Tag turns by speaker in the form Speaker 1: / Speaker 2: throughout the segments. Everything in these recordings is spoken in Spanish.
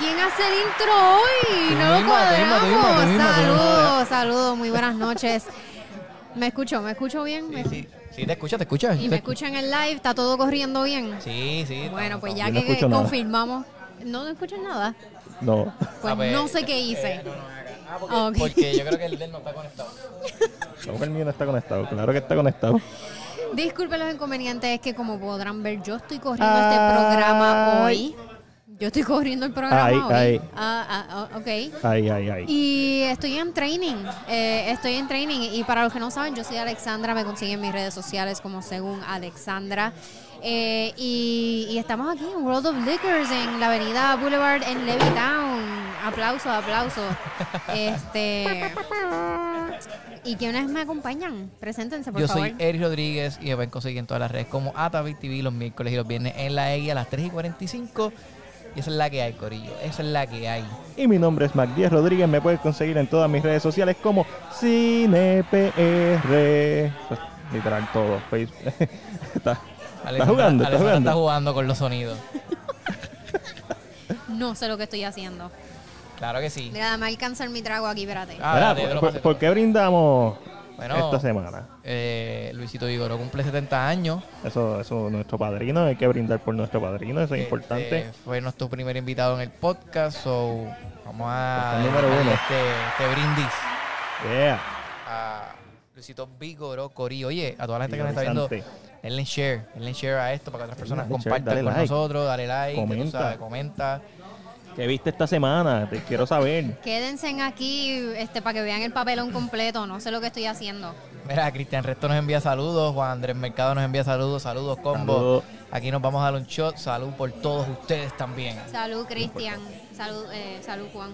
Speaker 1: van a hacer intro hoy. No
Speaker 2: misma, tú misma, tú misma, tú
Speaker 1: cuadramos.
Speaker 2: misma, tú misma.
Speaker 1: Saludos, saludos, muy buenas noches. Me escucho, me escucho bien. ¿Me-
Speaker 2: Sí, sí, sí, te escuchas, te escuchas.
Speaker 1: Y me escuchan en live, está todo corriendo bien.
Speaker 2: Sí, sí.
Speaker 1: Bueno, pues
Speaker 2: estamos-
Speaker 1: ya
Speaker 3: Yo no
Speaker 1: que
Speaker 3: escucho nada.
Speaker 1: confirmamos. No, no escuchan nada.
Speaker 3: No.
Speaker 1: Pues
Speaker 2: Ah, pues,
Speaker 1: no sé qué
Speaker 2: eh,
Speaker 1: hice.
Speaker 2: no, no, acá. Ah, porque,
Speaker 1: Ah, ok.
Speaker 2: porque yo creo que el del no está conectado.
Speaker 3: ¿Cómo que el mío no está conectado? Claro que está conectado.
Speaker 1: Disculpen los inconvenientes, es que como podrán ver, yo estoy corriendo este programa hoy.
Speaker 3: Ay.
Speaker 1: Yo estoy corriendo el programa
Speaker 3: Ay,
Speaker 1: hoy.
Speaker 3: ay.
Speaker 1: Ah, ah, ah, ok.
Speaker 3: Ay, ay, ay.
Speaker 1: Y estoy en training, eh, estoy en training. Y para los que no saben, yo soy Alexandra, me consiguen mis redes sociales como según Alexandra. Eh, y, y estamos aquí en World of Liquors, en la avenida Boulevard en Levittown. Aplausos, aplausos. Este. ¿Y quiénes me acompañan? Preséntense, por
Speaker 2: Yo
Speaker 1: favor.
Speaker 2: soy E- Eric Rodríguez y me pueden conseguir en todas las redes como Atavic TV los miércoles y los viernes en la EGI a las 3 y 45. Y esa es la que hay, Corillo. Esa es la que hay.
Speaker 3: Y mi nombre es Mac Díaz Rodríguez. Me puedes conseguir en todas mis redes sociales como CinePR. Pues, literal todo. Facebook. Está-
Speaker 2: Alexandra-
Speaker 3: jugando,
Speaker 2: Alexandra
Speaker 3: está jugando.
Speaker 2: está jugando con los sonidos.
Speaker 1: No sé lo que estoy haciendo.
Speaker 2: Claro que sí.
Speaker 1: Mira, me alcanzar mi trago aquí, espérate.
Speaker 2: Ah,
Speaker 3: Mira,
Speaker 2: dale,
Speaker 3: ¿por,
Speaker 2: lo
Speaker 3: por-
Speaker 2: pasé.
Speaker 3: por qué brindamos
Speaker 2: Bueno.
Speaker 3: esta semana?
Speaker 2: Eh, Luisito Vigoro cumple 70 años.
Speaker 3: Eso, eso, nuestro padrino. Hay que brindar por nuestro padrino. Eso es importante.
Speaker 2: Este, fue nuestro primer invitado en el podcast. So, vamos a
Speaker 3: Podcast número uno.
Speaker 2: darle este, este brindis
Speaker 3: Yeah.
Speaker 2: a Luisito Vigoro Corillo. Oye, a toda la gente que nos está viendo,
Speaker 3: Interesante.
Speaker 2: denle share. Denle share a esto para que otras personas
Speaker 3: Dale share,
Speaker 2: compartan
Speaker 3: dale
Speaker 2: con
Speaker 3: like.
Speaker 2: nosotros. Dale like, ya tú
Speaker 3: Comenta.
Speaker 2: sabes, comenta.
Speaker 3: ¿Qué viste esta semana? Te quiero saber.
Speaker 1: Quédense aquí este, para que vean el papelón completo. No sé lo que estoy haciendo.
Speaker 2: Mira, Cristian Resto nos envía saludos. Juan Andrés Mercado nos envía saludos. Saludos, combo.
Speaker 3: Saludos.
Speaker 2: Aquí nos vamos a dar un shot. Salud por todos ustedes también.
Speaker 1: Salud, Cristian. Salud, eh, salud, Juan.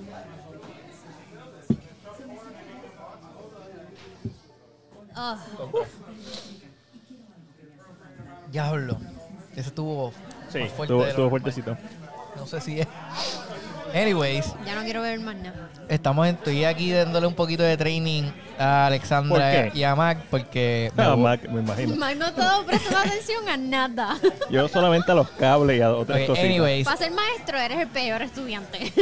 Speaker 1: Ah,
Speaker 2: Diablo. Ese estuvo
Speaker 3: Sí,
Speaker 2: más fuerte
Speaker 3: estuvo,
Speaker 2: de lo
Speaker 3: estuvo
Speaker 2: normal.
Speaker 3: fuertecito.
Speaker 2: No sé si es. Anyways,
Speaker 1: ya no quiero ver más nada.
Speaker 2: estamos en, estoy aquí dándole un poquito de training a Alexandra
Speaker 3: ¿Por qué?
Speaker 2: y a Mac porque me,
Speaker 3: Ah,
Speaker 2: bu-
Speaker 3: Mac, me imagino.
Speaker 1: Más no todo presta atención a nada.
Speaker 3: Yo solamente a los cables y a otras
Speaker 2: Ok,
Speaker 3: cositas.
Speaker 2: anyways,
Speaker 1: Para ser maestro eres el peor estudiante.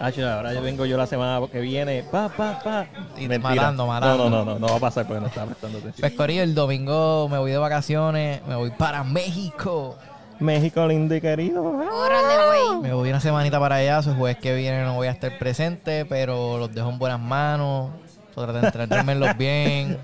Speaker 3: Ah, yo, ahora yo vengo yo la semana que viene. Pa, pa, pa.
Speaker 2: Y matando, matando.
Speaker 3: No, no, no, no, no va a pasar porque no estaba prestando atención.
Speaker 2: pues corillo, el domingo me voy de vacaciones, me voy para México.
Speaker 3: México lindo y querido.
Speaker 1: Órale, güey.
Speaker 2: Me voy una semanita para allá, so el jueves que viene no voy a estar presente, pero los dejo en buenas manos. So, traten de entrenármelos bien.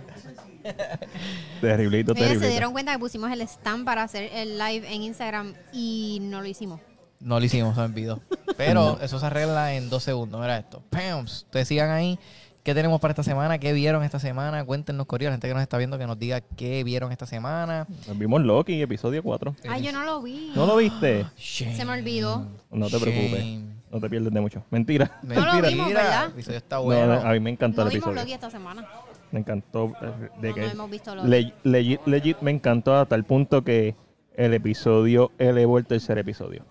Speaker 3: Terriblito,
Speaker 1: Oye,
Speaker 3: terriblito.
Speaker 1: se dieron cuenta que pusimos el stand para hacer el live en Instagram y no lo hicimos.
Speaker 2: No lo hicimos, se me olvidó. Pero eso se arregla en dos segundos. Mira esto. ¡Pams! Ustedes sigan ahí. ¿Qué tenemos para esta semana? ¿Qué vieron esta semana? Cuéntenos, Corillo, la gente que nos está viendo, que nos diga qué vieron esta semana.
Speaker 3: Nos vimos Loki, episodio 4.
Speaker 1: Ay, yo no lo vi.
Speaker 3: ¿No lo viste?
Speaker 2: Shame.
Speaker 1: Se me olvidó.
Speaker 3: No te
Speaker 2: Shame.
Speaker 3: preocupes. No te pierdes de mucho. Mentira.
Speaker 1: No lo
Speaker 2: Mentira.
Speaker 1: vimos,
Speaker 2: Mira,
Speaker 1: ¿verdad?
Speaker 2: El episodio está
Speaker 3: No,
Speaker 2: Ah, bueno.
Speaker 3: a mí me encantó
Speaker 1: No
Speaker 3: el
Speaker 1: vimos
Speaker 3: episodio.
Speaker 1: Loki esta semana.
Speaker 3: Me encantó. eh, De
Speaker 1: No,
Speaker 3: que
Speaker 1: no hemos visto Loki.
Speaker 3: le- legit, legit me encantó hasta el punto que el episodio elevó el tercer episodio.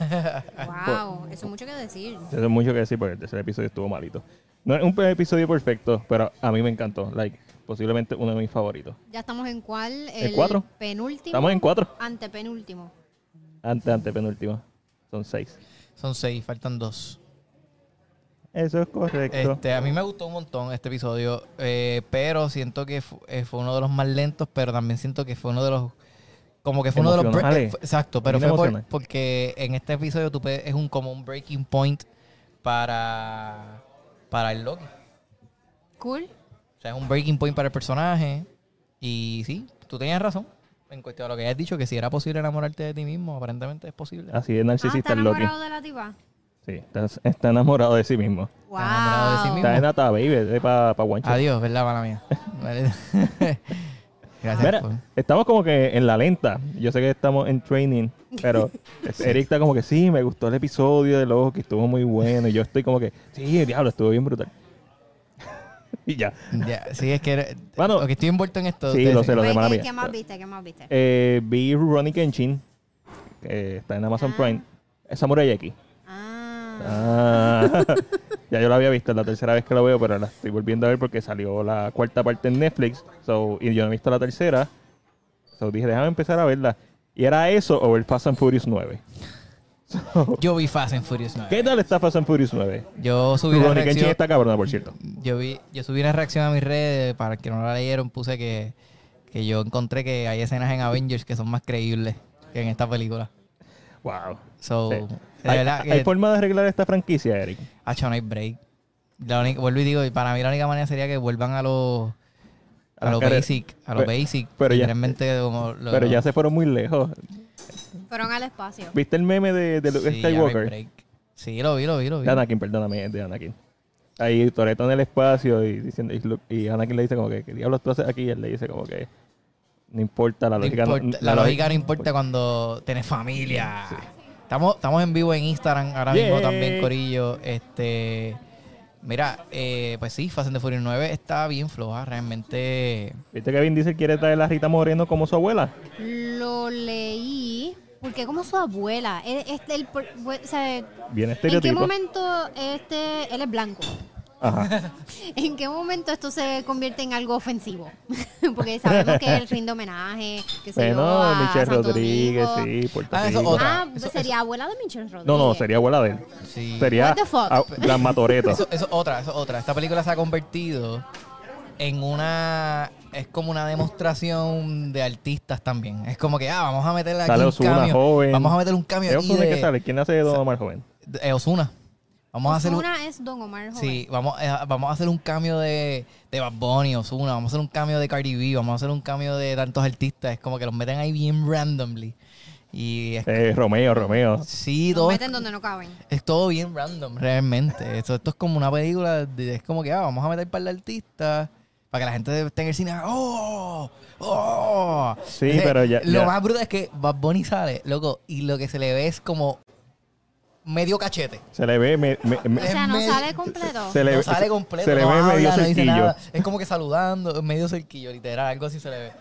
Speaker 3: Ah,
Speaker 1: Wow, eso es mucho que decir.
Speaker 3: Eso es mucho que decir porque el tercer episodio estuvo malito. No es un episodio perfecto, pero a mí me encantó. Like, posiblemente uno de mis favoritos.
Speaker 1: Ya estamos en cuál?
Speaker 3: El cuatro.
Speaker 1: penúltimo.
Speaker 3: Estamos en cuatro.
Speaker 1: Antepenúltimo.
Speaker 3: Antes, antes, penúltimo. Son seis.
Speaker 2: Son seis, faltan dos.
Speaker 3: Eso es correcto.
Speaker 2: Este, a mí me gustó un montón este episodio, eh, pero siento que fu- eh, fue uno de los más lentos, pero también siento que fue uno de los... Como que fue uno de los...
Speaker 3: Emocionales.
Speaker 2: eh, fue- Exacto, pero
Speaker 3: mí
Speaker 2: fue
Speaker 3: me
Speaker 2: por-
Speaker 3: emociona.
Speaker 2: porque en este episodio tú puedes- es un como un breaking point para, para el Loki.
Speaker 1: Cool. Ah,
Speaker 2: O sea, es un breaking point para el personaje. Y sí, tú tenías razón en cuestión de lo que has dicho, que si era posible enamorarte de ti mismo, aparentemente es posible.
Speaker 3: Así de
Speaker 1: ah,
Speaker 3: narcisista
Speaker 1: ¿está
Speaker 3: el Loki.
Speaker 1: enamorado de la tipa?
Speaker 3: Sí, está, está enamorado de sí mismo.
Speaker 1: Wow.
Speaker 2: enamorado de sí mismo.
Speaker 3: Está en Ata Baby, para pa Guancho.
Speaker 2: Adiós, ¿verdad, mala mía? Vale. Gracias.
Speaker 3: Mira,
Speaker 2: por-
Speaker 3: estamos como que en la lenta. Yo sé que estamos en training, pero Eric está como que sí, me gustó el episodio de Loki, estuvo muy bueno. Y yo estoy como que, sí, diablo, estuvo bien brutal. y ya.
Speaker 2: Ya, sí, es que
Speaker 3: Bueno,
Speaker 2: lo que estoy envuelto en esto.
Speaker 3: sí,
Speaker 2: ustedes
Speaker 3: lo
Speaker 2: saben.
Speaker 3: sé, lo
Speaker 1: Pues,
Speaker 3: de mala
Speaker 1: ¿qué-
Speaker 3: mía.
Speaker 1: ¿Qué más viste? ¿Qué más viste?
Speaker 3: Eh, vi Ronnie Kenshin, que está en Amazon
Speaker 1: Ah.
Speaker 3: Prime. Es Samurai X.
Speaker 1: Ah.
Speaker 3: Ah. ya yo la había visto, es la tercera vez que la veo, pero la estoy volviendo a ver porque salió la cuarta parte en Netflix. So, y yo no he visto la tercera. So dije, déjame empezar a verla. Y era eso o el Fast and Furious 9. So,
Speaker 2: Yo vi Fast and Furious 9.
Speaker 3: ¿Qué tal está Fast and Furious 9?
Speaker 2: Yo subí la
Speaker 3: Rurouni Kenshin
Speaker 2: reacción.
Speaker 3: está cabrona, por cierto.
Speaker 2: Yo, vi, yo subí una reacción a mis redes, para el que no la leyeron, puse que, que yo encontré que hay escenas en Avengers que son más creíbles que en esta película.
Speaker 3: Wow.
Speaker 2: So,
Speaker 3: Sí.
Speaker 2: de
Speaker 3: ¿Hay,
Speaker 2: verdad
Speaker 3: hay
Speaker 2: que
Speaker 3: forma de arreglar esta franquicia, Eric?
Speaker 2: hacho, no hay break. La única- vuelvo y digo, y para mí la única manera sería que vuelvan a los a lo
Speaker 3: A las carreras.
Speaker 2: basic, a lo
Speaker 3: Pero-
Speaker 2: basic,
Speaker 3: pero ya-
Speaker 2: literalmente como lo-
Speaker 3: Pero ya se fueron muy lejos.
Speaker 1: Fueron al espacio.
Speaker 3: ¿Viste el meme de, de Luke
Speaker 2: sí, ya no hay
Speaker 3: Skywalker?
Speaker 2: break. Sí, lo vi, lo vi, lo vi.
Speaker 3: De Anakin, perdóname, de Anakin. Ahí Toreto en el espacio y diciendo y, Luke- y Anakin le dice como que ¿qué diablos tú haces aquí? Y él le dice como que no importa la
Speaker 2: No
Speaker 3: lógica. no-
Speaker 2: importa- la lógica no importa cuando tienes familia. Estamos, estamos en vivo en Instagram ahora
Speaker 3: Yay.
Speaker 2: mismo también, Corillo. Este, mira, eh, pues sí, Fast and the Furious 9 está bien floja, realmente.
Speaker 3: Pues, ¿Viste que Vin Diesel quiere traer a Rita Moreno como su abuela?
Speaker 1: Lo leí porque como su abuela, él- este, el por- bu- o sea, ¿en
Speaker 3: Bien
Speaker 1: qué
Speaker 3: estereotipo.
Speaker 1: momento este, él es blanco?
Speaker 3: Ajá.
Speaker 1: ¿En qué momento esto se convierte en algo ofensivo? porque sabemos que él rinde homenaje, que se
Speaker 3: Bueno, Michelle Rodríguez, sí, Puerto
Speaker 2: Ah, eso
Speaker 3: Rico.
Speaker 2: otra.
Speaker 1: Ah,
Speaker 2: Eso-
Speaker 1: sería abuela de Michelle Rodríguez.
Speaker 3: No, no, sería abuela de él.
Speaker 2: Sí.
Speaker 3: Sería
Speaker 1: What the fuck?
Speaker 3: ah, Gran Matoreta.
Speaker 2: Eso, eso es otra, eso es otra. Esta película se ha convertido en una. Es como una demostración de artistas también. Es como que, ah, vamos a meterle aquí
Speaker 3: Sale
Speaker 2: un
Speaker 3: Ozuna,
Speaker 2: cambio.
Speaker 3: joven.
Speaker 2: Vamos a meter un cambio
Speaker 3: ¿Es
Speaker 2: aquí
Speaker 3: Ozuna
Speaker 2: de,
Speaker 3: que sale? ¿Quién hace de Don Omar joven?
Speaker 2: de Ozuna. Vamos a hacer un,
Speaker 1: Una es Don Omar joven.
Speaker 2: Sí, vamos, eh, vamos a hacer un cambio de, de Bad Bunny, Ozuna, vamos a hacer un cambio de Cardi B, vamos a hacer un cambio de tantos artistas, es como que los meten ahí bien randomly. Y es-
Speaker 3: Eh, Romeo, Romeo.
Speaker 2: sí,
Speaker 1: Los
Speaker 2: todo es,
Speaker 1: meten donde no caben.
Speaker 2: es todo bien random realmente. Esto, esto es como una película, de- es como que ah, vamos a meter para el artista. Para que la gente esté en el cine, ¡oh! ¡oh!
Speaker 3: Sí, pero ya-
Speaker 2: Lo
Speaker 3: ya.
Speaker 2: más brutal es que Bad Bunny sale, loco, y lo que se le ve es como medio cachete.
Speaker 3: Se le ve. me- me- eh, me-
Speaker 1: O sea, no
Speaker 2: Es
Speaker 1: sale
Speaker 2: medio-
Speaker 1: completo.
Speaker 3: se le,
Speaker 2: no
Speaker 3: ve-
Speaker 2: sale completo.
Speaker 3: Se le
Speaker 2: no
Speaker 3: ve
Speaker 2: habla,
Speaker 3: medio
Speaker 2: no dice
Speaker 3: cerquillo.
Speaker 2: nada. Es como que saludando, medio cerquillo, literal. Algo así se le ve.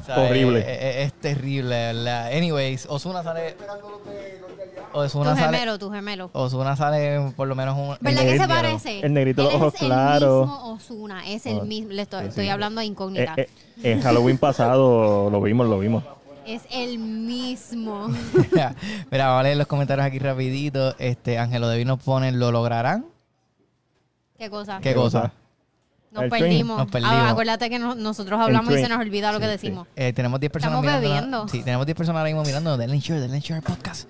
Speaker 2: O sea,
Speaker 3: Horrible.
Speaker 2: Es, es- es terrible, de ¿verdad? Anyways, Osuna sale. Osuna
Speaker 1: Tu
Speaker 2: sale.
Speaker 1: gemelo, tu gemelo.
Speaker 2: Osuna sale por lo menos un.
Speaker 1: ¿Verdad que se
Speaker 3: Oh, negrito,
Speaker 1: parece?
Speaker 3: el negrito de los
Speaker 1: Él
Speaker 3: ojos
Speaker 1: es
Speaker 3: claros.
Speaker 1: El mismo Ozuna, es el
Speaker 3: Ah,
Speaker 1: mismo. Le estoy,
Speaker 3: sí,
Speaker 1: estoy
Speaker 3: sí.
Speaker 1: hablando de incógnita.
Speaker 3: Eh, eh, en Halloween pasado lo vimos, lo vimos.
Speaker 1: Es el mismo.
Speaker 2: Mira, vamos a leer los comentarios aquí rapidito. Este, Ángelo Devi nos pone, ¿lo lograrán?
Speaker 1: ¿Qué cosa?
Speaker 2: ¿Qué
Speaker 3: ¿Qué
Speaker 2: cosa?
Speaker 3: cosa?
Speaker 1: Nos
Speaker 3: El
Speaker 1: perdimos.
Speaker 2: train. Nos perdimos.
Speaker 1: Ah, acuérdate que no- nosotros hablamos y
Speaker 3: train.
Speaker 1: se nos olvida lo que
Speaker 3: Sí,
Speaker 1: decimos.
Speaker 2: Eh, tenemos 10 personas
Speaker 1: Estamos
Speaker 2: mirándonos.
Speaker 1: bebiendo.
Speaker 2: Sí, tenemos 10 personas ahora mismo mirando. Denle share, denle share al podcast.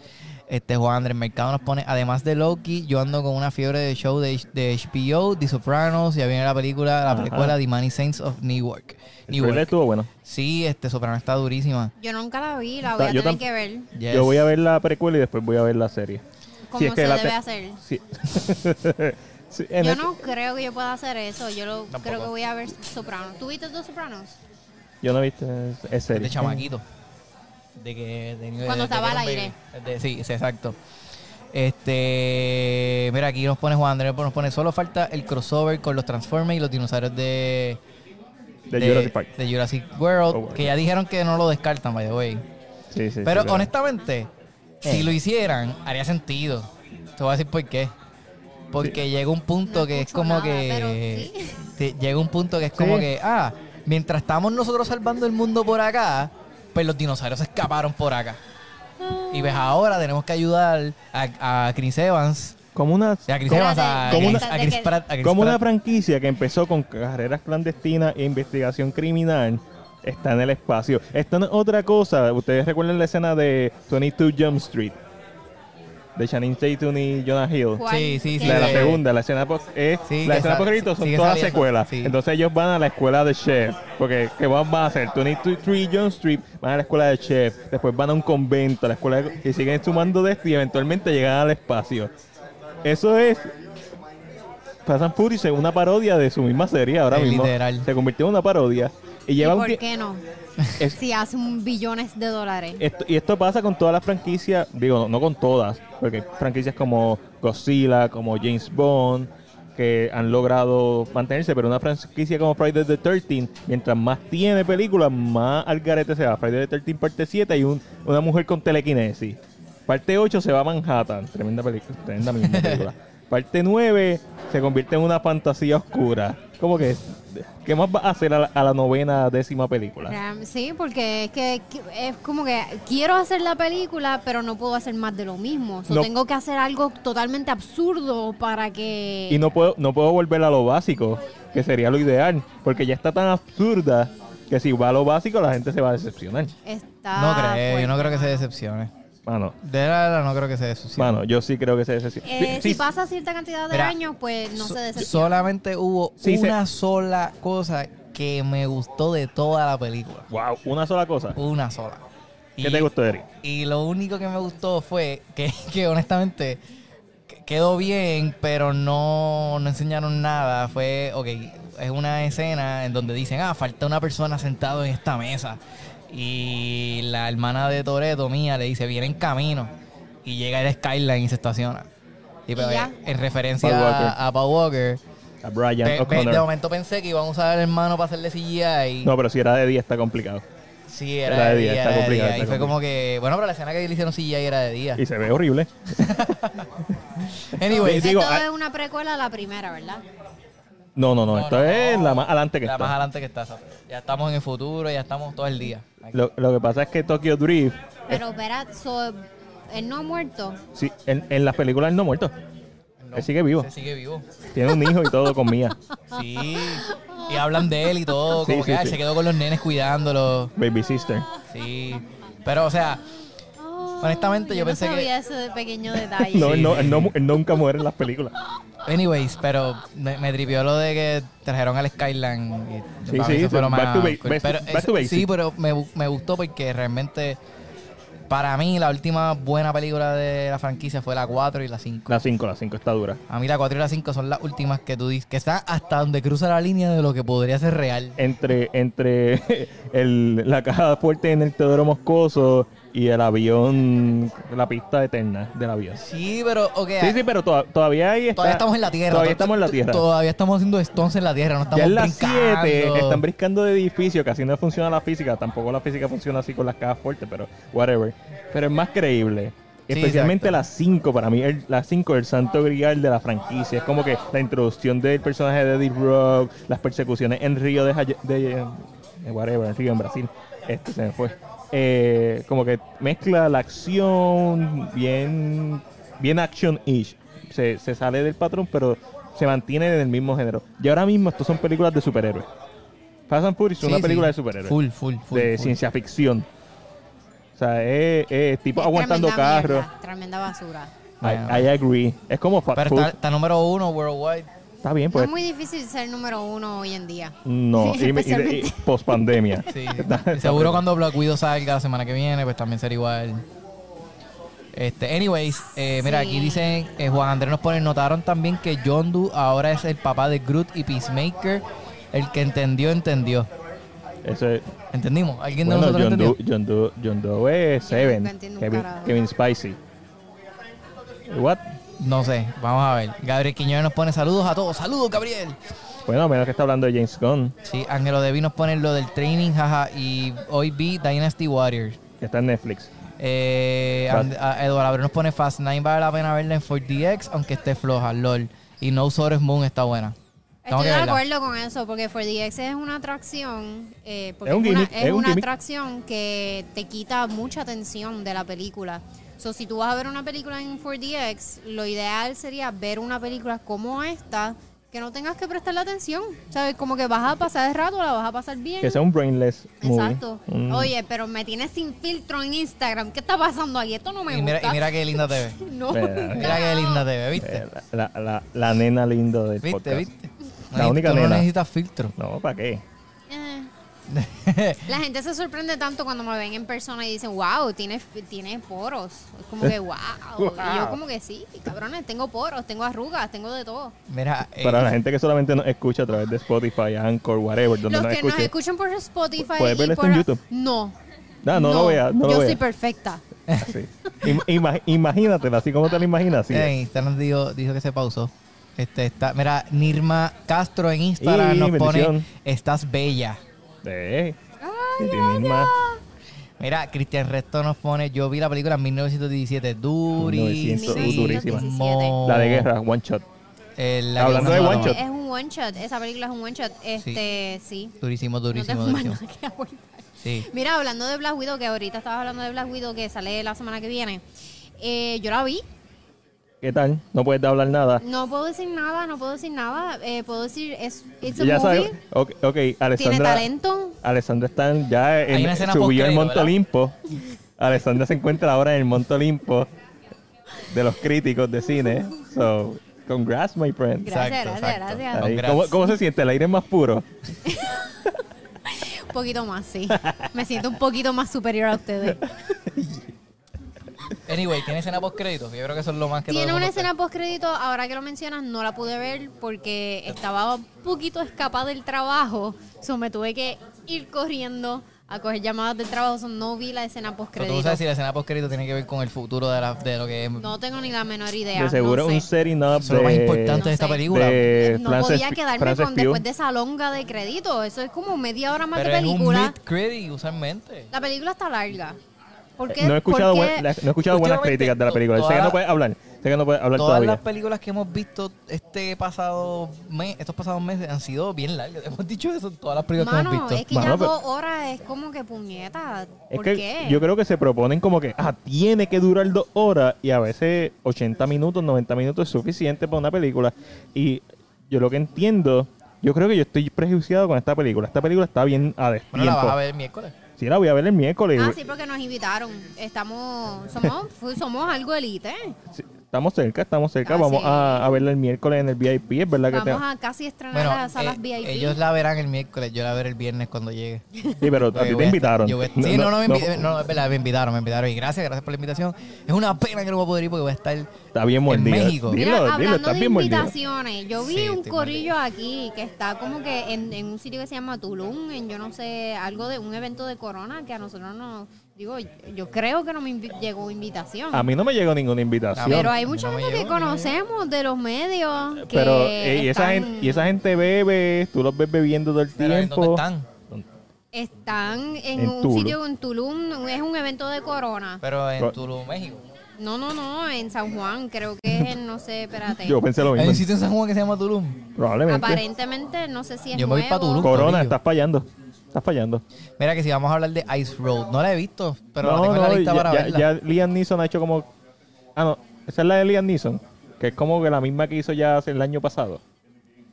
Speaker 2: Este Juan Andrés Mercado nos pone, además de Loki, yo ando con una fiebre de show de, de HBO, The Sopranos, ya viene la película, la
Speaker 3: Ajá.
Speaker 2: precuela The Many Saints of New York.
Speaker 3: El
Speaker 2: New
Speaker 3: trailer
Speaker 2: York.
Speaker 3: estuvo bueno.
Speaker 2: Sí, este Soprano está durísima.
Speaker 1: Yo nunca la vi, la voy a
Speaker 3: Yo
Speaker 1: tener
Speaker 3: tam-
Speaker 1: que ver.
Speaker 2: Yes.
Speaker 3: Yo voy a ver la precuela y después voy a ver la serie.
Speaker 1: ¿Cómo
Speaker 3: Si es que
Speaker 1: se
Speaker 3: la
Speaker 1: debe
Speaker 3: te-
Speaker 1: hacer?
Speaker 3: Sí. Sí, en
Speaker 1: Yo
Speaker 3: el-
Speaker 1: no creo que yo pueda hacer eso. Yo lo-
Speaker 2: Tampoco.
Speaker 1: creo que voy a ver Sopranos. ¿Tú viste dos Sopranos?
Speaker 3: yo no he visto es, es serie.
Speaker 2: de Este chamaquito. De que tenía-
Speaker 1: Cuando
Speaker 2: de
Speaker 1: estaba
Speaker 2: que era
Speaker 1: al
Speaker 2: un
Speaker 1: aire.
Speaker 2: baby. De- sí, sí, exacto. Este, mira, aquí nos pone Juan Andrés, nos pone, solo falta el crossover con los Transformers y los dinosaurios de...
Speaker 3: De Jurassic Park.
Speaker 2: de Jurassic World,
Speaker 3: Oh, bueno.
Speaker 2: que ya dijeron que no lo descartan, by the way.
Speaker 3: Sí, sí,
Speaker 2: Pero
Speaker 3: sí,
Speaker 2: honestamente,
Speaker 1: Eh.
Speaker 2: si lo hicieran, haría sentido. Te voy a decir por qué. Porque llega un punto
Speaker 1: No
Speaker 2: que es
Speaker 1: escucho
Speaker 2: como
Speaker 1: nada,
Speaker 2: que...
Speaker 1: pero sí.
Speaker 2: te- Llega un punto que es como
Speaker 3: Sí.
Speaker 2: que, ah, mientras estamos nosotros salvando el mundo por acá, pues los dinosaurios se escaparon por acá. Y ves, ahora tenemos que ayudar a, a Chris Evans.
Speaker 3: Como una,
Speaker 2: A Chris
Speaker 1: Como-
Speaker 2: Evans, a,
Speaker 3: Como una-
Speaker 2: Chris- a Chris Pratt. a Chris
Speaker 3: como una
Speaker 2: Pratt.
Speaker 3: franquicia que empezó con carreras clandestinas e investigación criminal está en el espacio. Esto no es otra cosa. Ustedes recuerdan la escena de 22 Jump Street de Shannon Tatum y Jonah Hill.
Speaker 1: ¿Cuál?
Speaker 2: Sí, sí, sí.
Speaker 1: ¿Qué?
Speaker 3: La, de la
Speaker 2: Sí.
Speaker 3: segunda, la escena post, es,
Speaker 2: Sí,
Speaker 3: la
Speaker 2: que
Speaker 3: escena
Speaker 2: sale-
Speaker 3: post-créditos
Speaker 2: sigue
Speaker 3: son todas
Speaker 2: saliendo,
Speaker 3: secuelas.
Speaker 2: sí.
Speaker 3: Entonces ellos van a la escuela de chef, porque ¿qué van a hacer? 23 John Street van a la escuela de chef, después van a un convento, a la escuela de- y siguen sumando de esto y eventualmente llegan al espacio. Eso es Pasan Furious es una parodia de su misma serie ahora
Speaker 2: Es
Speaker 3: mismo.
Speaker 2: literal.
Speaker 3: Se convirtió en una parodia y
Speaker 1: ¿Y
Speaker 3: lleva un
Speaker 1: por
Speaker 3: tie-
Speaker 1: qué no?
Speaker 3: es-
Speaker 1: Si hace un billones de dólares.
Speaker 3: esto- y esto pasa con todas las franquicias, digo, no, no con todas, porque hay franquicias como Godzilla, como James Bond, que han logrado mantenerse, pero una franquicia como Friday the 13, mientras más tiene películas, más al garete se va. Friday the 13 parte 7 y un- una mujer con telequinesis. Parte 8 se va a Manhattan, tremenda película, tremenda misma película. Parte 9 se convierte en una fantasía oscura. Como que, ¿qué más va a hacer a la, a la novena, décima película?
Speaker 1: Ram- Sí, porque es que que- es como que quiero hacer la película, pero no puedo hacer más de lo mismo. So,
Speaker 3: No.
Speaker 1: Tengo que hacer algo totalmente absurdo para que...
Speaker 3: Y no puedo, no puedo volver a lo básico, que sería lo ideal, porque ya está tan absurda que si va a lo básico la gente se va a decepcionar.
Speaker 1: Está
Speaker 2: No creo, yo no
Speaker 1: fuerte,
Speaker 2: creo que se
Speaker 1: mano.
Speaker 2: decepcione.
Speaker 3: Mano,
Speaker 2: De la verdad, no creo que se decepcione.
Speaker 3: mano, yo sí creo que se decepciona.
Speaker 1: Eh,
Speaker 3: Sí,
Speaker 1: si
Speaker 3: sí,
Speaker 1: pasa cierta cantidad de
Speaker 2: Mira,
Speaker 1: años, pues no
Speaker 2: So-
Speaker 1: se decepciona.
Speaker 2: solamente hubo
Speaker 3: Sí, se-
Speaker 2: una sola cosa que me gustó de toda la película.
Speaker 3: Wow, una sola cosa.
Speaker 2: Una sola.
Speaker 3: ¿Qué te gustó, Eric?
Speaker 2: Y lo único que me gustó fue que, que honestamente que- quedó bien, pero no, no enseñaron nada. Fue, ok, es una escena en donde dicen, ah, falta una persona sentada en esta mesa. Y la hermana de Toreto mía le dice, viene en camino. Y llega el Skyline y se estaciona. Y, pues,
Speaker 1: ya.
Speaker 2: en referencia
Speaker 3: Paul Walker.
Speaker 2: a, a Paul Walker,
Speaker 3: A Brian
Speaker 2: pe- pe- de
Speaker 3: O'Connor.
Speaker 2: momento pensé que iban a usar al hermano para hacerle CGI.
Speaker 3: No, pero si era de día está complicado.
Speaker 2: Sí,
Speaker 3: Era
Speaker 2: era
Speaker 3: de
Speaker 2: de
Speaker 3: día,
Speaker 2: día.
Speaker 3: está
Speaker 2: era de
Speaker 3: complicado,
Speaker 2: día. Y
Speaker 3: está
Speaker 2: fue como que, bueno, pero la escena que le hicieron CGI era de día.
Speaker 3: Y se ve horrible.
Speaker 2: Anyway,
Speaker 3: digo,
Speaker 1: Esto
Speaker 3: ah-
Speaker 1: es una precuela a la primera, ¿verdad?
Speaker 3: No, no, no,
Speaker 2: No,
Speaker 3: esta
Speaker 2: no,
Speaker 3: es
Speaker 2: no.
Speaker 3: la más adelante que
Speaker 2: la
Speaker 3: está.
Speaker 2: más adelante que está. Zafa. Ya estamos en el futuro, ya estamos todo el día.
Speaker 3: Lo, lo que pasa es que Tokyo Drift, eh.
Speaker 1: Pero espera, so, él no ha muerto.
Speaker 3: sí, en, en las películas él no ha muerto.
Speaker 2: No,
Speaker 3: Él sigue vivo.
Speaker 2: se sigue vivo.
Speaker 3: Tiene un hijo y todo con Mía.
Speaker 2: Sí. Y hablan de él y todo.
Speaker 3: Sí,
Speaker 2: Como que
Speaker 3: sí,
Speaker 2: ay,
Speaker 3: sí.
Speaker 2: se quedó con los nenes cuidándolo.
Speaker 3: Baby sister.
Speaker 2: Sí. Pero, o sea, Honestamente, yo
Speaker 1: no
Speaker 2: pensé que-
Speaker 1: sabía ese pequeño detalle.
Speaker 3: No, él no,
Speaker 2: sí.
Speaker 3: él no mu- él nunca muere en las películas.
Speaker 2: anyways, pero me, me tripió lo de que trajeron al Skyline. y
Speaker 3: Sí,
Speaker 2: para mí
Speaker 3: sí,
Speaker 2: eso fue lo
Speaker 3: back
Speaker 2: más
Speaker 3: to ba-
Speaker 2: cool.
Speaker 3: back-
Speaker 2: Pero
Speaker 3: back
Speaker 2: es-
Speaker 3: to basics.
Speaker 2: sí, pero me, bu- me gustó porque realmente, para mí, la última buena película de la franquicia fue la 4 y la 5.
Speaker 3: La 5, la 5 está dura.
Speaker 2: A mí la 4 Ah, y la 5 son las últimas que tú dices, que están hasta donde cruza la línea de lo que podría ser real.
Speaker 3: Eh, Entre, entre el- la caja fuerte en el Teodoro Moscoso y el avión, la pista eterna del avión.
Speaker 2: Sí, pero, ok. ah,
Speaker 3: Sí, sí, pero to- todavía ahí está.
Speaker 2: Todavía estamos en la Tierra.
Speaker 3: Todavía
Speaker 2: to-
Speaker 3: estamos en la
Speaker 2: to-
Speaker 3: Tierra.
Speaker 2: Todavía estamos haciendo stones en la Tierra, no estamos
Speaker 3: ya en las
Speaker 2: brincando.
Speaker 3: 7 están brincando de edificio, casi no funciona la física, tampoco la física funciona así con las cajas fuertes, pero whatever. Pero es más creíble.
Speaker 2: Sí,
Speaker 3: Especialmente
Speaker 2: exacto.
Speaker 3: las 5, para mí, el- las 5, el santo grial de la franquicia. Es como que la introducción del personaje de Eddie Rock, las persecuciones en Río de, Jaya- de, de whatever, en Río en Brasil. Este se me fue. Eh, como que mezcla la acción bien, bien action-ish. Se, se sale del patrón, pero se mantiene en el mismo género. Y ahora mismo, estos son películas de superhéroes. Fast and Furious es
Speaker 2: Sí,
Speaker 3: una
Speaker 2: sí.
Speaker 3: película de superhéroes
Speaker 2: Full, full, full.
Speaker 3: de
Speaker 2: full.
Speaker 3: ciencia ficción. O sea, es, es tipo
Speaker 1: Es
Speaker 3: aguantando
Speaker 1: tremenda
Speaker 3: carros.
Speaker 1: mierda, tremenda basura.
Speaker 2: Bueno.
Speaker 3: I, I agree. Es como Fast
Speaker 2: Ah. Pero
Speaker 3: Food.
Speaker 2: está,
Speaker 3: Está,
Speaker 2: está número uno worldwide.
Speaker 3: bien,
Speaker 1: No
Speaker 3: pues.
Speaker 1: es muy difícil ser número uno hoy en día.
Speaker 3: No, y,
Speaker 1: Especialmente.
Speaker 3: post pandemia.
Speaker 2: Sí. Seguro cuando Black Widow salga la semana que viene, pues también será igual. Este, anyways, eh, mira,
Speaker 1: Sí.
Speaker 2: aquí dicen, eh, Juan Andrés nos pone, notaron también que John Doe ahora es el papá de Groot y Peacemaker. El que entendió, entendió.
Speaker 3: Eso es.
Speaker 2: ¿Entendimos? ¿Alguien de
Speaker 3: Bueno,
Speaker 2: nosotros
Speaker 3: John
Speaker 2: entendió?
Speaker 3: Doe, John Doe, John Doe es Seven.
Speaker 1: entiendo un
Speaker 3: Kevin,
Speaker 1: carajo.
Speaker 3: Kevin Spicy. What?
Speaker 2: No sé, vamos a ver. Gabriel Quiñones nos pone saludos a todos. Saludos, Gabriel.
Speaker 3: Bueno, a menos que está hablando de James Gunn,
Speaker 2: Sí, Ángelo Devi nos pone lo del training, jaja. Y hoy vi Dynasty Warriors.
Speaker 3: que está en Netflix.
Speaker 2: Eh,
Speaker 3: Fast.
Speaker 2: And- a- Eduardo Abreu nos pone Fast 9 vale la pena verla en 4DX, aunque esté floja, lol. Y No Sores Moon está buena. Tengo
Speaker 1: Estoy
Speaker 2: que
Speaker 1: de
Speaker 2: verla.
Speaker 1: acuerdo con eso, porque 4DX es una atracción, eh, porque
Speaker 3: Es
Speaker 1: es,
Speaker 3: un
Speaker 1: una,
Speaker 3: gimmick,
Speaker 1: es
Speaker 3: es un
Speaker 1: una
Speaker 3: gimmick.
Speaker 1: atracción que te quita mucha atención de la película. So, si tú vas a ver una película en 4DX, lo ideal sería ver una película como esta, que no tengas que prestarle atención, ¿sabes? Como que vas a pasar el rato, la vas a pasar bien.
Speaker 3: Que sea un brainless movie. Mm.
Speaker 1: Exacto.
Speaker 3: Un-
Speaker 1: Oye, pero me tienes sin filtro en Instagram. ¿Qué está pasando aquí? Esto no me
Speaker 2: Y mira,
Speaker 1: gusta.
Speaker 2: y mira qué linda te ve.
Speaker 1: No.
Speaker 3: Espera,
Speaker 2: Mira qué linda te ve, ¿viste?
Speaker 3: eh, la, la, la, la nena linda del
Speaker 2: ¿Viste?
Speaker 3: podcast.
Speaker 2: ¿Viste?
Speaker 3: La
Speaker 2: No,
Speaker 3: única
Speaker 2: tú
Speaker 3: nena.
Speaker 2: no necesitas filtro.
Speaker 3: No, ¿para qué?
Speaker 1: Eh. La gente se sorprende tanto cuando me ven en persona y dicen, wow, tienes, tienes poros. Es como que, wow. Y yo como que sí, cabrones, tengo poros, tengo arrugas, tengo de todo.
Speaker 2: Mira, eh,
Speaker 3: Para la gente que solamente nos escucha a través de Spotify, Anchor, whatever, donde
Speaker 1: Los
Speaker 3: nos
Speaker 1: que nos
Speaker 3: escuche.
Speaker 1: escuchan por Spotify
Speaker 3: ¿Puedes
Speaker 1: y
Speaker 3: ver esto
Speaker 1: por-
Speaker 3: en YouTube?
Speaker 1: No.
Speaker 3: Ah, no, no, lo veas, no
Speaker 1: yo
Speaker 3: lo
Speaker 1: soy
Speaker 3: veas.
Speaker 1: perfecta.
Speaker 3: Así. Im- ima- imagínatela, así como te la imaginas. así
Speaker 2: eh,
Speaker 3: es.
Speaker 2: Instagram dijo, dijo que se pausó. Este, está, mira, Nirma Castro en Instagram
Speaker 3: Y
Speaker 2: nos
Speaker 3: bendición.
Speaker 2: pone, estás bella.
Speaker 3: Eh, y tú misma.
Speaker 2: Mira, Cristian Resto nos pone, yo vi la película en 1917,
Speaker 3: 1900,
Speaker 2: durísima.
Speaker 3: durísima. uh, La de guerra, one shot.
Speaker 2: Eh, la que
Speaker 3: Hablando de
Speaker 2: se
Speaker 3: One
Speaker 2: mató.
Speaker 3: Shot.
Speaker 1: Es un un one shot. Esa película es un one shot. Este, sí.
Speaker 2: Durísimo,
Speaker 1: No
Speaker 2: durísimo,
Speaker 1: tengo más
Speaker 2: durísimo.
Speaker 1: nada que aportar.
Speaker 2: Sí.
Speaker 1: Mira, hablando de Black Widow, que ahorita estabas hablando de Black Widow, que sale la semana que viene. Eh, yo la vi.
Speaker 3: ¿Qué tal? No puedes hablar nada.
Speaker 1: No puedo decir nada, no puedo decir nada. Eh, puedo decir, es it's a
Speaker 3: Ya
Speaker 1: movie.
Speaker 3: sabes. Ok, ok,
Speaker 1: Tiene
Speaker 3: Alessandra.
Speaker 1: talento.
Speaker 3: Alessandra está en- ya en-
Speaker 2: una escena
Speaker 3: subió
Speaker 2: post-crédito,
Speaker 3: el Monte
Speaker 2: ¿verdad?
Speaker 3: Olimpo. Alessandra se encuentra ahora en el Monte Olimpo de los críticos de cine. So, congrats, my friend.
Speaker 1: Gracias,
Speaker 2: Exacto,
Speaker 1: gracias,
Speaker 2: exacto.
Speaker 1: gracias.
Speaker 3: Ahí,
Speaker 2: Congrats.
Speaker 3: ¿Cómo, cómo se siente? ¿El aire es más puro?
Speaker 1: Un poquito más, sí. Me siento un poquito más superior a ustedes.
Speaker 2: Anyway, tiene escena post créditos. Yo creo que eso es lo más que todo el
Speaker 1: Tiene
Speaker 2: mundo
Speaker 1: una
Speaker 2: está-
Speaker 1: escena postcrédito, ahora que lo mencionas, no la pude ver porque estaba un poquito escapada del trabajo. So, me tuve que ir corriendo a coger llamadas del trabajo. So, no vi la escena
Speaker 2: Pero tú
Speaker 1: postcrédito.
Speaker 2: no sabes si la escena post crédito tiene que ver con el futuro de, la, de lo que es.
Speaker 1: No tengo ni la menor idea.
Speaker 3: De seguro
Speaker 1: no sé.
Speaker 3: un setting
Speaker 2: Eso
Speaker 3: up
Speaker 2: es lo más
Speaker 3: de-
Speaker 2: importante de esta
Speaker 1: No sé.
Speaker 2: película.
Speaker 3: de
Speaker 1: No
Speaker 3: Frances
Speaker 1: podía
Speaker 3: Pi-
Speaker 1: quedarme
Speaker 3: Frances
Speaker 1: con
Speaker 3: Pugh.
Speaker 1: después de esa longa de crédito. Eso es como media hora más
Speaker 2: Pero
Speaker 1: de
Speaker 2: es un
Speaker 1: película.
Speaker 2: mid-credit usualmente.
Speaker 1: La película está larga. ¿Por qué?
Speaker 3: Eh, No he escuchado,
Speaker 1: por qué-
Speaker 3: buen- la- no he escuchado buenas
Speaker 2: Últimamente,
Speaker 3: críticas de la película. sé
Speaker 2: toda-
Speaker 3: que no puedes hablar. Sé que no puedes hablar
Speaker 2: Todas las
Speaker 3: todavía.
Speaker 2: películas que hemos visto este pasado mes, estos pasados meses han sido bien largas. Hemos dicho eso en todas las películas que
Speaker 1: Mano,
Speaker 2: hemos
Speaker 1: es
Speaker 2: visto.
Speaker 1: que ya
Speaker 3: Mano, pero-
Speaker 1: dos horas es como que puñeta.
Speaker 3: Es
Speaker 1: ¿Por
Speaker 3: que
Speaker 1: qué?
Speaker 3: yo creo que se proponen como que, ah, tiene que durar dos horas y a veces 80 minutos, 90 minutos es suficiente para una película. Y yo lo que entiendo, yo creo que yo estoy prejuiciado con esta película. Esta película está bien a
Speaker 2: Bueno, la vas a
Speaker 3: destiempo.
Speaker 2: ver el miércoles.
Speaker 3: Sí, la voy a ver el miércoles.
Speaker 1: Ah, sí, porque nos invitaron. Estamos, somos, fu- somos algo elite. ¿eh?
Speaker 3: Sí, Estamos cerca, estamos
Speaker 1: Ah,
Speaker 3: cerca. Vamos
Speaker 1: sí.
Speaker 3: a, a verla el miércoles en el VIP. Es verdad que
Speaker 1: Vamos
Speaker 3: te...
Speaker 1: a casi estrenar
Speaker 2: Bueno,
Speaker 1: las salas
Speaker 2: eh,
Speaker 1: VIP.
Speaker 2: ellos la verán el miércoles, yo la veré el viernes cuando llegue.
Speaker 3: Sí, pero a
Speaker 2: Porque
Speaker 3: ti
Speaker 2: voy
Speaker 3: te
Speaker 2: a-
Speaker 3: invitaron.
Speaker 2: yo voy a- sí, no, no, me, invi- no, es verdad, me invitaron, me invitaron. Y gracias, gracias por la invitación. Es una pena que no voy a poder ir porque voy a estar...
Speaker 3: Está bien mordido.
Speaker 2: México.
Speaker 3: Dilo,
Speaker 1: Mira,
Speaker 3: dilo,
Speaker 1: hablando
Speaker 3: está
Speaker 1: de
Speaker 3: bien mordido.
Speaker 1: invitaciones, yo vi
Speaker 2: Sí,
Speaker 1: un
Speaker 2: estoy
Speaker 1: corrillo aquí que está como que en, en un sitio que se llama Tulum, en yo no sé, algo de un evento de corona que a nosotros no, digo, yo creo que no me invi- llegó invitación.
Speaker 3: A mí no me llegó ninguna invitación.
Speaker 1: Pero hay
Speaker 2: No
Speaker 1: mucha
Speaker 2: me
Speaker 1: gente
Speaker 2: llegó,
Speaker 1: que
Speaker 2: no me llegó.
Speaker 1: conocemos de los medios. Que
Speaker 3: Pero eh, y esa
Speaker 1: están-
Speaker 3: gente, y esa gente bebe, tú los ves bebiendo todo el
Speaker 2: Pero, ¿en
Speaker 3: tiempo.
Speaker 2: ¿Dónde están?
Speaker 1: Están en,
Speaker 3: En
Speaker 1: un
Speaker 3: Tulum.
Speaker 1: sitio en Tulum, es un evento de corona.
Speaker 2: Pero en
Speaker 3: Pero-
Speaker 2: Tulum, México.
Speaker 1: No, no, no, en San Juan, creo que es en, no sé, espérate.
Speaker 3: Yo pensé lo
Speaker 2: Hay un
Speaker 3: mismo.
Speaker 2: sitio en San Juan que se llama Tulum.
Speaker 3: Probablemente.
Speaker 1: Aparentemente, no sé si es
Speaker 2: Yo me voy pa'
Speaker 1: nuevo.
Speaker 2: Tulum.
Speaker 3: Corona,
Speaker 2: Corillo.
Speaker 3: estás fallando. Estás fallando.
Speaker 2: Mira que si vamos a hablar de Ice Road, no la he visto, pero la
Speaker 3: no,
Speaker 2: tengo en
Speaker 3: no,
Speaker 2: la lista
Speaker 3: ya,
Speaker 2: para
Speaker 3: ya-
Speaker 2: verla.
Speaker 3: ya Liam Neeson ha hecho como. Ah, no. Esa es la de Liam Neeson. Que es como que la misma que hizo ya hace el año pasado.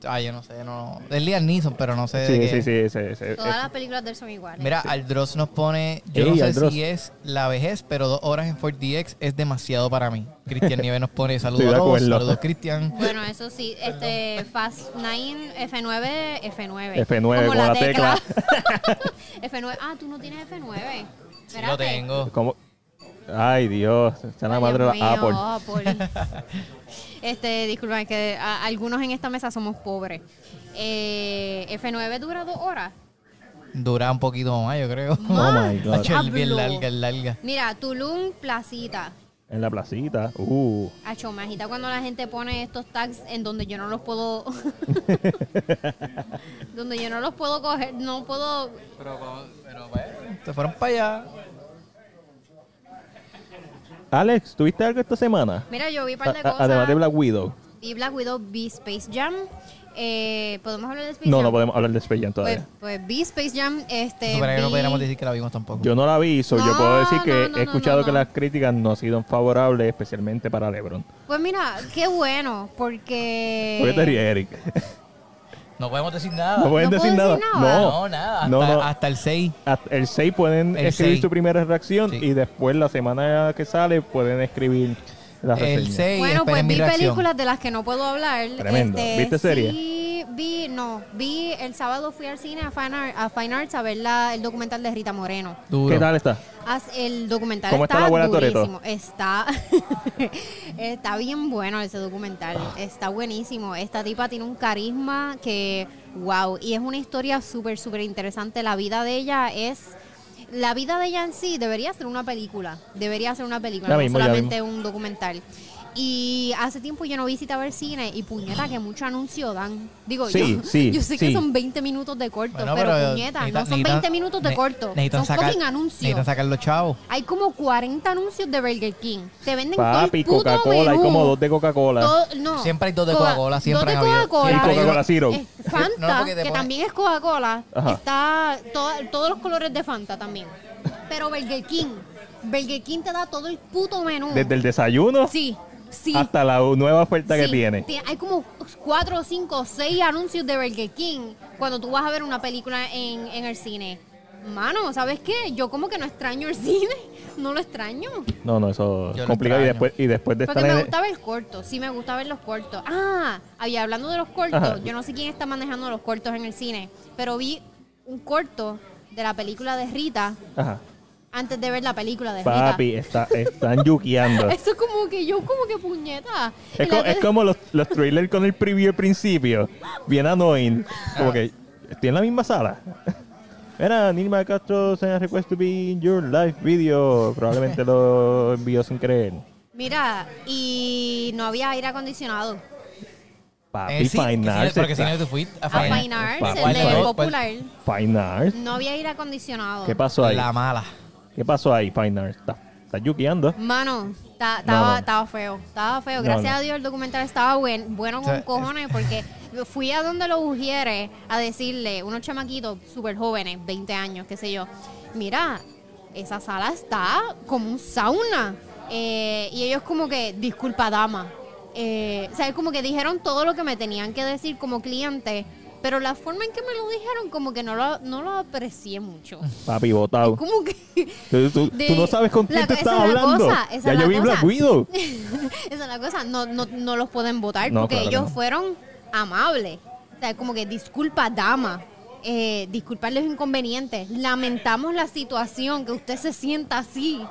Speaker 2: Ah, yo no sé, no. Es Liam Neeson, pero no sé de
Speaker 3: Sí,
Speaker 2: qué.
Speaker 3: sí, sí. ese- ese- ese.
Speaker 1: Todas las películas de él son iguales.
Speaker 2: Mira, Aldros nos pone, yo
Speaker 3: Ey,
Speaker 2: no sé
Speaker 3: Aldros.
Speaker 2: si es la vejez, pero dos horas en 4DX es demasiado para mí. Cristian Nieves nos pone, saludos
Speaker 3: Estoy de
Speaker 2: a todos,
Speaker 3: acuerdo.
Speaker 2: saludos Cristian.
Speaker 1: Bueno, eso sí, este Fast 9 F9 F9.
Speaker 3: F9
Speaker 1: Como
Speaker 3: con la tecla.
Speaker 1: F9. Ah, tú no tienes F9.
Speaker 2: Sí lo
Speaker 1: Espérate.
Speaker 2: tengo.
Speaker 3: Como- Ay, Dios. Está la
Speaker 1: Ay,
Speaker 3: madre de
Speaker 1: Dios
Speaker 3: la Apple.
Speaker 1: mío, Apple. Este, disculpa, es que a- algunos en esta mesa somos pobres. Eh, F9 dura dos horas.
Speaker 2: Dura un poquito más, yo creo.
Speaker 3: Oh
Speaker 1: Ah.
Speaker 3: my God.
Speaker 2: Hacho, es bien
Speaker 1: Hablo.
Speaker 2: larga, es larga.
Speaker 1: Mira, Tulum Placita.
Speaker 3: En la placita. Uh.
Speaker 1: Acho, me agita cuando la gente pone estos tags en donde yo no los puedo. donde yo no los puedo coger, no puedo.
Speaker 2: Pero, se fueron para allá.
Speaker 1: Eh,
Speaker 3: Alex, ¿tuviste algo esta semana?
Speaker 1: Mira, yo vi un par de
Speaker 3: A- a-
Speaker 1: cosas.
Speaker 3: además de Black Widow.
Speaker 1: Vi Black Widow, vi Space Jam. Eh, ¿Podemos hablar de Space
Speaker 3: No,
Speaker 1: Jam?
Speaker 3: no podemos hablar de Space Jam
Speaker 1: Pues,
Speaker 3: todavía.
Speaker 1: pues vi Space Jam. Este,
Speaker 2: Supongo que no
Speaker 1: vi-
Speaker 2: pudiéramos decir que la vimos tampoco.
Speaker 3: Yo no la vi, so yo
Speaker 1: Pues, No,
Speaker 3: puedo decir que
Speaker 1: no, no,
Speaker 3: he
Speaker 1: no,
Speaker 3: escuchado
Speaker 1: no,
Speaker 3: que
Speaker 1: no.
Speaker 3: las críticas no han sido favorables, especialmente para LeBron.
Speaker 1: Pues mira, qué bueno, porque.
Speaker 3: ¿Por qué te ríes, Eric?
Speaker 2: No podemos decir nada.
Speaker 3: No pueden
Speaker 1: Eh, ¿No
Speaker 3: decir
Speaker 1: puedo
Speaker 3: nada.
Speaker 1: decir nada?
Speaker 3: No,
Speaker 2: No, nada. Hasta,
Speaker 3: No, no.
Speaker 2: hasta el 6.
Speaker 3: Hasta El 6 pueden
Speaker 2: El
Speaker 3: escribir
Speaker 2: seis.
Speaker 3: su primera reacción
Speaker 2: Sí.
Speaker 3: y después la semana que sale pueden escribir la
Speaker 2: El
Speaker 3: reseña.
Speaker 2: 6,
Speaker 1: Bueno, pues
Speaker 2: mi
Speaker 1: vi
Speaker 2: reacción.
Speaker 1: películas de las que no puedo hablar.
Speaker 3: Tremendo.
Speaker 1: Este,
Speaker 3: ¿Viste serie?
Speaker 1: Sí, vi, no. Vi el sábado fui al cine a Fine, Ar- a Fine Arts a ver la- el documental de Rita Moreno.
Speaker 2: Duro.
Speaker 3: ¿Qué tal está?
Speaker 1: As- El documental
Speaker 3: ¿Cómo está
Speaker 1: está,
Speaker 3: la abuela Toretto?
Speaker 1: durísimo. Está, está bien bueno ese documental.
Speaker 3: Ah.
Speaker 1: Está buenísimo. Esta tipa tiene un carisma que, wow. Y es una historia súper, súper interesante. La vida de ella es... La vida de ella en sí debería ser una película. Debería ser una película,
Speaker 3: Ya
Speaker 1: no
Speaker 3: mismo, ya
Speaker 1: solamente un documental. Y hace tiempo yo no visitaba el cine y puñeta que mucho anuncio dan. Digo,
Speaker 3: Sí,
Speaker 1: yo,
Speaker 3: sí,
Speaker 1: yo sé
Speaker 3: sí.
Speaker 1: que son 20 minutos de corto,
Speaker 2: Bueno,
Speaker 1: pero,
Speaker 2: pero
Speaker 1: puñeta,
Speaker 2: necesita-
Speaker 1: no son
Speaker 2: necesitan-
Speaker 1: 20 minutos de
Speaker 2: ne-
Speaker 1: corto.
Speaker 2: necesitan
Speaker 1: Son
Speaker 2: sacar-
Speaker 1: fucking anuncios.
Speaker 2: Necesitan sacar los chavos.
Speaker 1: Hay como 40 anuncios de Burger King. Te venden
Speaker 3: Papi,
Speaker 1: todo el puto
Speaker 3: Coca-Cola, hay
Speaker 1: menú.
Speaker 3: como dos de Coca-Cola.
Speaker 1: Todo- no.
Speaker 2: Siempre hay dos de
Speaker 1: Coca-
Speaker 2: Coca-Cola, siempre
Speaker 1: dos de
Speaker 2: han habido.
Speaker 1: Coca-Cola.
Speaker 2: Siempre
Speaker 3: Y Coca-Cola Zero.
Speaker 1: Eh,
Speaker 2: No,
Speaker 1: Fanta,
Speaker 2: porque te
Speaker 1: que
Speaker 2: ponen-
Speaker 1: también es Coca-Cola,
Speaker 3: Ajá.
Speaker 1: está toda- todos los colores de Fanta también. Pero Burger King, Burger King te da todo el puto menú.
Speaker 3: Desde el desayuno
Speaker 1: Sí, sí.
Speaker 3: hasta la nueva oferta que
Speaker 1: sí.
Speaker 3: tiene.
Speaker 1: Tie- Hay como cuatro, cinco, seis anuncios de Burger King cuando tú vas a ver una película en, en el cine. Mano, ¿sabes qué? Yo como que no extraño el cine, no lo extraño.
Speaker 3: No, no, eso
Speaker 2: Yo
Speaker 3: es
Speaker 2: lo
Speaker 3: complicado. Y
Speaker 2: extraño.
Speaker 3: después, y después de
Speaker 1: Porque
Speaker 3: estar
Speaker 1: me
Speaker 3: en.
Speaker 1: gusta ver cortos, sí me gusta ver los cortos. Ah, había hablando de los cortos,
Speaker 3: Ajá.
Speaker 1: yo no sé quién está manejando los cortos en el cine, pero vi un corto de la película de Rita
Speaker 3: Ajá.
Speaker 1: antes de ver la película de Rita.
Speaker 3: Papi, está, están yuqueando.
Speaker 1: Eso es como que yo como que puñeta. Y
Speaker 3: Es,
Speaker 1: la
Speaker 3: co- es
Speaker 1: de-
Speaker 3: como los, los trailers con el preview al principio. Bien annoying. Como que estoy en la misma sala. Era Nilma Castro se request to be in your live video. Probablemente lo envió sin creer.
Speaker 1: Mira, y no había aire acondicionado.
Speaker 2: En
Speaker 3: Papi,
Speaker 2: el cine-
Speaker 3: Fine
Speaker 2: Eh, que
Speaker 3: Arts
Speaker 2: cine- Porque si
Speaker 3: está-
Speaker 2: no tú fuiste a
Speaker 1: A
Speaker 2: Fine Arts.
Speaker 1: Fine Arts,
Speaker 3: Papi,
Speaker 1: el de
Speaker 2: ¿cuál-
Speaker 1: Popular,
Speaker 3: Fine Arts.
Speaker 1: no había aire acondicionado.
Speaker 3: ¿Qué pasó ahí?
Speaker 2: La mala.
Speaker 3: ¿Qué pasó ahí, Fine Arts? Está, está yuqueando.
Speaker 1: Mano, ta-
Speaker 3: No,
Speaker 1: estaba
Speaker 3: no.
Speaker 1: estaba feo, estaba feo.
Speaker 3: No,
Speaker 1: Gracias
Speaker 3: no.
Speaker 1: a Dios el documental estaba buen, bueno
Speaker 2: O
Speaker 1: con
Speaker 2: sea,
Speaker 1: cojones porque fui a donde los ujieres a decirle, unos chamaquitos súper jóvenes, 20 años, qué sé yo, mira, esa sala está como un sauna. Eh, y ellos como que, disculpa dama. Eh, o sea, como que dijeron todo lo que me tenían que decir como cliente, pero la forma en que me lo dijeron como que no lo, no lo aprecié mucho.
Speaker 3: Papi, botado.
Speaker 1: Como que...
Speaker 3: Tú, tú-
Speaker 1: de-
Speaker 3: tú no sabes con quién
Speaker 1: la-
Speaker 3: te
Speaker 1: esa
Speaker 3: estás
Speaker 1: es la
Speaker 3: hablando.
Speaker 1: cosa, esa
Speaker 3: ya
Speaker 1: es
Speaker 3: yo
Speaker 1: la
Speaker 3: vi
Speaker 1: cosa.
Speaker 3: Black Widow.
Speaker 1: Esa es la cosa, no, no, no los pueden votar
Speaker 3: No,
Speaker 1: porque
Speaker 3: claro que
Speaker 1: ellos
Speaker 3: no.
Speaker 1: fueron amables. O sea, como que disculpa, dama. Eh, disculpar los inconvenientes. Lamentamos la situación, que usted se sienta así.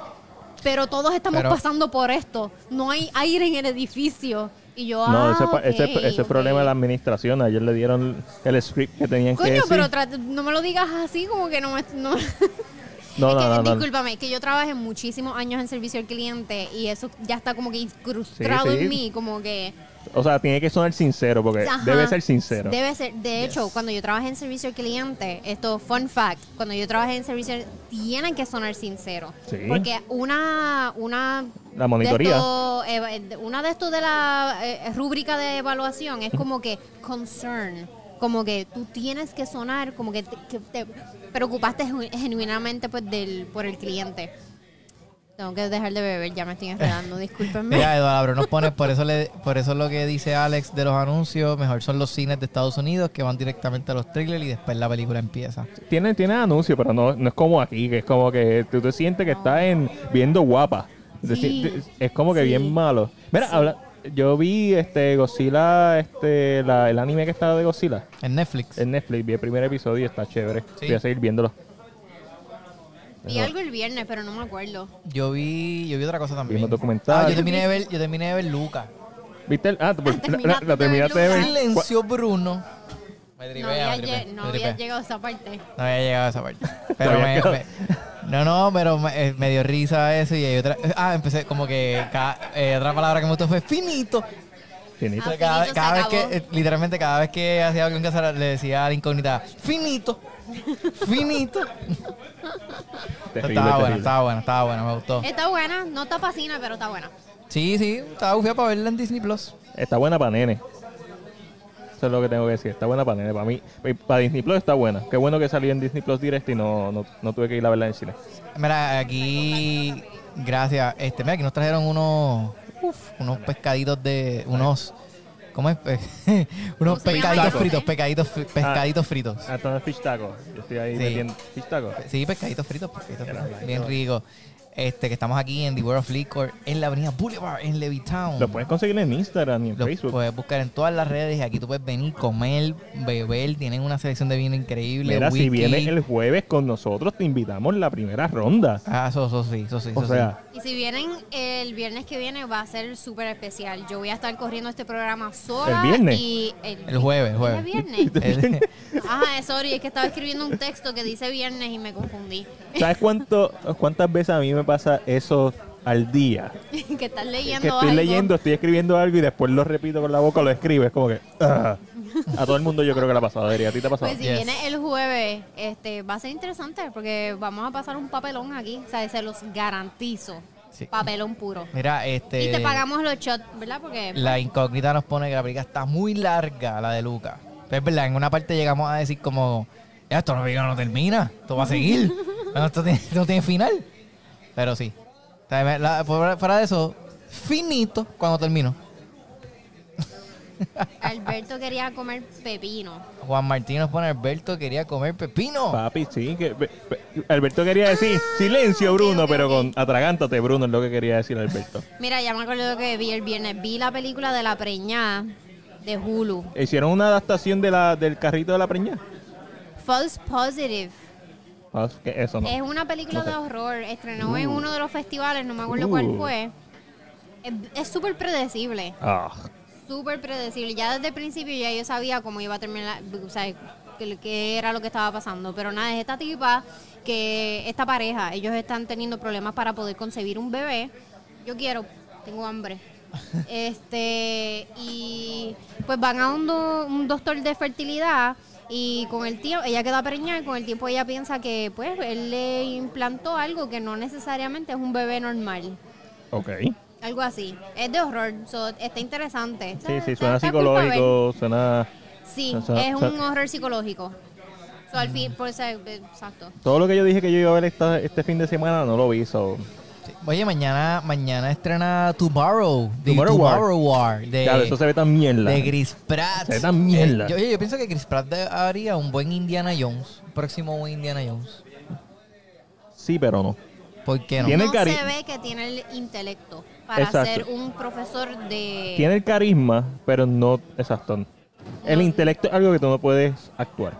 Speaker 1: Pero todos estamos
Speaker 2: Pero-
Speaker 1: pasando por esto. No hay aire en el edificio. Y yo,
Speaker 3: No,
Speaker 1: ah,
Speaker 3: ese, pa- ese-
Speaker 1: ok,
Speaker 3: ese es
Speaker 1: ok.
Speaker 3: problema de la administración. Ayer le dieron el script que tenían que
Speaker 1: Coño,
Speaker 3: decir.
Speaker 1: pero trate- no me lo digas así, como que no me... No.
Speaker 3: No,
Speaker 1: es
Speaker 3: no,
Speaker 1: que,
Speaker 3: no, no.
Speaker 1: discúlpame, que yo trabajé muchísimos años en servicio al cliente y eso ya está como que incrustado
Speaker 3: Sí, sí.
Speaker 1: en mí, como que...
Speaker 3: O sea, tiene que sonar sincero porque
Speaker 1: Ajá.
Speaker 3: Eh, debe ser sincero.
Speaker 1: Debe ser. De hecho, cuando yo trabajé en servicio al cliente, esto fun fact, cuando yo trabajé en servicio, al- tienen que sonar sincero.
Speaker 3: Sí.
Speaker 1: Porque una una
Speaker 3: La monitoría.
Speaker 1: de esto, eh, de- una de estos de la eh, rúbrica de evaluación es como que concern, como que tú tienes que sonar como que te, que te preocupaste genu- genuinamente pues, del por el cliente. Tengo que dejar de beber, ya me estoy enredando, discúlpenme.
Speaker 2: Mira, Eduardo, nos pone, por eso, le, por eso lo que dice Alex de los anuncios, mejor son los cines de Estados Unidos que van directamente a los trailers y después la película empieza.
Speaker 3: Tiene, tiene anuncio, pero no, no es como aquí, que es como que tú te sientes que estás en, viendo guapa. Te
Speaker 1: Sí.
Speaker 3: sientes- Es como que
Speaker 1: Sí.
Speaker 3: bien malo. Mira, habla, yo vi este Godzilla, este, la- el anime que estaba de Godzilla
Speaker 2: En Netflix.
Speaker 3: en Netflix. Vi el primer episodio y está chévere.
Speaker 2: Sí.
Speaker 3: Voy a seguir viéndolo.
Speaker 1: Vi algo el viernes, pero no me acuerdo.
Speaker 2: Yo vi, yo vi otra cosa
Speaker 3: Vimos
Speaker 2: también. Ah, yo
Speaker 3: documentales.
Speaker 2: terminé de ver, yo terminé de ver Luca.
Speaker 3: ¿Viste? el- ah, pues, la, la-
Speaker 1: terminaste
Speaker 3: la terminaste
Speaker 1: de
Speaker 3: de
Speaker 1: ver
Speaker 3: ver.
Speaker 2: Silencio Bruno. Me
Speaker 1: No
Speaker 2: tripea,
Speaker 1: había, lle-
Speaker 2: me tripea,
Speaker 1: no
Speaker 2: me
Speaker 1: había
Speaker 2: tripea.
Speaker 1: llegado a esa parte.
Speaker 2: No había llegado a esa parte. Pero
Speaker 3: había
Speaker 2: me,
Speaker 3: quedado.
Speaker 2: me- no, no, pero me, eh, me dio risa eso y hay otra. Ah, empecé como que cada- eh, otra palabra que me gustó fue finito.
Speaker 3: Finito.
Speaker 1: Ah,
Speaker 2: Entonces, cada,
Speaker 1: finito se
Speaker 2: cada vez
Speaker 1: acabó.
Speaker 2: que, eh, literalmente cada vez que hacía algo en casa le decía a la incógnita, finito, finito.
Speaker 3: Terrible,
Speaker 2: estaba bueno,
Speaker 3: terrible.
Speaker 2: estaba bueno, estaba bueno, me gustó.
Speaker 1: Está buena, no está pasina, pero está buena.
Speaker 2: Sí, sí, estaba bufía para verla en Disney Plus.
Speaker 3: Está buena para nene. Eso es lo que tengo que decir. Está buena para nene. Para mí, para Disney Plus está buena. Qué bueno que salió en Disney Plus Direct y no, no, no tuve que ir a verla en cine.
Speaker 2: Mira, aquí, gracias. Este, mira, aquí nos trajeron unos, uf, unos pescaditos de, unos, ¿cómo es? unos
Speaker 1: se llama?
Speaker 2: pescaditos
Speaker 1: Tacos.
Speaker 2: fritos, pescaditos, fri- pescaditos fritos.
Speaker 3: Ah, están fish tacos. Yo estoy ahí
Speaker 2: Sí.
Speaker 3: metiendo fish tacos.
Speaker 2: Sí, pescaditos fritos, pescaditos
Speaker 3: Era
Speaker 2: fritos.
Speaker 3: blanco.
Speaker 2: Bien rico. Este, que estamos aquí en The World of Liquor, en la avenida Boulevard, en Levittown.
Speaker 3: Lo puedes conseguir en Instagram y en
Speaker 2: Lo
Speaker 3: Facebook.
Speaker 2: puedes buscar en todas las redes y aquí tú puedes venir, comer, beber. Tienen una selección de vino increíble.
Speaker 3: Mira, si
Speaker 2: whisky.
Speaker 3: vienes el jueves con nosotros, te invitamos la primera ronda.
Speaker 2: Ah, eso, eso sí, eso sí.
Speaker 3: O
Speaker 2: eso
Speaker 3: sea,
Speaker 1: Y si vienen el viernes que viene va a ser súper especial. Yo voy a estar corriendo este programa sola.
Speaker 3: ¿El viernes?
Speaker 1: Y el,
Speaker 2: sí. el jueves, el
Speaker 1: ¿Es
Speaker 2: jueves.
Speaker 1: viernes?
Speaker 2: El-
Speaker 1: Ajá, sorry, es que estaba escribiendo un texto que dice viernes y me confundí.
Speaker 3: ¿sabes cuánto, cuántas veces a mí me pasa eso al día.
Speaker 1: que estás
Speaker 3: Es
Speaker 1: leyendo
Speaker 3: que estoy
Speaker 1: algo.
Speaker 3: leyendo, estoy escribiendo algo y después lo repito con la boca, lo escribes, como que... ah. A todo el mundo yo creo que la ha pasado, Adri, a ti te ha pasado.
Speaker 1: Pues si
Speaker 2: Yes.
Speaker 1: viene el jueves, este, va a ser interesante porque vamos a pasar un papelón aquí. O sea, se los garantizo.
Speaker 2: Sí.
Speaker 1: Papelón puro.
Speaker 2: Mira, este.
Speaker 1: y te pagamos los shots, ¿verdad? Porque
Speaker 2: La incógnita nos pone que la película está muy larga, la de Luca. Pero es verdad, en una parte llegamos a decir como, "Ya, esto no, no termina, esto va a seguir, No, esto, tiene, esto no tiene final. Pero sí. O sea, me- la- fuera fuera de eso, finito cuando termino.
Speaker 1: Alberto quería comer pepino.
Speaker 2: Juan Martín nos pone, Alberto quería comer pepino.
Speaker 3: Papi, sí, que pe- pe- Alberto quería decir silencio,
Speaker 1: Ah, ok,
Speaker 3: Bruno,
Speaker 1: ok,
Speaker 3: pero
Speaker 1: ok.
Speaker 3: con atragántate, Bruno, es lo que quería decir Alberto.
Speaker 1: Mira, ya me acuerdo que vi el viernes. Vi la película de La Preñada de Hulu.
Speaker 3: Hicieron una adaptación de la, del carrito de la preña.
Speaker 1: False Positive.
Speaker 3: Ah, es que Eso no.
Speaker 1: Es una película
Speaker 3: No sé.
Speaker 1: de horror. Estrenó en
Speaker 3: Uh.
Speaker 1: uno de los festivales, no me acuerdo cuál
Speaker 3: Uh.
Speaker 1: fue. Es- Es súper predecible.
Speaker 3: Ah,
Speaker 1: súper predecible. Ya desde el principio ya yo sabía cómo iba a terminar, la- o sea, qué- qué era lo que estaba pasando. Pero nada, es esta tipa que esta pareja, ellos están teniendo problemas para poder concebir un bebé. Yo quiero, tengo hambre. Este, y pues van a un, do- un doctor de fertilidad y con el tiempo, ella queda preñada y con el tiempo ella piensa que pues él le implantó algo que no necesariamente es un bebé normal.
Speaker 3: ok.
Speaker 1: Algo así. Es de horror, so, está interesante.
Speaker 3: Sí, sí,
Speaker 1: Está-
Speaker 3: suena
Speaker 1: Ah, está cool pa' ver.
Speaker 3: psicológico, suena...
Speaker 1: Sí,
Speaker 3: O sea,
Speaker 1: es
Speaker 3: o sea-
Speaker 1: un horror psicológico. So, al fin, por eso, eh, exacto.
Speaker 3: Todo lo que yo dije que yo iba a ver esta- este fin de semana no lo vi, so...
Speaker 2: Sí. Oye, mañana, mañana estrena Tomorrow, de
Speaker 3: Tomorrow War.
Speaker 2: War, de,
Speaker 3: Claro, eso se ve tan mierda.
Speaker 2: de Chris Pratt.
Speaker 3: Se ve tan mierda.
Speaker 2: Eh, yo, oye, yo pienso que Chris Pratt de- haría un buen Indiana Jones, próximo buen Indiana Jones.
Speaker 3: Sí, pero no.
Speaker 2: ¿Por qué no?
Speaker 3: Tiene
Speaker 1: no
Speaker 3: cari-
Speaker 1: se ve que tiene el intelecto para
Speaker 3: Exacto.
Speaker 1: ser un profesor de...
Speaker 3: Tiene el carisma, pero no... Exacto. El intelecto es algo que tú no puedes actuar.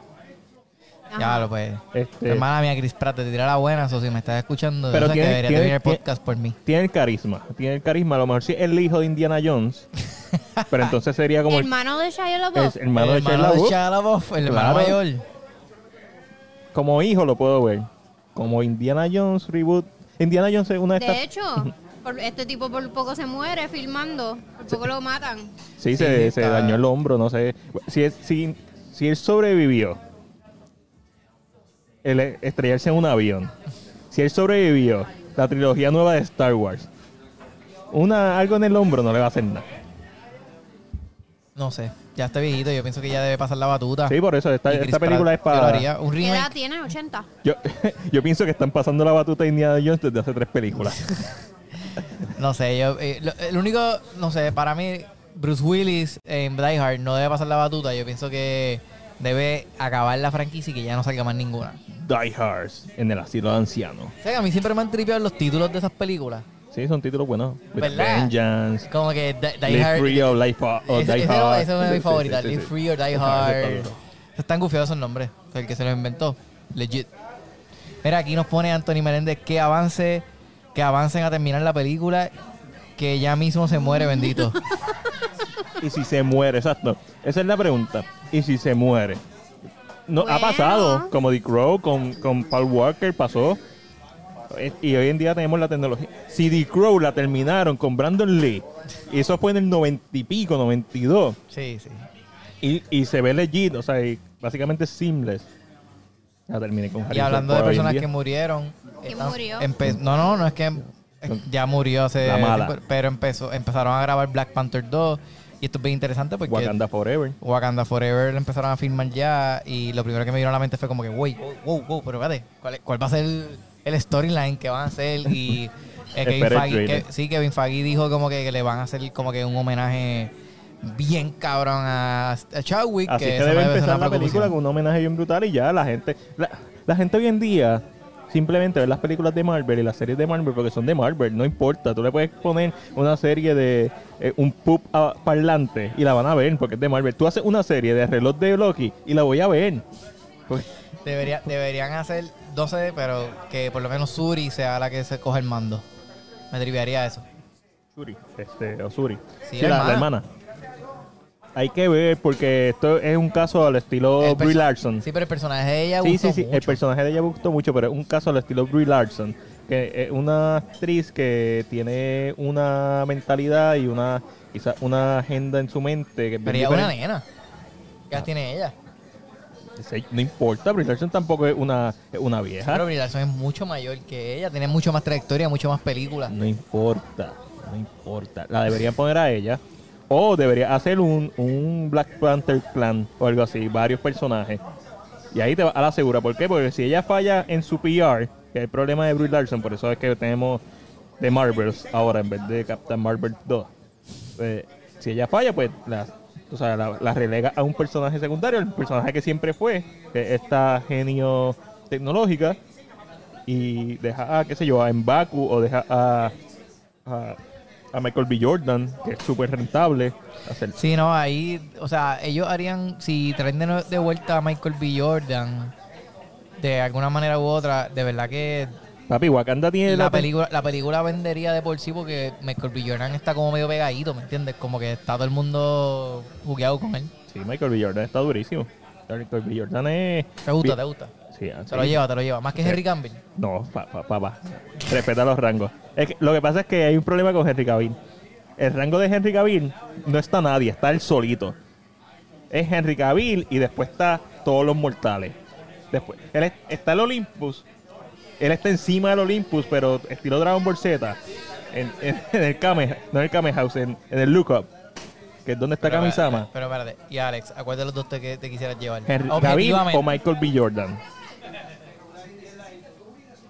Speaker 1: Ajá.
Speaker 2: Ya lo pues.
Speaker 3: Este-
Speaker 2: Hermana mía, Cris Pratt, te tirará buena, o si me estás escuchando,
Speaker 3: Pero
Speaker 2: yo sé que
Speaker 3: tiene-
Speaker 2: debería
Speaker 3: tiene-
Speaker 2: tener el
Speaker 3: tiene-
Speaker 2: podcast por mí.
Speaker 3: Tiene el carisma, tiene el carisma. A lo mejor sí es el hijo de Indiana Jones, pero entonces sería como el,
Speaker 1: Hermano de Shia
Speaker 3: es
Speaker 1: LaBeouf.
Speaker 3: hermano de
Speaker 2: el hermano de
Speaker 3: Shia LaBeouf.
Speaker 2: Shia LaBeouf, el hermano
Speaker 3: Claro.
Speaker 2: mayor.
Speaker 3: Como hijo lo puedo ver. Como Indiana Jones reboot. Indiana Jones es una de estas.
Speaker 1: De hecho, por- este tipo por poco se muere filmando, por poco lo matan.
Speaker 3: Sí,
Speaker 2: Sí, sí,
Speaker 3: se, se
Speaker 2: está-
Speaker 3: dañó el hombro, no sé. Si, es, si, si él sobrevivió, el estrellarse en un avión. Si él sobrevivió, la trilogía nueva de Star Wars. Una, algo en el hombro no le va a hacer nada.
Speaker 2: No sé, ya está viejito, yo pienso que ya debe pasar la batuta.
Speaker 3: Sí, por eso esta,
Speaker 2: Ah. Y Chris
Speaker 3: esta película
Speaker 2: Pratt,
Speaker 3: es
Speaker 2: yo lo
Speaker 3: para.
Speaker 2: haría, un
Speaker 1: ¿Qué edad
Speaker 2: remake.
Speaker 1: tiene? 80.
Speaker 3: Yo, yo pienso que están pasando la batuta a Indiana Jones desde hace tres películas.
Speaker 2: No sé, yo. eh, lo- el único, no sé, para mí, Bruce Willis en Die Hard no debe pasar la batuta. Yo pienso que debe acabar la franquicia y que ya no salga más ninguna.
Speaker 3: Die Hard en el asilo de ancianos.
Speaker 2: O sea, que a mí siempre me han tripeado los títulos de esas películas.
Speaker 3: Sí, son títulos buenos. With
Speaker 2: ¿Verdad?
Speaker 3: Vengeance.
Speaker 2: Como que Die, Die
Speaker 3: Live
Speaker 2: Hard.
Speaker 3: Free or Life or
Speaker 2: Ese-
Speaker 3: Die
Speaker 2: ese- esa
Speaker 3: Hard.
Speaker 2: es una de
Speaker 3: Sí,
Speaker 2: mis
Speaker 3: sí,
Speaker 2: favoritas.
Speaker 3: sí, sí,
Speaker 2: Live
Speaker 3: sí.
Speaker 2: Free or Die
Speaker 3: Esa está
Speaker 2: Hard.
Speaker 3: duro.
Speaker 2: Están gufiados esos nombres. El que se los inventó. Legit. Mira, aquí nos pone Anthony Menéndez que avance, que avancen a terminar la película, que ya mismo se muere, bendito.
Speaker 3: Y si se muere, exacto. Esa es la pregunta. ¿Y si se muere? No, Ha
Speaker 1: Bueno.
Speaker 3: pasado, como Dick Crow, con, con Paul Walker pasó. Eh, Y hoy en día tenemos la tecnología. Si Dick Crow la terminaron con Brandon Lee, y eso fue en el noventa y pico, 92,
Speaker 2: Sí, sí.
Speaker 3: y, y se ve legit, o sea, y básicamente seamless. Ya terminé con
Speaker 2: Y
Speaker 3: Harrison
Speaker 2: hablando de
Speaker 3: Ford hoy en
Speaker 2: personas
Speaker 3: día.
Speaker 2: que murieron.
Speaker 1: ¿Quién
Speaker 2: están-
Speaker 1: murió?
Speaker 2: empe- No, no, no es que em- eh, ya murió hace.
Speaker 3: La mala.
Speaker 2: tiempo, Pero empezó, empezaron a grabar Black Panther 2. Y esto es bien interesante porque.
Speaker 3: Wakanda Forever.
Speaker 2: Wakanda Forever la empezaron a filmar ya y lo primero que me vino a la mente fue como que, wey, wow, wow, wow, pero espérate, ¿cuál, es- cuál va a ser el, el storyline que van a hacer? Y eh, Kevin
Speaker 3: Espera el
Speaker 2: Feige,
Speaker 3: trailer.
Speaker 2: que- sí, Kevin Feige dijo como que, que le van a hacer como que un homenaje bien cabrón a, a Chadwick.
Speaker 3: Así que
Speaker 2: esa
Speaker 3: debe
Speaker 2: no ser
Speaker 3: empezar
Speaker 2: una
Speaker 3: la película
Speaker 2: preocupación.
Speaker 3: con un homenaje bien brutal y ya la gente, la, la gente hoy en día simplemente ve las películas de Marvel y las series de Marvel porque son de Marvel, no importa, tú le puedes poner una serie de eh, un pub a- parlante y la van a ver porque es de Marvel. Tú haces una serie de reloj de Loki y la voy a ver. Pues,
Speaker 2: Debería- deberían hacer 12, pero que por lo menos Suri sea la que se coja el mando. Me triviaría eso.
Speaker 3: Shuri, este, o Shuri.
Speaker 2: Sí,
Speaker 3: Sí,
Speaker 2: la
Speaker 3: la, la
Speaker 2: hermana.
Speaker 3: hermana. Hay que ver porque esto es un caso al estilo
Speaker 2: El
Speaker 3: Oh, Brie
Speaker 2: perso-
Speaker 3: Larson.
Speaker 2: Sí, pero el personaje de ella
Speaker 3: Sí,
Speaker 2: gustó
Speaker 3: sí, sí. El
Speaker 2: mucho.
Speaker 3: personaje de ella me gustó mucho, pero es un caso al estilo Brie Larson, que es una actriz que tiene una mentalidad y una quizás una agenda en su mente que es bien
Speaker 2: Pero ella es una
Speaker 3: diferente.
Speaker 2: nena. ¿Qué edad tiene ella?
Speaker 3: Sí, No importa, Brie Larson tampoco es una, es una
Speaker 2: Pero
Speaker 3: vieja.
Speaker 2: Brie Larson es mucho mayor que ella, tiene mucho más trayectoria, mucho más películas.
Speaker 3: No importa, no importa. La deberían poner a ella. O debería hacer un, un Black Panther Clan o algo así, varios personajes. Y ahí te va a la segura. ¿Por qué? Porque si ella falla en su PR, que es el problema de Brie Larson, por eso es que tenemos The Marvels ahora en vez de Captain Marvel 2. Eh, si ella falla, pues la, o sea, la, la relega a un personaje secundario, el personaje que siempre fue, que es esta genio tecnológica, y deja a, qué sé yo, a Mbaku o deja a, a, a Michael B. Jordan, que es súper rentable. hacer-
Speaker 2: Sí, no, ahí, o sea, ellos harían, si traen de, nue- de vuelta a Michael B. Jordan, de alguna manera u otra, de verdad que
Speaker 3: Papi, Wakanda tiene
Speaker 2: la
Speaker 3: la,
Speaker 2: película, la película vendería de por sí porque Michael B. Jordan está como medio pegadito, ¿me entiendes? Como que está todo el mundo jugueado con él.
Speaker 3: Sí, Michael B. Jordan está durísimo. Michael B. Jordan es.
Speaker 2: Te gusta,
Speaker 3: Bi-
Speaker 2: te gusta.
Speaker 3: Sí,
Speaker 2: Se lo
Speaker 3: sí.
Speaker 2: lleva, te lo lleva. Más que Henry Campbell.
Speaker 3: No, papá, Respeta los rangos. Es que lo que pasa es que hay un problema con Henry Cavill. El rango de Henry Cavill no está nadie, está él solito. Es Henry Cavill y después está todos los mortales. Después, él es- está el Olympus. Él está encima del Olympus, pero estilo Dragon Ball Z. En, en- en el Kame, no en el Kame House, en, en el Lookup. Que es donde está
Speaker 2: Pero
Speaker 3: Kamisama.
Speaker 2: espérate, Pero espérate, y Alex, ¿a cuál de los dos te, que- te quisieras llevar?
Speaker 3: Henry Cavill
Speaker 2: eh, Objetivamente.
Speaker 3: o Michael B. Jordan.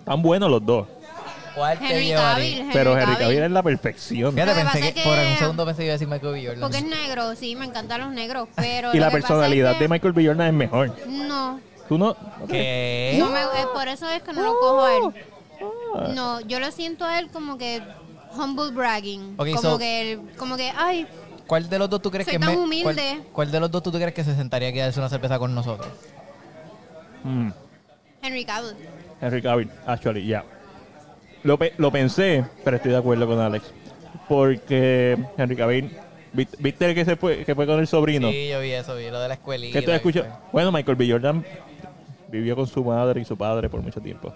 Speaker 3: Están buenos los dos.
Speaker 2: ¿Cuál te
Speaker 1: Henry
Speaker 2: llevarías?
Speaker 1: Cavill.
Speaker 3: Pero
Speaker 1: Henry
Speaker 3: Henry Cavill es la perfección.
Speaker 1: Lo
Speaker 2: Fíjate,
Speaker 1: que
Speaker 2: pensé
Speaker 1: pasa
Speaker 2: que,
Speaker 1: es
Speaker 2: por
Speaker 1: que-
Speaker 2: un segundo pensé que iba a decir Michael B. Jordan.
Speaker 1: Porque es negro, sí, me encantan los negros, pero...
Speaker 3: Y
Speaker 1: lo
Speaker 3: la
Speaker 1: que pasa es
Speaker 3: personalidad
Speaker 1: que-
Speaker 3: de Michael B. Jordan es mejor.
Speaker 1: No,
Speaker 3: Tú no.
Speaker 2: ¿Qué?
Speaker 1: no me- eh, por eso es que no lo cojo a él.
Speaker 2: Ah.
Speaker 1: No, yo lo siento a él como que humble bragging.
Speaker 2: Ok,
Speaker 1: como,
Speaker 2: so-
Speaker 1: que él- como que, ay,
Speaker 2: ¿Cuál de los dos tú crees
Speaker 1: Soy
Speaker 2: que
Speaker 1: tan
Speaker 2: me-
Speaker 1: humilde.
Speaker 2: ¿cuál, cuál de los dos tú crees que se sentaría aquí a darse una cerveza con nosotros?
Speaker 3: Mm,
Speaker 1: Henry Cavill.
Speaker 3: Henry Cavill, actually, ya. Lo, pe- lo pensé, pero estoy de acuerdo con Alex. Porque Henry Cavill. ¿viste- ¿Viste el que se fue, que fue con el sobrino?
Speaker 2: Sí, yo vi eso, vi lo de la escuelita.
Speaker 3: que estoy
Speaker 2: vi,
Speaker 3: escuchando.
Speaker 1: pues.
Speaker 3: Bueno, Michael B. Jordan vivió con su madre y su padre por mucho tiempo,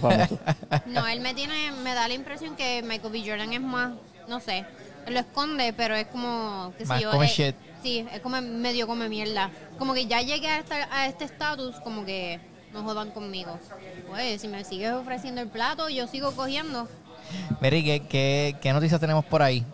Speaker 3: famoso.
Speaker 1: No, él me tiene, me da la impresión que Michael B. Jordan es más, no sé, lo esconde, pero es como, qué sé
Speaker 2: Más
Speaker 1: yo,
Speaker 2: come
Speaker 1: eh,
Speaker 2: shit.
Speaker 1: Sí, es como medio come mierda. Como que ya llegué a, esta- a este estatus, como que no jodan conmigo. Pues, si me sigues ofreciendo el plato, yo sigo cogiendo.
Speaker 2: pues. Mary, ¿qué, qué, qué noticias tenemos por ahí?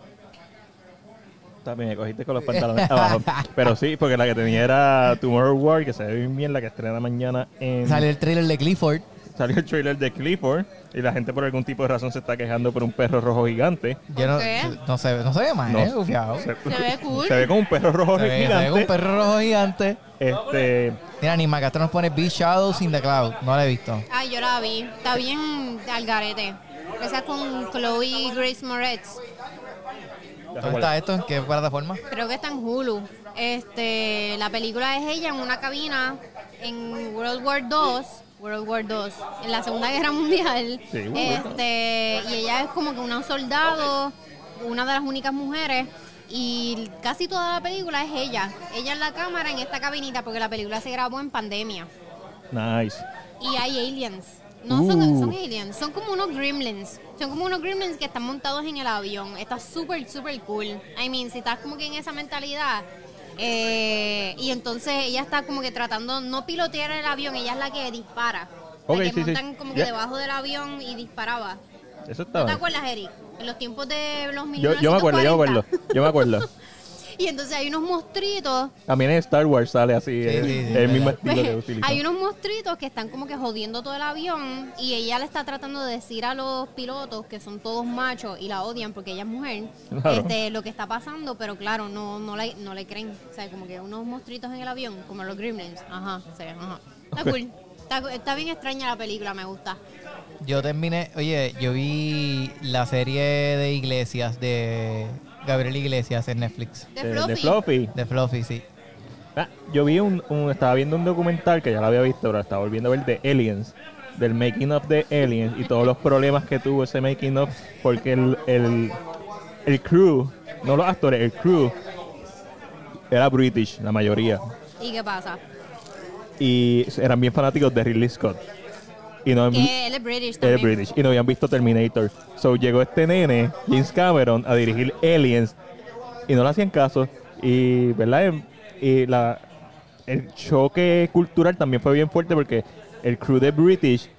Speaker 3: También me cogiste con los pantalones abajo. Pero sí, porque la que tenía era Tomorrow War, que se ve bien bien, la que estrena mañana en.
Speaker 2: Sale el trailer de Clifford.
Speaker 3: Salió el trailer de Clifford y la gente por algún tipo de razón se está quejando por un perro rojo gigante.
Speaker 2: Yo no,
Speaker 1: Ok.
Speaker 2: no, se, ve- no se ve mal,
Speaker 3: No.
Speaker 2: ¿eh? Gufiado. Se,
Speaker 3: Se,
Speaker 1: ve cool.
Speaker 3: se ve como un perro rojo
Speaker 2: ve- se ve
Speaker 3: gigante.
Speaker 2: un perro rojo gigante.
Speaker 3: Este,
Speaker 2: Mira, ni Macastro nos pone Big Shadows in the Cloud. No la he visto.
Speaker 1: Ay, yo la vi. Está bien al garete. Esa es con Chloe Grace Moretz.
Speaker 2: ¿Dónde está esto? ¿En qué plataforma?
Speaker 1: Creo que está en Hulu. Este, la película es ella en una cabina en World War II, World War II, en la Segunda Guerra Mundial.
Speaker 3: Sí, World War II.
Speaker 1: este, y ella es como que una soldado, una de las únicas mujeres. Y casi toda la película es ella. Ella en la cámara, en esta cabinita, porque la película se grabó en pandemia.
Speaker 3: nice.
Speaker 1: Y hay aliens. No son,
Speaker 3: Uh.
Speaker 1: son aliens, son como unos gremlins. Son como unos gremlins que están montados en el avión. Está súper, súper cool. I mean, si estás como que en esa mentalidad. eh, y entonces ella está como que tratando no pilotear el avión, ella es la que dispara. La
Speaker 3: Ok,
Speaker 1: que
Speaker 3: sí, sí.
Speaker 1: montan como que
Speaker 3: Ya.
Speaker 1: debajo del avión y disparaba.
Speaker 3: Eso
Speaker 1: ¿No
Speaker 3: está
Speaker 1: te
Speaker 3: bien.
Speaker 1: acuerdas, Eric? En los tiempos de los
Speaker 3: Yo,
Speaker 1: 1940.
Speaker 3: yo me acuerdo, yo me acuerdo. Yo me acuerdo.
Speaker 1: Y entonces hay unos monstruitos
Speaker 3: También en Star Wars sale así,
Speaker 2: Sí,
Speaker 3: el,
Speaker 2: sí, sí,
Speaker 3: el mismo
Speaker 2: verdad.
Speaker 3: estilo que
Speaker 1: Pues,
Speaker 3: utiliza.
Speaker 1: Hay unos monstruitos que están como que jodiendo todo el avión y ella le está tratando de decir a los pilotos que son todos machos y la odian porque ella es mujer,
Speaker 3: Claro.
Speaker 1: este, lo que está pasando, pero claro, no, no, le, no le creen. O sea, como que unos monstruitos en el avión, como los gremlins. Ajá, sí, ajá. Está
Speaker 3: Ok.
Speaker 1: cool. Está, cu- está bien extraña la película, me gusta.
Speaker 2: Yo terminé, oye, yo vi la serie de Iglesias, de Gabriel Iglesias en Netflix.
Speaker 1: De
Speaker 3: Eh,
Speaker 1: Fluffy.
Speaker 3: de Fluffy.
Speaker 2: De Fluffy, sí.
Speaker 3: Ah, yo vi un, un- estaba viendo un documental que ya lo había visto, pero lo estaba volviendo a ver de Aliens, del making of de Aliens y todos los problemas que tuvo ese making of porque el, el, el crew, no los actores, el crew era British, la mayoría,
Speaker 1: ¿Y qué pasa?
Speaker 3: y eran bien fanáticos de Ridley Scott. Y y no
Speaker 1: Que él es British
Speaker 3: Mm. él
Speaker 1: también.
Speaker 3: es British y no habían visto Terminator. So llegó este nene, James Cameron, a dirigir Aliens y no le hacían caso. Y, ¿verdad? Em- Y la, el choque cultural también fue bien fuerte porque el crew de British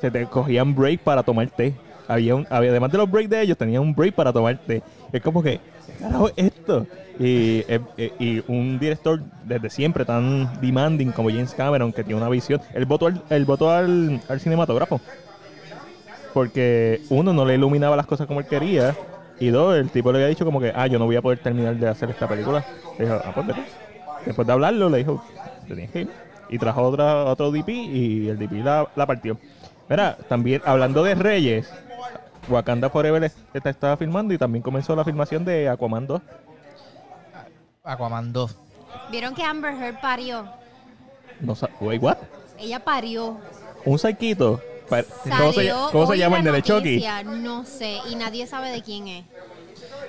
Speaker 3: se te cogían break para tomar té. Había un, había- además de los breaks de ellos, tenían un break para tomar té. Es como que, ¿qué carajo es esto? Y, eh, eh, y un director desde siempre tan demanding como James Cameron, que tiene una visión. Él votó al, él votó al, al cinematógrafo. Porque uno no le iluminaba las cosas como él quería. Y dos, el tipo le había dicho como que, ah, yo no voy a poder terminar de hacer esta película. Le dijo, ah, pues vete. Después de hablarlo, le dijo, te tienes que ir. Y trajo otra, otro DP y el DP la, la partió. Mira, también hablando de Reyes, Wakanda Forever es- está, estaba filmando y también comenzó la filmación de Aquaman 2.
Speaker 2: Aquaman 2.
Speaker 1: Vieron que Amber Heard parió.
Speaker 3: No sa- Wait, what?
Speaker 1: Ella parió.
Speaker 3: Un saquito. Pa- ¿Cómo se,
Speaker 1: Salió
Speaker 3: cómo se
Speaker 1: hoy
Speaker 3: llama el
Speaker 1: la
Speaker 3: de Chucky?
Speaker 1: noticia, No sé. Y nadie sabe de quién es.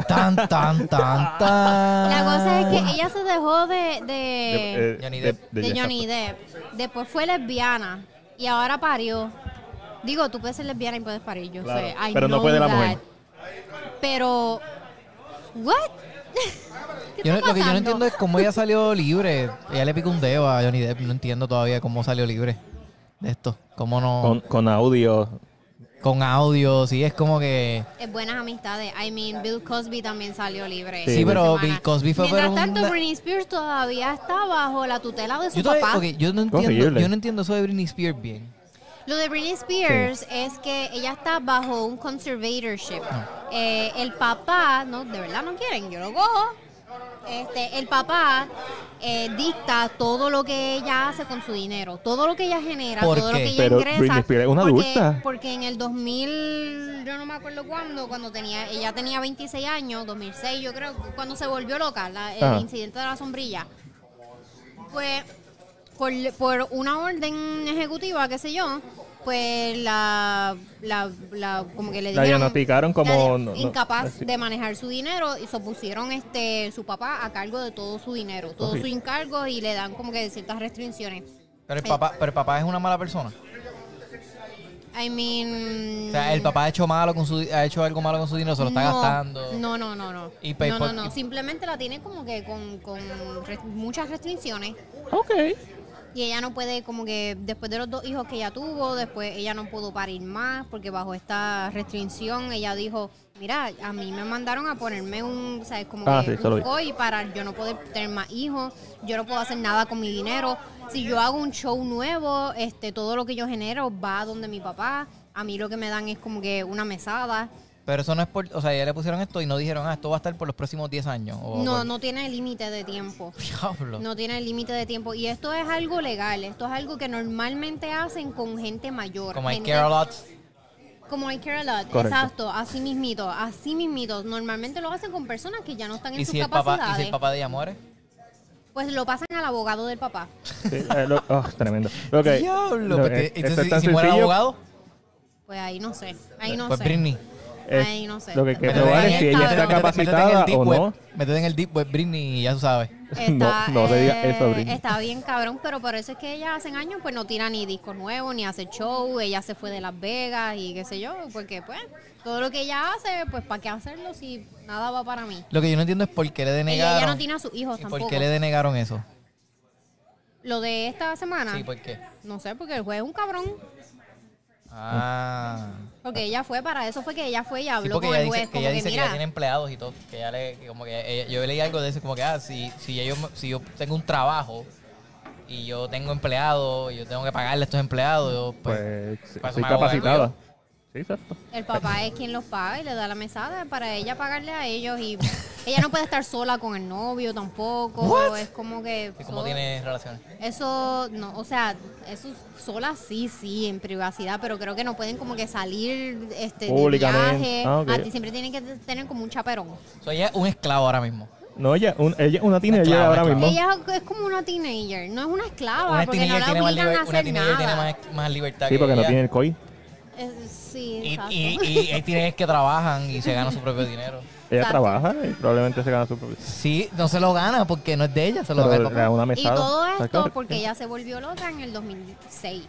Speaker 2: Tan, tan, tan, tan.
Speaker 1: La cosa es que ella se dejó de, de,
Speaker 3: Ah. De- eh,
Speaker 2: Johnny
Speaker 3: de-
Speaker 2: Depp.
Speaker 3: de
Speaker 1: de
Speaker 3: Jeff
Speaker 1: Johnny Depp. Después fue lesbiana. Y ahora parió. Digo, tú puedes ser lesbiana y puedes parir. Yo
Speaker 3: Claro,
Speaker 1: sé. I
Speaker 3: pero no
Speaker 1: know
Speaker 3: puede la
Speaker 1: that.
Speaker 3: mujer.
Speaker 1: Pero. ¿What? ¿Qué
Speaker 2: Yo no-
Speaker 1: está
Speaker 2: lo que yo no
Speaker 1: pasando?
Speaker 2: entiendo es cómo ella salió libre. Ella le picó un dedo a Johnny Depp. No entiendo todavía cómo salió libre de esto. Cómo no.
Speaker 3: con,
Speaker 2: Con,
Speaker 3: con audio.
Speaker 2: audio, sí, es como que.
Speaker 1: Es buenas amistades. I mean, Bill Cosby también salió libre.
Speaker 3: Sí,
Speaker 1: esta
Speaker 3: pero
Speaker 1: semana.
Speaker 2: Bill Cosby fue
Speaker 1: Mientras
Speaker 2: pero
Speaker 1: tanto,
Speaker 2: una-
Speaker 1: Britney Spears todavía está bajo la tutela de su
Speaker 2: Yo, todavía-
Speaker 1: papá.
Speaker 2: ok, yo no
Speaker 3: Qué
Speaker 2: entiendo,
Speaker 3: horrible.
Speaker 2: yo no entiendo eso de Britney Spears bien.
Speaker 1: Lo de Britney Spears es que ella está bajo un conservatorship.
Speaker 3: Ah.
Speaker 1: Eh, el papá, no, de verdad no quieren, yo lo cojo. Este, el papá eh, dicta todo lo que ella hace con su dinero, todo lo que ella genera,
Speaker 2: ¿Por
Speaker 1: todo lo
Speaker 2: qué?
Speaker 1: que ella
Speaker 3: Pero
Speaker 1: ingresa.
Speaker 3: Britney Spears es una
Speaker 1: porque,
Speaker 3: adulta.
Speaker 1: Porque en el 2000, yo no me acuerdo cuándo, cuando tenía, ella tenía 26 años, 2006 yo creo, cuando se volvió loca, la- el
Speaker 3: Ah.
Speaker 1: incidente de la sombrilla. Pues por, por una orden ejecutiva, qué sé yo, pues la, la, la- como que le
Speaker 3: La
Speaker 1: dijeron,
Speaker 3: diagnosticaron como
Speaker 1: la-
Speaker 3: no- no-
Speaker 1: incapaz
Speaker 3: así.
Speaker 1: de manejar su dinero y se pusieron este su papá a cargo de todo su dinero, todo
Speaker 3: Horrible.
Speaker 1: su encargo y le dan como que ciertas restricciones.
Speaker 2: Pero el
Speaker 1: Sí.
Speaker 2: papá, pero el papá es una mala persona.
Speaker 1: I mean,
Speaker 2: O sea, el papá ha hecho malo con su, ha hecho algo malo con su dinero, se lo está
Speaker 1: no,
Speaker 2: gastando.
Speaker 1: No, no, no, no.
Speaker 2: Y pa- y
Speaker 1: no,
Speaker 2: por-
Speaker 1: no, no.
Speaker 2: y-
Speaker 1: Simplemente la tiene como que con, con re- muchas restricciones.
Speaker 3: Ok.
Speaker 1: Y ella no puede, como que después de los dos hijos que ella tuvo, después ella no pudo parir más, porque bajo esta restricción ella dijo, mira, a mí me mandaron a ponerme un, ¿sabes? Como
Speaker 3: Ah,
Speaker 1: que
Speaker 3: sí, eso lo
Speaker 1: un
Speaker 3: vi.
Speaker 1: COI para yo no poder tener más hijos, yo no puedo hacer nada con mi dinero. Si yo hago un show nuevo, este todo lo que yo genero va a donde mi papá, a mí lo que me dan es como que una mesada.
Speaker 2: Pero eso no es por, o sea, ya le pusieron esto y no dijeron, ah, esto va a estar por los próximos 10 años.
Speaker 3: Oh,
Speaker 2: o
Speaker 1: No,
Speaker 2: por-
Speaker 1: no tiene límite de tiempo.
Speaker 2: Diablo.
Speaker 1: No tiene límite de tiempo. Y esto es algo legal. Esto es algo que normalmente hacen con gente mayor.
Speaker 2: Como hay
Speaker 1: gente-
Speaker 2: Carolots.
Speaker 1: Como hay care a lot.
Speaker 3: Correcto.
Speaker 1: Exacto. Así mismito. Así mismito. Normalmente lo hacen con personas que ya no están en
Speaker 2: ¿Y
Speaker 1: sus
Speaker 2: si, el papá, ¿Y
Speaker 1: capacidades.
Speaker 2: si el papá de ella muere?
Speaker 1: Pues lo pasan al abogado del papá.
Speaker 3: Sí, eh, lo- oh, tremendo. Okay.
Speaker 2: Diablo.
Speaker 3: No,
Speaker 2: porque-
Speaker 3: eh, esto
Speaker 2: entonces,
Speaker 3: es tan
Speaker 2: ¿y si muere el
Speaker 3: sencillo.
Speaker 2: abogado?
Speaker 1: Pues ahí no sé. Ahí no
Speaker 2: pues
Speaker 1: sé.
Speaker 2: Britney.
Speaker 3: Es
Speaker 1: Ay, no sé.
Speaker 3: Lo que hay que
Speaker 1: Métete
Speaker 3: probar
Speaker 1: ahí,
Speaker 3: es si ella
Speaker 1: métete-
Speaker 3: está
Speaker 1: métete-
Speaker 3: capacitada o no.
Speaker 2: Métete en el deep web, Britney, y ya tú sabes.
Speaker 1: Está,
Speaker 3: No, no le digas
Speaker 1: eh,
Speaker 3: eso a Britney.
Speaker 1: Está bien cabrón, pero por eso es que ella hace años pues no tira ni discos nuevos, ni hace show, ella se fue de Las Vegas y qué sé yo, porque pues todo lo que ella hace, pues para qué hacerlo si nada va para mí.
Speaker 2: Lo que yo no entiendo es por qué le
Speaker 1: Ella
Speaker 2: denegaron.
Speaker 1: ya no tiene a sus hijos
Speaker 2: ¿Y
Speaker 1: tampoco.
Speaker 2: por qué le denegaron eso?
Speaker 1: Lo de esta semana,
Speaker 2: Sí, pues. ¿por qué?
Speaker 1: no sé, porque el juez es un cabrón.
Speaker 2: Ah.
Speaker 1: Porque ella fue, para eso fue que ella fue y habló
Speaker 2: Sí, porque
Speaker 1: con
Speaker 2: ella
Speaker 1: el juez.
Speaker 2: dice, que
Speaker 1: como
Speaker 2: ella
Speaker 1: que
Speaker 2: dice que
Speaker 1: mira,
Speaker 2: ya tiene empleados y todo. Que ya le, que como que ella- yo leí algo de eso, como que, ah, si, si, yo, si yo tengo un trabajo y yo tengo empleados, y yo tengo que pagarle a estos empleados, yo, pues,
Speaker 3: Pues, sí,
Speaker 2: pues,
Speaker 3: soy
Speaker 2: me hago
Speaker 3: capacitada.
Speaker 2: algo
Speaker 3: Sí, exacto.
Speaker 1: el papá es quien los paga y le da la mesada para ella pagarle a ellos. Y ella no puede estar sola con el novio tampoco.
Speaker 2: What?
Speaker 1: Es como que.
Speaker 2: ¿y cómo
Speaker 1: todo-
Speaker 2: tiene relaciones?
Speaker 1: Eso, no, o sea, eso sola sí, sí, en privacidad, pero creo que no pueden como que salir este, de
Speaker 3: Públicamente.
Speaker 1: viaje.
Speaker 3: Ah, ok.
Speaker 1: A ti siempre tienen que tener como un chaperón.
Speaker 2: Soy ella es un esclavo ahora mismo.
Speaker 3: No, ella, un- ella es una teenager
Speaker 2: Esclava,
Speaker 3: ahora
Speaker 2: esclava.
Speaker 3: mismo.
Speaker 1: Ella es como una teenager, no es una esclava,
Speaker 2: Una
Speaker 1: Ah, porque no
Speaker 2: teenager
Speaker 1: la
Speaker 2: tiene, más,
Speaker 1: obligan
Speaker 2: liber-
Speaker 1: a
Speaker 2: una
Speaker 1: hacer
Speaker 2: teenager tiene
Speaker 1: nada.
Speaker 2: más, más libertad
Speaker 3: Sí,
Speaker 2: que
Speaker 3: porque no
Speaker 2: ella.
Speaker 3: tiene el COI.
Speaker 1: Eh, sí,
Speaker 2: Y,
Speaker 1: exacto.
Speaker 2: y, y hay teenagers que trabajan y se ganan su propio dinero.
Speaker 3: Ella
Speaker 1: Exacto.
Speaker 3: trabaja y probablemente se gana su propio.
Speaker 2: Sí, no se lo gana porque no es de ella, se lo
Speaker 3: Pero
Speaker 2: gana el
Speaker 3: le
Speaker 2: papá.
Speaker 3: da una
Speaker 1: Y
Speaker 3: mesada.
Speaker 1: todo
Speaker 3: Saca-
Speaker 1: esto porque ella se volvió loca en el 2006.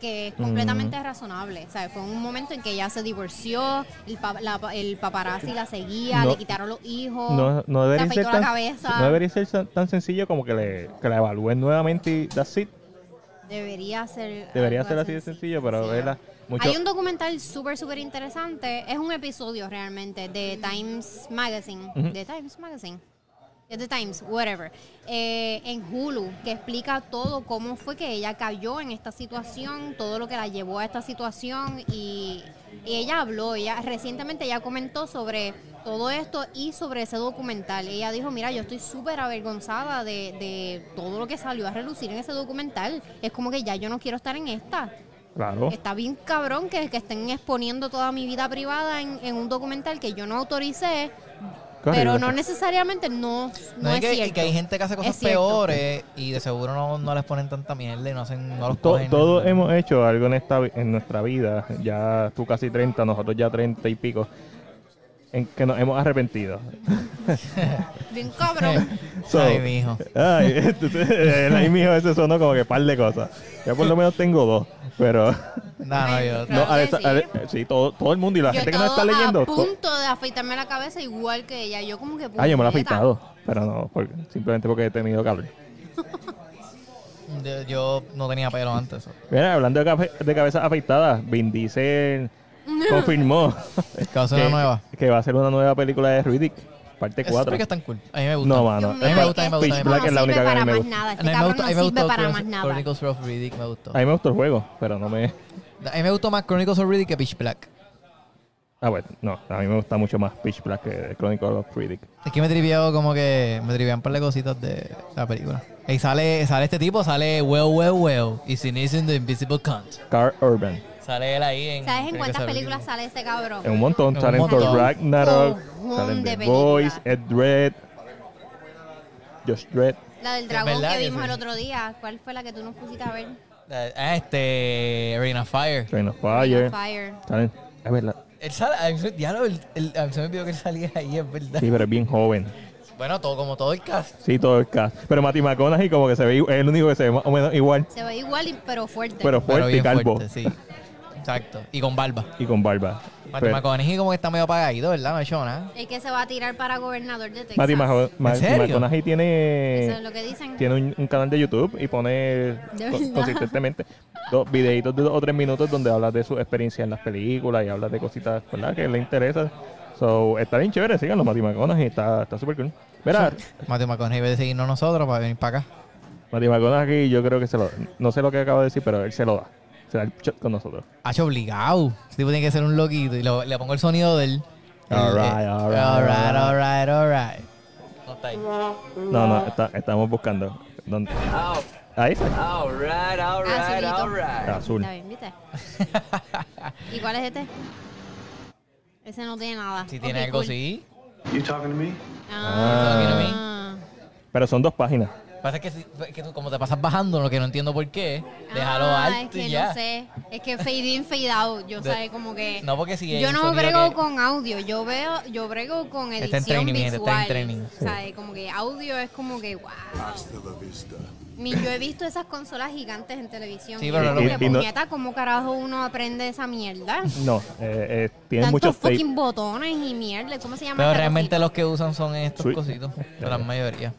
Speaker 1: que es
Speaker 3: Mm.
Speaker 1: completamente razonable. ¿sabes? Fue un momento en que ella se divorció, el, pa- la- el paparazzi la seguía,
Speaker 3: No.
Speaker 1: le quitaron los hijos,
Speaker 3: No, no
Speaker 1: se
Speaker 3: debería, ser
Speaker 1: afeitó la
Speaker 3: tan,
Speaker 1: cabeza.
Speaker 3: no debería ser tan- tan sencillo como que, le, que la evalúen nuevamente y that's it.
Speaker 1: Debería ser.
Speaker 3: Debería
Speaker 1: algo
Speaker 3: ser así de sencillo, pero
Speaker 1: Sí.
Speaker 3: verla mucho
Speaker 1: Hay un documental súper, súper interesante. Es un episodio realmente de Times Magazine.
Speaker 3: Ujú.
Speaker 1: De Times Magazine. Es de Times, whatever. Eh, en Hulu, que explica todo cómo fue que ella cayó en esta situación, todo lo que la llevó a esta situación. Y, y ella habló, ella recientemente ella comentó sobre todo esto y sobre ese documental. Ella dijo, mira, yo estoy súper avergonzada de, de todo lo que salió a relucir en ese documental. Es como que ya yo no quiero estar en esta.
Speaker 3: claro.
Speaker 1: Está bien cabrón que, que estén exponiendo toda mi vida privada en, en un documental que yo no autoricé, pero
Speaker 3: horrible.
Speaker 1: no necesariamente no, no,
Speaker 2: No, y
Speaker 1: es
Speaker 2: que, y
Speaker 1: cierto.
Speaker 2: que hay gente que hace cosas
Speaker 1: Es cierto.
Speaker 2: peores y de seguro no, no les ponen tanta mierda y no, hacen, no los
Speaker 3: To-
Speaker 2: cogen. Eh,
Speaker 3: todos hemos hecho algo en, esta, vi- en nuestra vida, ya tú casi 30, nosotros ya 30 y pico, en que nos hemos arrepentido.
Speaker 1: Bien cabrón.
Speaker 3: So-
Speaker 2: Ay, mi hijo.
Speaker 3: Ay, entonces, el ahí mismo ese sonó como que par de cosas. Yo por lo menos tengo dos, pero...
Speaker 2: No, no, yo.
Speaker 3: No,
Speaker 1: Claro que
Speaker 3: Alexa- Ale-
Speaker 1: sí.
Speaker 3: eh, sí, todo, todo el mundo y la
Speaker 1: yo he
Speaker 3: gente que nos está
Speaker 1: estado
Speaker 3: leyendo.
Speaker 1: a
Speaker 3: to-
Speaker 1: punto de afeitarme la cabeza igual que ella. Yo como que...
Speaker 3: Ah, yo me lo he
Speaker 1: puñeta.
Speaker 3: afeitado, pero no, por- simplemente porque he tenido cable.
Speaker 2: Yo, yo no tenía pelo antes. so.
Speaker 3: Mira, hablando de, cabe- de cabezas afeitadas, Vin Diesel confirmó
Speaker 2: Que va a ser una nueva.
Speaker 3: que va a ser una nueva película de Riddick, parte
Speaker 2: Esas
Speaker 3: 4.
Speaker 2: películas están cool. A mí me gusta.
Speaker 3: Ah, No,
Speaker 2: a
Speaker 3: mano.
Speaker 1: Dios
Speaker 2: mí
Speaker 1: mío,
Speaker 2: me
Speaker 1: es
Speaker 2: gusta, a mí me
Speaker 1: que este tipo
Speaker 2: gusta, a mí me
Speaker 3: Black
Speaker 1: no
Speaker 3: es la única
Speaker 1: sirve
Speaker 3: que a
Speaker 1: para
Speaker 3: mí me
Speaker 1: más
Speaker 3: gusta.
Speaker 1: nada.
Speaker 2: A
Speaker 1: Este
Speaker 2: mí me
Speaker 1: cabrón
Speaker 2: gustó, a
Speaker 1: no
Speaker 2: mí me
Speaker 1: sirve
Speaker 2: gustó
Speaker 1: para
Speaker 2: Chron-
Speaker 1: más nada.
Speaker 2: Chronicles of Riddick, me gustó.
Speaker 3: A mí me gustó el juego, pero no me...
Speaker 2: A mí me gustó más Chronicles of Riddick que Pitch Black.
Speaker 3: Ah, bueno, no, a mí me gusta mucho más Pitch Black que Chronicle of Riddick.
Speaker 2: Es que me trivió como que me trivian un par de cositas de la película. Y sale, sale este tipo, sale Well, Well, Well. Y sin in the Invisible Cunt.
Speaker 3: Carl Urban.
Speaker 2: Sale él ahí en.
Speaker 1: ¿Sabes en
Speaker 2: tiene que
Speaker 1: cuántas
Speaker 2: saber.
Speaker 1: películas sale este cabrón?
Speaker 3: En un montón,
Speaker 2: En
Speaker 3: salen
Speaker 2: un
Speaker 3: Thor
Speaker 2: montón.
Speaker 3: Ragnarok,
Speaker 1: Cojón
Speaker 3: salen
Speaker 1: de
Speaker 3: The
Speaker 1: película.
Speaker 3: Boys, Ed Dredd, Josh Dredd.
Speaker 1: La del
Speaker 2: Es
Speaker 1: dragón
Speaker 2: verdad
Speaker 1: que
Speaker 2: que
Speaker 1: vimos
Speaker 2: sí.
Speaker 1: el otro día. ¿Cuál fue la que tú nos pusiste a ver?
Speaker 2: Ah, Este. Reign of Fire.
Speaker 3: Train of
Speaker 1: Ring
Speaker 3: Fire.
Speaker 1: of Fire.
Speaker 3: Salen- es verdad.
Speaker 2: Él sale. a mí se- diablo, el- el- a mí se me olvidó que él salía ahí, es verdad.
Speaker 3: Sí, pero es bien joven.
Speaker 2: Bueno, todo como todo el cast.
Speaker 3: Sí, todo el cast. Pero Matty McConaughey como que se ve, i- es el único que se ve más o menos igual,
Speaker 1: Se ve igual, y- pero fuerte.
Speaker 3: pero fuerte
Speaker 2: bien
Speaker 3: y calvo. Pues.
Speaker 2: fuerte, sí. Exacto. Y con barba.
Speaker 3: Y con barba.
Speaker 2: Matty
Speaker 3: Pero-
Speaker 2: McConaughey como que está medio apagadito, ¿verdad? No ha hecho nada.
Speaker 1: El que se va a tirar para gobernador de Texas.
Speaker 3: Matty Maho- Ma-
Speaker 2: serio?
Speaker 1: Eso
Speaker 3: McConaughey
Speaker 1: es
Speaker 3: tiene,
Speaker 1: lo que dicen.
Speaker 3: Eh, tiene un, un canal de YouTube y pone
Speaker 1: De
Speaker 3: co-
Speaker 1: verdad.
Speaker 3: consistentemente dos videitos de dos o tres minutos donde habla de su experiencia en las películas y habla de cositas ¿verdad? que le interesan. So, está bien chévere, síganlo, Matty McConaughey, está, está súper cool. Verá,
Speaker 2: Matthew McConaughey debe seguirnos nosotros para venir para acá.
Speaker 3: Matty McConaughey yo creo que se lo, no sé lo que acabo de decir, pero él se lo da. Se da el shot con nosotros.
Speaker 2: Hacho obligado. Ese tipo tiene que ser un loquito. Y lo- le pongo el sonido del.
Speaker 3: All right,
Speaker 2: eh,
Speaker 3: all right,
Speaker 2: all right,
Speaker 3: all
Speaker 2: all right, all right. No está ahí.
Speaker 3: No, no, está- estamos buscando. ¿Dónde? Ahí está.
Speaker 4: All right, all right,
Speaker 1: Azulito.
Speaker 4: all right.
Speaker 3: Azul.
Speaker 1: Ah, Está bien, ¿viste? ¿Y cuál es este? Ese no tiene nada.
Speaker 2: Si tiene
Speaker 1: Ok,
Speaker 2: algo
Speaker 1: cool.
Speaker 2: así.
Speaker 5: You talking to me?
Speaker 1: Ah.
Speaker 3: Pero son dos páginas.
Speaker 2: Pasa que, si- pues, que tú, como te pasas bajando, lo que no entiendo por qué, déjalo
Speaker 1: Ah,
Speaker 2: alto
Speaker 1: es que
Speaker 2: y ya.
Speaker 1: no sé. Es que fade in, fade out. Yo
Speaker 2: De-
Speaker 1: sé como que...
Speaker 2: No, porque si es
Speaker 1: yo
Speaker 2: un
Speaker 1: no
Speaker 2: sonido
Speaker 1: brego
Speaker 2: que-
Speaker 1: con audio, yo veo, yo brego con edición
Speaker 2: Está en training,
Speaker 1: visual.
Speaker 2: está en training.
Speaker 1: O sea, como que audio es como que wow. Ni yo he visto esas consolas gigantes en televisión.
Speaker 2: Sí,
Speaker 1: y
Speaker 2: pero
Speaker 1: yo
Speaker 2: no-
Speaker 1: como
Speaker 2: Y-
Speaker 1: que,
Speaker 3: y no-
Speaker 1: puñeta, ¿cómo carajo uno aprende esa mierda?
Speaker 3: No, eh, eh, tienen
Speaker 1: Tantos
Speaker 3: muchos tape.
Speaker 1: fucking botones y mierda. ¿Cómo se llama?
Speaker 2: Pero
Speaker 1: esta
Speaker 2: realmente
Speaker 1: cosita?
Speaker 2: los que usan son estos
Speaker 3: Sí.
Speaker 2: cositos, la mayoría.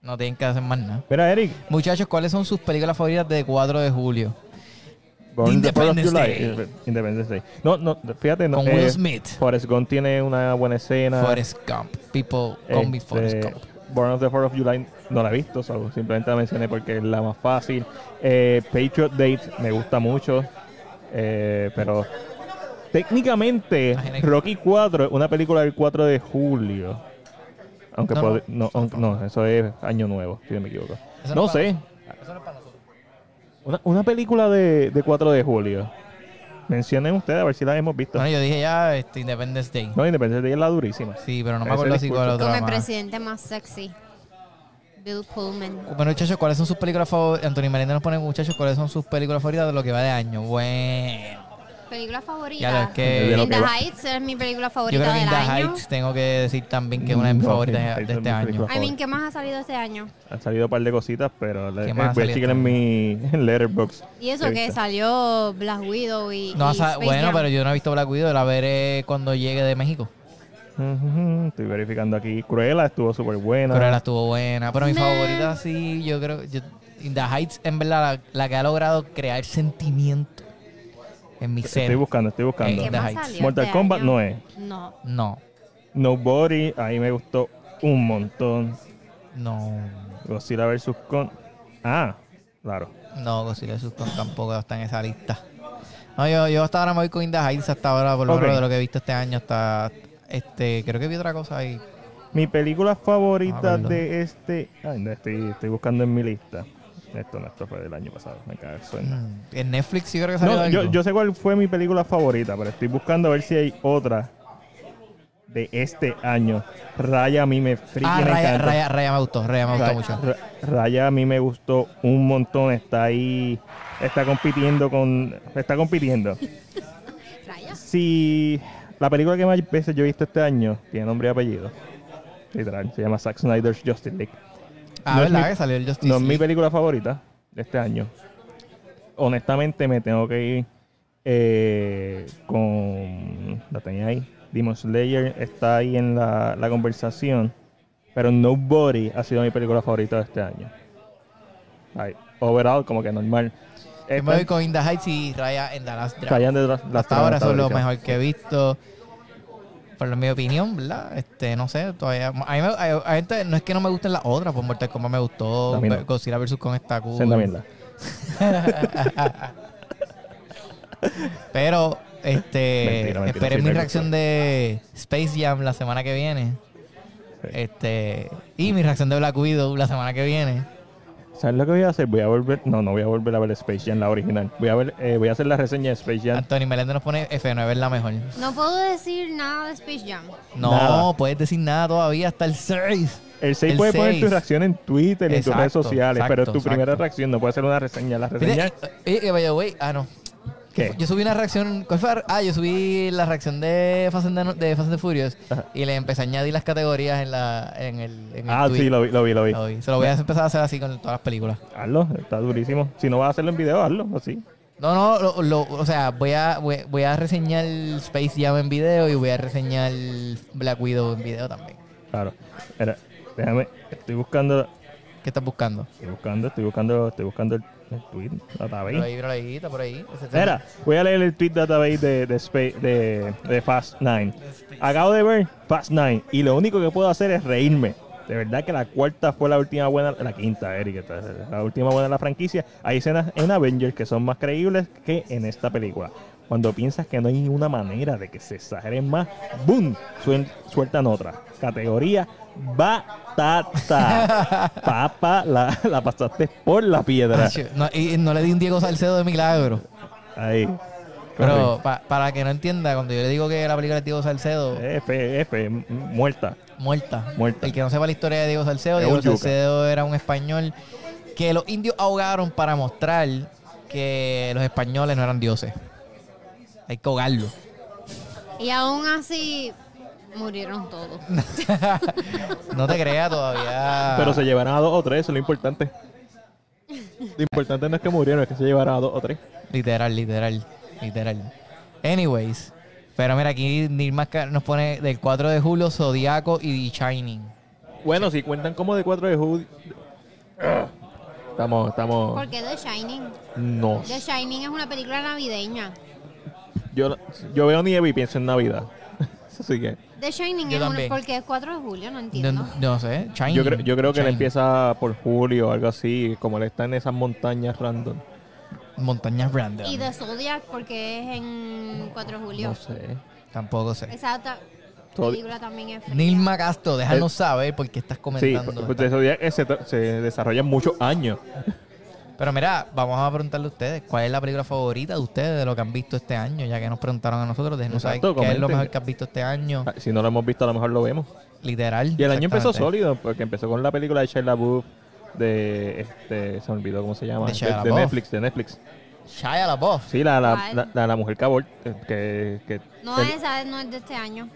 Speaker 2: No tienen que hacer más nada.
Speaker 3: Mira, Eric.
Speaker 2: Muchachos, ¿cuáles son sus películas favoritas de 4 de julio?
Speaker 3: Born the Fourth of
Speaker 2: Independence
Speaker 3: July.
Speaker 2: Day.
Speaker 3: Independence Day. No, no, fíjate. No, eh,
Speaker 2: Con Will Smith.
Speaker 3: Forrest Gump tiene una buena escena.
Speaker 2: Forrest Gump. People call me
Speaker 3: Este,
Speaker 2: Forrest Gump.
Speaker 3: Born of the Fourth of July no la he visto, solo simplemente la mencioné porque es la más fácil. Eh, Patriot Date me gusta mucho, eh, pero técnicamente
Speaker 2: Imagina que-
Speaker 3: Rocky 4 es una película del 4 de julio. Aunque
Speaker 2: No,
Speaker 3: pod-
Speaker 2: no.
Speaker 3: no, aunque- no, eso es Año Nuevo, si no me equivoco.
Speaker 2: Eso no
Speaker 3: No
Speaker 2: es para-
Speaker 3: sé, una, una película de, de 4 de julio. Mencionen ustedes a ver si la hemos visto.
Speaker 2: Bueno, yo dije ya este, Independence Day.
Speaker 3: No, Independiente Day es la durísima.
Speaker 2: Sí, pero no me
Speaker 3: Ese
Speaker 2: acuerdo así
Speaker 3: discurso.
Speaker 2: cuál otra.
Speaker 1: Con el
Speaker 2: más.
Speaker 1: presidente más sexy. Bill Pullman.
Speaker 2: Bueno, muchachos, ¿cuáles son sus películas favoritas? Anthony Meléndez nos pone, muchachos, ¿cuáles son sus películas favoritas de lo que va de año? Bueno.
Speaker 1: películas
Speaker 2: Ya lo es
Speaker 1: favoritas.
Speaker 2: que-
Speaker 3: De lo
Speaker 1: In the
Speaker 3: que va.
Speaker 1: Heights es mi película
Speaker 2: Yo creo
Speaker 1: favorita
Speaker 2: que
Speaker 1: del
Speaker 2: In the
Speaker 1: año.
Speaker 2: Heights tengo que decir también que es una de mis
Speaker 3: Mm, ok,
Speaker 2: favoritas
Speaker 3: ahí
Speaker 2: de este
Speaker 3: tenemos
Speaker 2: año.
Speaker 3: películas.
Speaker 1: I mean, ¿qué más ha salido este año?
Speaker 3: Han salido un par de cositas, pero le-
Speaker 2: ¿Qué
Speaker 3: voy
Speaker 2: más ha
Speaker 3: a
Speaker 2: salido?
Speaker 3: chequear en mi letterbox.
Speaker 1: Y eso que salió Black Widow y,
Speaker 2: No,
Speaker 1: y
Speaker 2: o sea,
Speaker 1: Space
Speaker 2: bueno,
Speaker 1: Jam.
Speaker 2: pero yo no he visto Black Widow, la veré cuando llegue de México.
Speaker 3: Este, Estoy verificando aquí. Cruella estuvo súper buena.
Speaker 2: Pero la estuvo buena. Pero mi
Speaker 1: Nah.
Speaker 2: favorita sí, yo creo. yo- In the Heights, en verdad, la, la que ha logrado crear sentimiento en mi
Speaker 3: Estoy
Speaker 2: ser.
Speaker 3: buscando, estoy buscando.
Speaker 1: ¿Qué
Speaker 2: In the
Speaker 1: más
Speaker 2: Heights.
Speaker 1: salió
Speaker 3: Mortal
Speaker 1: este
Speaker 3: Kombat
Speaker 1: año?
Speaker 3: no es.
Speaker 1: No.
Speaker 2: No,
Speaker 3: Nobody, ahí me gustó un montón.
Speaker 2: no.
Speaker 3: Godzilla vs. Kong. Ah, claro.
Speaker 2: No, Godzilla vs. Kong tampoco está en esa lista. No, yo, yo hasta ahora me voy con In the Heights, hasta ahora, por lo
Speaker 3: Ok.
Speaker 2: menos de lo que he visto este año, hasta. Este, creo que vi otra cosa ahí.
Speaker 3: Mi película favorita
Speaker 2: Ah, perdón.
Speaker 3: de este. Ay, no, estoy, estoy buscando en mi lista. Esto no, esto fue del año pasado. Me cago en suena.
Speaker 2: Mm, En Netflix, yo creo que salió.
Speaker 3: No, yo,
Speaker 2: algo.
Speaker 3: yo sé cuál fue mi película favorita, pero estoy buscando a ver si hay otra de este año. Raya a mí me freaking
Speaker 2: Ah, Raya,
Speaker 3: encanta.
Speaker 2: Raya, Raya me gustó, Raya me gustó
Speaker 3: Ra-
Speaker 2: mucho.
Speaker 3: Ra- Raya a mí me gustó un montón. Está ahí, está compitiendo con, está compitiendo.
Speaker 1: Rayas.
Speaker 3: Si la película que más veces yo he visto este año tiene nombre y apellido, literal, se llama Zack Snyder's Justice League.
Speaker 2: Ah,
Speaker 3: no es
Speaker 2: verdad
Speaker 3: mi-
Speaker 2: que salió el Justice
Speaker 3: No es mi
Speaker 2: League.
Speaker 3: película favorita de este año. Honestamente me tengo que ir eh, con... La tenía ahí. Demon Slayer está ahí en la, la conversación. Pero Nobody ha sido mi película favorita de este año. Ahí, overall, como que normal.
Speaker 2: Yo me voy
Speaker 3: Esta-
Speaker 2: con In the Heights y Raya en The Last Dragon.
Speaker 3: Ryan de Dra- las
Speaker 2: Hasta ahora
Speaker 3: Tramas
Speaker 2: son lo
Speaker 3: Favoritas.
Speaker 2: mejor que he visto. Por lo- mi opinión, ¿verdad? Este, no sé, todavía. A mí me- a- a gente- no es que no me gusten las otras, pues Mortal Kombat me gustó.
Speaker 3: A mí no.
Speaker 2: Godzilla vs. Kong está cool.
Speaker 3: Senda mierda.
Speaker 2: Pero, este.
Speaker 3: Mentira, mentira,
Speaker 2: esperen
Speaker 3: sí
Speaker 2: mi
Speaker 3: me
Speaker 2: reacción de Space Jam la semana que viene.
Speaker 3: Sí.
Speaker 2: Este. Y mi reacción de Black Widow la semana que viene.
Speaker 3: ¿Sabes lo que voy a hacer? Voy a volver. No, no voy a volver a ver Space Jam, la original. Voy a, ver, eh, voy a hacer la reseña de Space Jam.
Speaker 2: Anthony Melende nos pone F9 es la mejor.
Speaker 1: No puedo decir nada de Space Jam.
Speaker 2: No,
Speaker 3: Nada.
Speaker 2: puedes decir nada todavía hasta el 6.
Speaker 3: El 6
Speaker 2: El
Speaker 3: puede poner tu
Speaker 2: seis.
Speaker 3: reacción en Twitter, en tus
Speaker 2: Exacto,
Speaker 3: redes sociales, pero es tu
Speaker 2: exacto,
Speaker 3: primera
Speaker 2: exacto.
Speaker 3: reacción no puede ser una reseña. La reseña.
Speaker 2: Fíjate, eh, eh, by the way, ah, no.
Speaker 3: ¿Qué?
Speaker 2: Yo subí una reacción. ¿Cuál fue? la re- Ah, yo subí la reacción de Fast and, the- de Fast and the Furious
Speaker 3: Ajá.
Speaker 2: y le empecé a añadir las categorías en, la, en el. En el
Speaker 3: Ah,
Speaker 2: tweet.
Speaker 3: sí, lo vi, lo vi, lo vi.
Speaker 2: Lo vi. Se lo voy a empezar a hacer así con todas las películas.
Speaker 3: Hazlo, está durísimo. Si no vas a hacerlo en video, hazlo, así.
Speaker 2: No, no, lo- lo- o sea, voy a, voy, voy a reseñar Space Jam en video y voy a reseñar Black Widow en video también.
Speaker 3: Claro. Mira, déjame, estoy buscando,
Speaker 2: ¿Qué estás buscando?
Speaker 3: estoy buscando, estoy buscando, estoy buscando el, el tweet, database.
Speaker 2: Por ahí, por ahí, está por ahí. Ese- ese-
Speaker 3: Espera, voy a leer el tweet database de, de, Spa- de, de Fast 9. Acabo de ver Fast 9 y lo único que puedo hacer es reírme. De verdad que la cuarta fue la última buena, la quinta, Eric, esta es la última buena de la franquicia. Hay escenas en Avengers que son más creíbles que en esta película. Cuando piensas que no hay ninguna manera de que se exageren más, ¡boom! Suel- sueltan otra. Categoría batata. Papa, la, la pasaste por la piedra.
Speaker 2: Acho, No, y y no le di un Diego Salcedo de milagro.
Speaker 3: Ahí.
Speaker 2: Pero pa- para que no entienda, cuando yo le digo que la película es Diego Salcedo,
Speaker 3: F, F, m- muerta.
Speaker 2: muerta.
Speaker 3: Muerta.
Speaker 2: El que no sepa la historia de Diego Salcedo,
Speaker 3: Es
Speaker 2: Diego
Speaker 3: un yuca.
Speaker 2: Salcedo era un español que los indios ahogaron para mostrar que los españoles no eran dioses. Hay que ahogarlo.
Speaker 1: Y aún así murieron todos.
Speaker 2: No te creas todavía.
Speaker 3: Pero se llevarán a dos o tres, eso es lo importante. Lo importante no es que murieron, es que se llevaron a dos o tres.
Speaker 2: Literal, literal, literal. Anyways, pero mira, aquí Nirma nos pone del 4 de julio Zodíaco y The Shining.
Speaker 3: Bueno, si cuentan como de 4 de julio. Estamos, estamos.
Speaker 1: ¿Por qué The Shining?
Speaker 3: No.
Speaker 1: The Shining es una película navideña.
Speaker 3: Yo, yo veo nieve y pienso en Navidad. Así que.
Speaker 1: The Shining
Speaker 2: Yo
Speaker 1: es una,
Speaker 2: también.
Speaker 1: porque es 4 de julio, no
Speaker 2: No,
Speaker 1: entiendo.
Speaker 2: no- no sé, Shining.
Speaker 3: Yo creo, yo creo que él
Speaker 2: Shining.
Speaker 3: empieza por julio o algo así, como él está en esas montañas random.
Speaker 2: Montañas Brandon.
Speaker 1: Y The Zodiac porque es en 4 de julio.
Speaker 3: No sé.
Speaker 2: Tampoco sé.
Speaker 1: Esa otra
Speaker 3: Zodi-
Speaker 1: película también es fría.
Speaker 2: Nilma Castro, déjanos saber por qué estás
Speaker 3: Sí,
Speaker 2: comentando.
Speaker 3: pues de esos días eh, se, tra- se desarrollan muchos años.
Speaker 2: Pero mira, vamos a preguntarle a ustedes cuál es la película favorita de ustedes de lo que han visto este año, ya que nos preguntaron a nosotros, déjenos saber
Speaker 3: Exacto,
Speaker 2: qué es lo
Speaker 3: comenten.
Speaker 2: mejor que has visto este año,
Speaker 3: Ah, Si no lo hemos visto, a lo mejor lo vemos.
Speaker 2: literal.
Speaker 3: Y el año empezó
Speaker 2: exactamente.
Speaker 3: sólido, porque empezó con la película de Shia LaBeouf, de este, se me olvidó cómo se llama,
Speaker 2: De Shia
Speaker 3: de, de
Speaker 2: LaBeouf.
Speaker 3: Netflix, de Netflix.
Speaker 2: Shia LaBeouf.
Speaker 3: Sí, la, la,
Speaker 1: ¿Cuál?
Speaker 3: la, la- la mujer cabol eh, que, que
Speaker 1: Ah, No,
Speaker 3: el-
Speaker 1: esa no es de este año.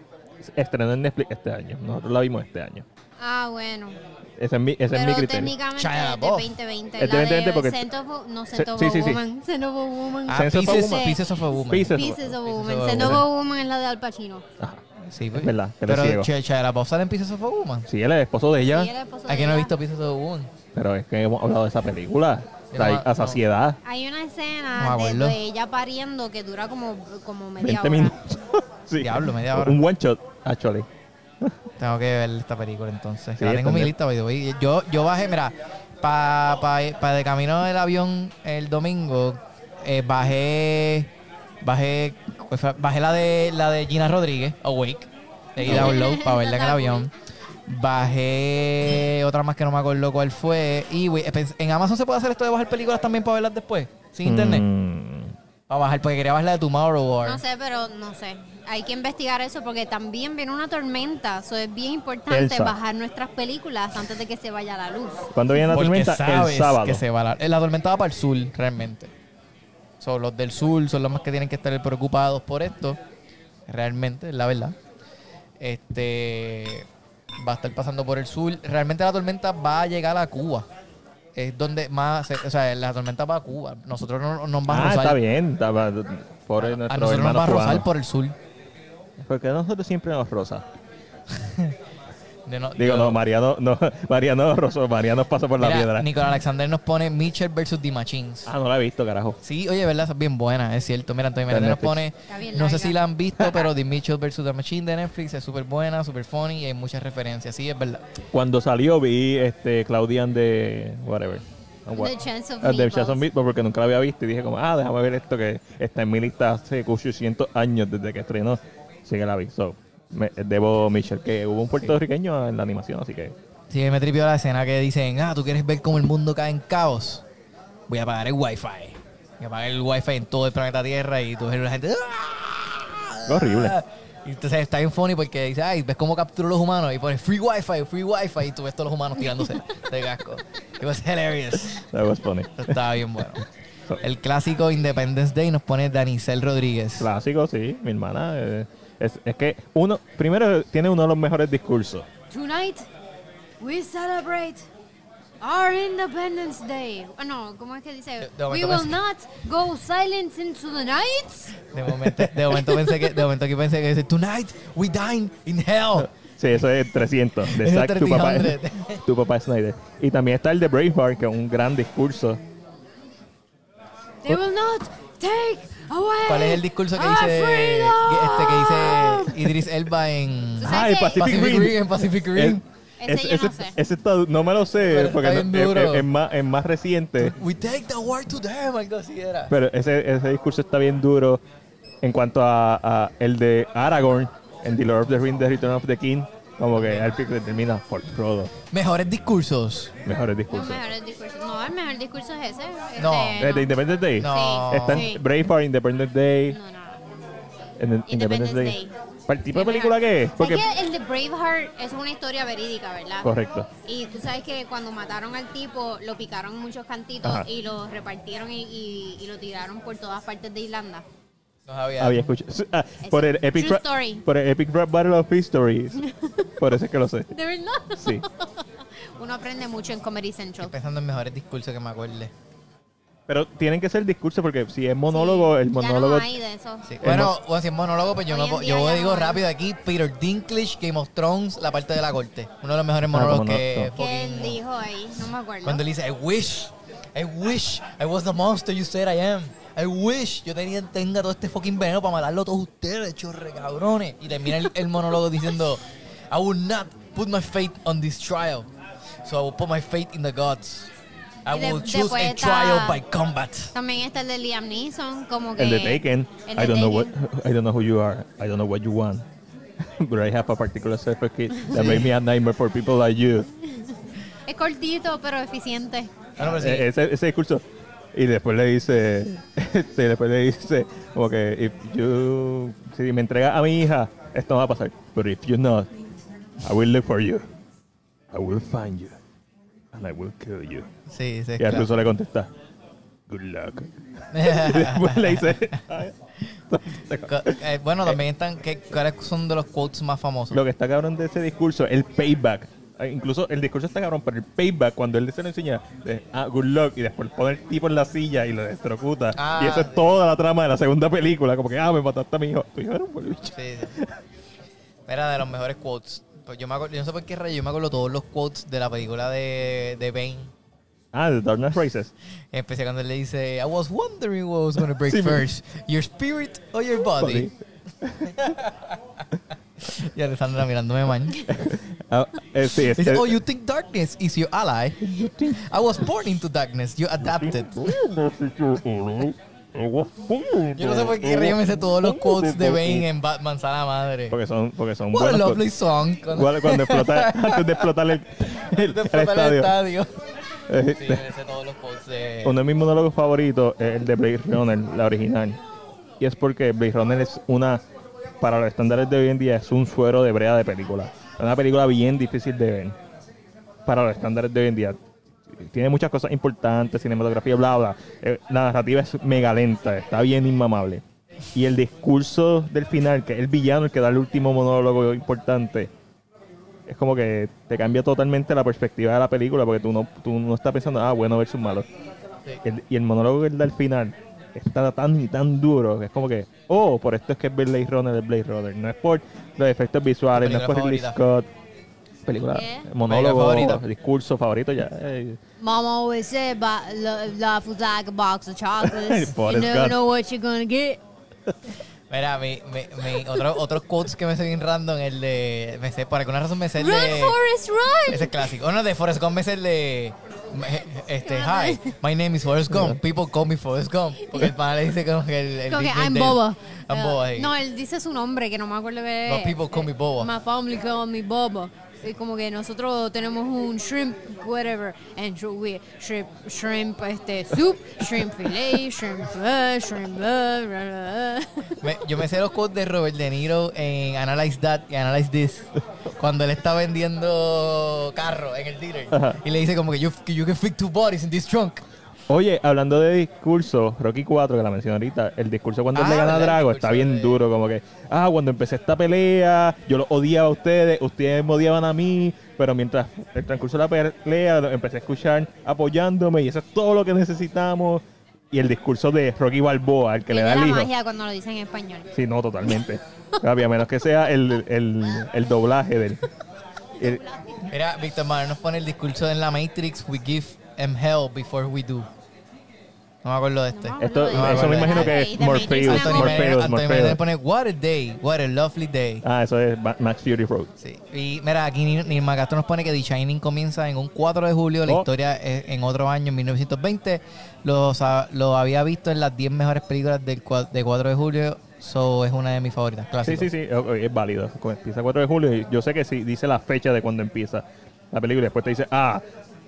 Speaker 3: estrenó en Netflix este año. Nosotros la vimos este año.
Speaker 1: Ah, bueno.
Speaker 3: Ese es mi, ese es mi
Speaker 1: Pero
Speaker 3: criterio.
Speaker 1: técnicamente
Speaker 2: Shia
Speaker 1: es de
Speaker 2: LaBeouf.
Speaker 1: 2020.
Speaker 3: Es de
Speaker 1: la
Speaker 3: 2020 porque-
Speaker 1: Scent of a- no,
Speaker 3: Se-
Speaker 1: Scent of
Speaker 3: sí,
Speaker 1: a
Speaker 3: sí, sí.
Speaker 1: Woman. Scent of a Woman.
Speaker 2: Ah,
Speaker 3: Sense of a
Speaker 2: Pieces,
Speaker 1: Woman.
Speaker 2: Pieces of a Woman.
Speaker 3: Pieces.
Speaker 1: Pieces of a
Speaker 2: Pieces
Speaker 1: Woman.
Speaker 2: of a
Speaker 1: Scent of a
Speaker 2: Woman.
Speaker 1: Woman es la de Al Pacino.
Speaker 3: Ajá.
Speaker 2: Sí, pues.
Speaker 3: Es verdad, que eres
Speaker 2: Pero
Speaker 3: ciego.
Speaker 2: Ch- Shia LaBeouf sale en Pieces of a Woman.
Speaker 3: Sí, él es el esposo de ella,
Speaker 1: Y era el esposo
Speaker 2: Aquí
Speaker 1: de
Speaker 2: no he
Speaker 1: ella.
Speaker 2: visto Pieces of a Woman.
Speaker 3: pero es que hemos hablado de esa película
Speaker 2: Yo no
Speaker 3: like,
Speaker 2: me-
Speaker 3: a
Speaker 2: no.
Speaker 3: saciedad.
Speaker 1: Hay una
Speaker 2: No
Speaker 1: escena
Speaker 2: me
Speaker 1: de,
Speaker 2: acuerdo.
Speaker 1: de ella pariendo que dura como, como media
Speaker 3: 20
Speaker 1: hora.
Speaker 3: minutos. Sí.
Speaker 2: Diablo, media hora.
Speaker 3: Un one shot, actually.
Speaker 2: Tengo que ver esta película entonces.
Speaker 3: Sí,
Speaker 2: la tengo en mi
Speaker 3: también.
Speaker 2: lista, by the way. Yo, yo bajé, mira, para pa, pa de camino del avión el domingo, eh, bajé, bajé, ¿cuál fue? bajé la de la de Gina Rodríguez, Awake, de
Speaker 1: Ok.
Speaker 2: download para verla en el
Speaker 1: Esa
Speaker 2: avión. Bajé otra más que no me acuerdo cuál fue. Y güey, pens- en Amazon se puede hacer esto de bajar películas también para verlas después, sin internet.
Speaker 3: Mm.
Speaker 2: Para bajar, porque quería bajar la de Tomorrow War.
Speaker 1: No sé, pero no sé. Hay que investigar eso porque también viene una tormenta. Eso es bien importante
Speaker 3: Elsa.
Speaker 1: bajar nuestras películas antes de que se vaya la luz.
Speaker 3: ¿Cuándo viene la
Speaker 2: Porque
Speaker 3: tormenta?
Speaker 2: sabes
Speaker 3: el sábado.
Speaker 2: Que se va la, la tormenta va para el sur, realmente. Son los del sur, son los más que tienen que estar preocupados por esto. Realmente, es la verdad. Este va a estar pasando por el sur. Realmente la tormenta va a llegar a Cuba. Es donde más, se- o sea, la tormenta va a Cuba. Nosotros no no nos va a
Speaker 3: ah,
Speaker 2: rozar.
Speaker 3: está bien. está- va- pobre
Speaker 2: A
Speaker 3: nuestro
Speaker 2: nosotros nos
Speaker 3: hermano
Speaker 2: va a rozar
Speaker 3: cubano.
Speaker 2: por el sur.
Speaker 3: Porque nosotros siempre nos rosa.
Speaker 2: De no-
Speaker 3: Digo,
Speaker 2: yo-
Speaker 3: no, Mariano, no, Mariano rozó, Mariano pasa por la
Speaker 2: Mira,
Speaker 3: piedra.
Speaker 2: Nicolás Alexander nos pone Mitchell versus The Machines.
Speaker 3: Ah, no la he visto, carajo.
Speaker 2: Sí, oye, ¿verdad? Esa es bien buena, es cierto. Mira, Antonio
Speaker 3: Está en
Speaker 2: Miranda nos pone.
Speaker 3: Netflix.
Speaker 1: Está bien
Speaker 2: No sé
Speaker 1: larga.
Speaker 2: si la han visto, pero The Mitchell vs. The Machine de Netflix es súper buena, súper funny y hay muchas referencias. Sí, es verdad.
Speaker 3: Cuando salió vi este Claudian de whatever. Ah, what-
Speaker 1: The Chance of
Speaker 3: Ah, The
Speaker 1: Meatballs.
Speaker 3: Chance of Meatballs, porque nunca la había visto y dije como, ah, déjame ver esto que está en mi lista hace 800 años desde que estrenó. Así que la vi. So, me- debo Michelle, que hubo un puertorriqueño en la animación, así que
Speaker 2: Sí, me tripió la escena que dicen, ah, ¿tú quieres ver cómo el mundo cae en caos? Voy a apagar el wifi. Voy a apagar el wifi en todo el planeta Tierra y tú ves la gente... "Ah".
Speaker 3: Qué horrible.
Speaker 2: Y entonces está bien funny porque dice, ay, ¿ves cómo capturó los humanos? Y pone free wifi, free wifi y tú ves todos los humanos tirándose de casco. It was hilarious.
Speaker 3: that was funny.
Speaker 2: Eso Estaba bien bueno. El clásico Independence Day nos pone Danicel Rodríguez.
Speaker 3: Clásico, sí, mi hermana. eh, es, es que uno, primero tiene uno de los mejores discursos.
Speaker 1: Tonight we celebrate our Independence Day. Ah, No, ¿cómo es que dice?
Speaker 2: De- de
Speaker 1: We
Speaker 2: momento
Speaker 1: will
Speaker 2: pensé-
Speaker 1: not go silent into the night.
Speaker 2: De momento, de momento pensé que, de momento aquí pensé que dice, Tonight we dine in hell.
Speaker 3: Sí, eso es 300. De
Speaker 2: Eso es
Speaker 3: Zack, tu papá,
Speaker 2: 300.
Speaker 3: tu papá Snyder. Y también está el de Braveheart, que es un gran discurso.
Speaker 1: They will not take away.
Speaker 2: ¿Cuál es el discurso que
Speaker 1: our
Speaker 2: dice, que- este,
Speaker 1: freedom?
Speaker 2: que dice Idris Elba en
Speaker 1: ¿Sabes
Speaker 3: Ah, el
Speaker 1: qué?
Speaker 3: Pacific,
Speaker 2: Pacific
Speaker 3: Rim. Eh.
Speaker 2: Rim? En Pacific Rim.
Speaker 1: Ese yo no sé.
Speaker 3: ese está du- no me lo sé,
Speaker 2: Pero
Speaker 3: porque
Speaker 2: está
Speaker 3: no-
Speaker 2: bien
Speaker 3: es,
Speaker 2: duro.
Speaker 3: es- es más, es más reciente.
Speaker 2: We take the war to them, algo así era.
Speaker 3: Pero ese, ese discurso está bien duro en cuanto a, a el de Aragorn en The Lord of the Rings, The Return of the King. Como que al pico termina por Frodo.
Speaker 2: Mejores discursos.
Speaker 3: Mejores
Speaker 1: No,
Speaker 3: discursos.
Speaker 1: mejor el discurso. No, el mejor discurso es ese. este,
Speaker 2: No.
Speaker 3: Eh, de Independence Day.
Speaker 2: No.
Speaker 1: Sí,
Speaker 3: Está en
Speaker 1: sí.
Speaker 3: Braveheart, Independence Day.
Speaker 1: No, no.
Speaker 3: en- en
Speaker 1: Independence
Speaker 3: Independence Day.
Speaker 1: Day.
Speaker 3: ¿Para el tipo de película que es?
Speaker 1: Porque
Speaker 3: Porque,
Speaker 1: que el de Braveheart es una historia verídica, ¿verdad?
Speaker 3: correcto.
Speaker 1: Y tú sabes que cuando mataron al tipo, lo picaron en muchos cantitos
Speaker 3: Ajá.
Speaker 1: y lo repartieron y, y- y lo tiraron por todas partes de Irlanda.
Speaker 2: No sabía.
Speaker 3: Había escuchado. sí, ah,
Speaker 1: Ese-
Speaker 3: por, el epic
Speaker 1: True
Speaker 3: Rap-
Speaker 1: story.
Speaker 3: por el Epic Rap Battle of History. por eso es que lo sé.
Speaker 1: ¿De verdad?
Speaker 3: Sí.
Speaker 1: Uno aprende mucho en Comedy Central.
Speaker 2: Pensando en mejores discursos que me acuerde.
Speaker 3: Pero tienen que ser discursos porque si es monólogo, el monólogo.
Speaker 1: Ya no hay de eso.
Speaker 2: Sí.
Speaker 3: El
Speaker 2: Bueno, bueno, si es monólogo, pues yo,
Speaker 1: Hoy
Speaker 2: me
Speaker 1: en
Speaker 2: po-
Speaker 1: día
Speaker 2: yo
Speaker 1: ya
Speaker 2: digo
Speaker 1: no.
Speaker 2: rápido aquí, Peter Dinklage, Game of Thrones, la parte de la corte. Uno de los mejores
Speaker 3: Ah, cómo
Speaker 2: monólogos
Speaker 3: no,
Speaker 2: que...
Speaker 3: no.
Speaker 1: ¿Qué él
Speaker 2: fucking-
Speaker 1: dijo ahí? No me acuerdo.
Speaker 2: Cuando él dice, I wish, I wish, I was the monster you said I am. I wish yo tenía, tenga todo este fucking veneno para matarlo a todos ustedes, chorre cabrones. Y termina el, el monólogo diciendo, I will not put my faith on this trial. So I will put my faith in the gods. I
Speaker 1: Y de-
Speaker 2: will choose
Speaker 1: después
Speaker 2: a
Speaker 1: está-
Speaker 2: trial by combat.
Speaker 1: También está el de Liam Neeson, como que...
Speaker 3: El de Taken.
Speaker 1: el de
Speaker 3: I don't know what
Speaker 1: Taken.
Speaker 3: I don't know who you are. I don't know what you want. But I have a particular surfer kit that made me a nightmare for people like you.
Speaker 1: Es cortito, pero eficiente.
Speaker 2: Bueno, Ah, pero sí,
Speaker 3: E- ese, ese discurso. Y después le dice, este, después le dice, como que, if you, si me entregas a mi hija, esto no va a pasar. But if you not, I will look for you. I will find you. And I will kill you.
Speaker 2: sí, sí,
Speaker 3: Y al ruso le contesta, good luck. Y después le dice, "Ay".
Speaker 2: Co- eh, bueno, también están. ¿qué, ¿Cuáles son de los quotes más famosos?
Speaker 3: lo que está cabrón de ese discurso, el payback. Eh, Incluso el discurso está cabrón, pero el payback, cuando él se lo enseña, de, ah, good luck, y después pone el tipo en la silla y lo destrocuta.
Speaker 2: Ah.
Speaker 3: y esa es toda la trama de la segunda película, como que, ah, me mataste a mi hijo. Tu hijo era un buen bicho.
Speaker 2: Sí, sí. Mira, de los mejores quotes. Pues yo, me acuerdo- yo no sé por qué rayo, yo me acuerdo todos los quotes de la película de, de Bane.
Speaker 3: Ah, The Dark Knight Rises.
Speaker 2: Empecé cuando él le dice, I was wondering what was going to break
Speaker 3: Sí, pero-
Speaker 2: first, your spirit or your
Speaker 3: Pues
Speaker 2: body. Y Alessandra mirándome mal.
Speaker 3: Ah, eh, sí,
Speaker 2: Dice,
Speaker 3: este-
Speaker 2: oh, you think darkness is your ally? I was born into darkness, you adapted. Yo no sé por qué rayo me sé todos los quotes de Bane en Batman, Sala Madre.
Speaker 3: Porque son, porque son
Speaker 2: What a
Speaker 3: buenos
Speaker 2: lovely
Speaker 3: quotes.
Speaker 2: song.
Speaker 3: Cuando, cuando explota, antes de explotar el, el- el
Speaker 2: Después del
Speaker 3: estadio.
Speaker 2: estadio.
Speaker 3: Eh,
Speaker 2: Sí, me sé todos los quotes de...
Speaker 3: Uno de mis monólogos favoritos es el de Blade Runner, la original. Y es porque Blade Runner es una, para los estándares de hoy en día, es un suero de brea de película. Es una película bien difícil de ver. Para los estándares de hoy en día. Tiene muchas cosas importantes, cinematografía, bla, bla. Eh, La narrativa es mega lenta, está bien inmamable. Y el discurso del final, que es el villano el que da el último monólogo importante, es como que te cambia totalmente la perspectiva de la película porque tú no, tú no estás pensando, ah, bueno versus malo. El- y el monólogo que él da al final está tan y tan duro que es como que, oh, por esto es que es Blade Runner es Blade Runner. No es por los efectos visuales, no es por Ridley
Speaker 2: Película
Speaker 3: Scott. Película,
Speaker 1: ¿Qué? Pues,
Speaker 3: monólogo,
Speaker 2: Película favorita.
Speaker 3: discurso favorito ya. eh,
Speaker 1: Mom always said about lo- love was like a box of chocolates. you
Speaker 3: Forrest
Speaker 1: never
Speaker 3: Gump.
Speaker 1: know what you're gonna get.
Speaker 2: Mira, mi, mi, mi otro, otros quotes que me sé bien random, el de. Me sé, por alguna razón me sé el
Speaker 1: Run,
Speaker 2: de.
Speaker 1: Forrest, run!
Speaker 2: Ese es clásico. Uno de Forrest Gump me sé el de. me- Este, hi, my name is Forrest Gump. People call me Forrest Gump. Porque el pana le dice como que el. el
Speaker 1: Creo que
Speaker 2: nickname
Speaker 1: I'm
Speaker 2: de él.
Speaker 1: Boba.
Speaker 2: I'm
Speaker 1: Eh,
Speaker 2: Boba, sí.
Speaker 1: No, él dice su nombre, que no me acuerdo qué
Speaker 2: But
Speaker 1: es.
Speaker 2: people call me Boba.
Speaker 1: My family call me Boba. Y como que nosotros tenemos un shrimp, whatever, and shri- we- shrimp, shrimp, este, soup, shrimp fillet, shrimp, blah, shrimp, uh, blah, blah, blah, blah.
Speaker 2: Me- yo me sé los quotes de Robert De Niro en Analyze That y Analyze This. Cuando él está vendiendo carro en el dealer. Y le dice como que you, you can fit two bodies in this trunk.
Speaker 3: Oye, hablando de discurso, Rocky 4, que la mencioné ahorita, el discurso cuando él
Speaker 2: Ah,
Speaker 3: le gana a
Speaker 2: ¿verdad? El
Speaker 3: Drago está
Speaker 2: discurso
Speaker 3: bien
Speaker 2: de-
Speaker 3: duro, como que, ah, cuando empecé esta pelea, yo los odiaba a ustedes, ustedes me odiaban a mí, pero mientras el transcurso de la pelea, los empecé a escuchar apoyándome y eso es todo lo que necesitamos. Y el discurso de Rocky Balboa, el que le da
Speaker 1: Tiene
Speaker 3: el
Speaker 1: la
Speaker 3: hijo.
Speaker 1: magia cuando lo dicen en español.
Speaker 3: Sí, no, totalmente. Papi, a menos que sea el, el, el doblaje del... el-
Speaker 2: Mira, Víctor Manuel nos pone el discurso en la Matrix, we give them hell before we do. No me acuerdo de este.
Speaker 1: No me
Speaker 3: esto,
Speaker 1: Ah,
Speaker 3: eso me
Speaker 2: vale.
Speaker 3: imagino
Speaker 1: Ah,
Speaker 3: que
Speaker 1: ok,
Speaker 3: es
Speaker 1: de
Speaker 3: Morpheus,
Speaker 1: Matrix,
Speaker 2: Anthony Mayer
Speaker 3: Morpheus,
Speaker 2: Anthony Mayer
Speaker 3: Morpheus.
Speaker 2: pone, what a day, what a lovely day.
Speaker 3: Ah, eso es Ma- Max Fury Road.
Speaker 2: Sí. Y mira, aquí Nirma Castro nos pone que The Shining comienza en un 4 de julio, la
Speaker 3: Oh.
Speaker 2: historia es en otro año, en 1920. Los, ah, lo había visto en las 10 mejores películas del, cua- de 4 de julio, so es una de mis favoritas,
Speaker 3: Sí,
Speaker 2: clásico.
Speaker 3: sí, sí, ok, es válido. Como Empieza 4 de julio y yo sé que sí, dice la fecha de cuando empieza la película y después te dice, ah,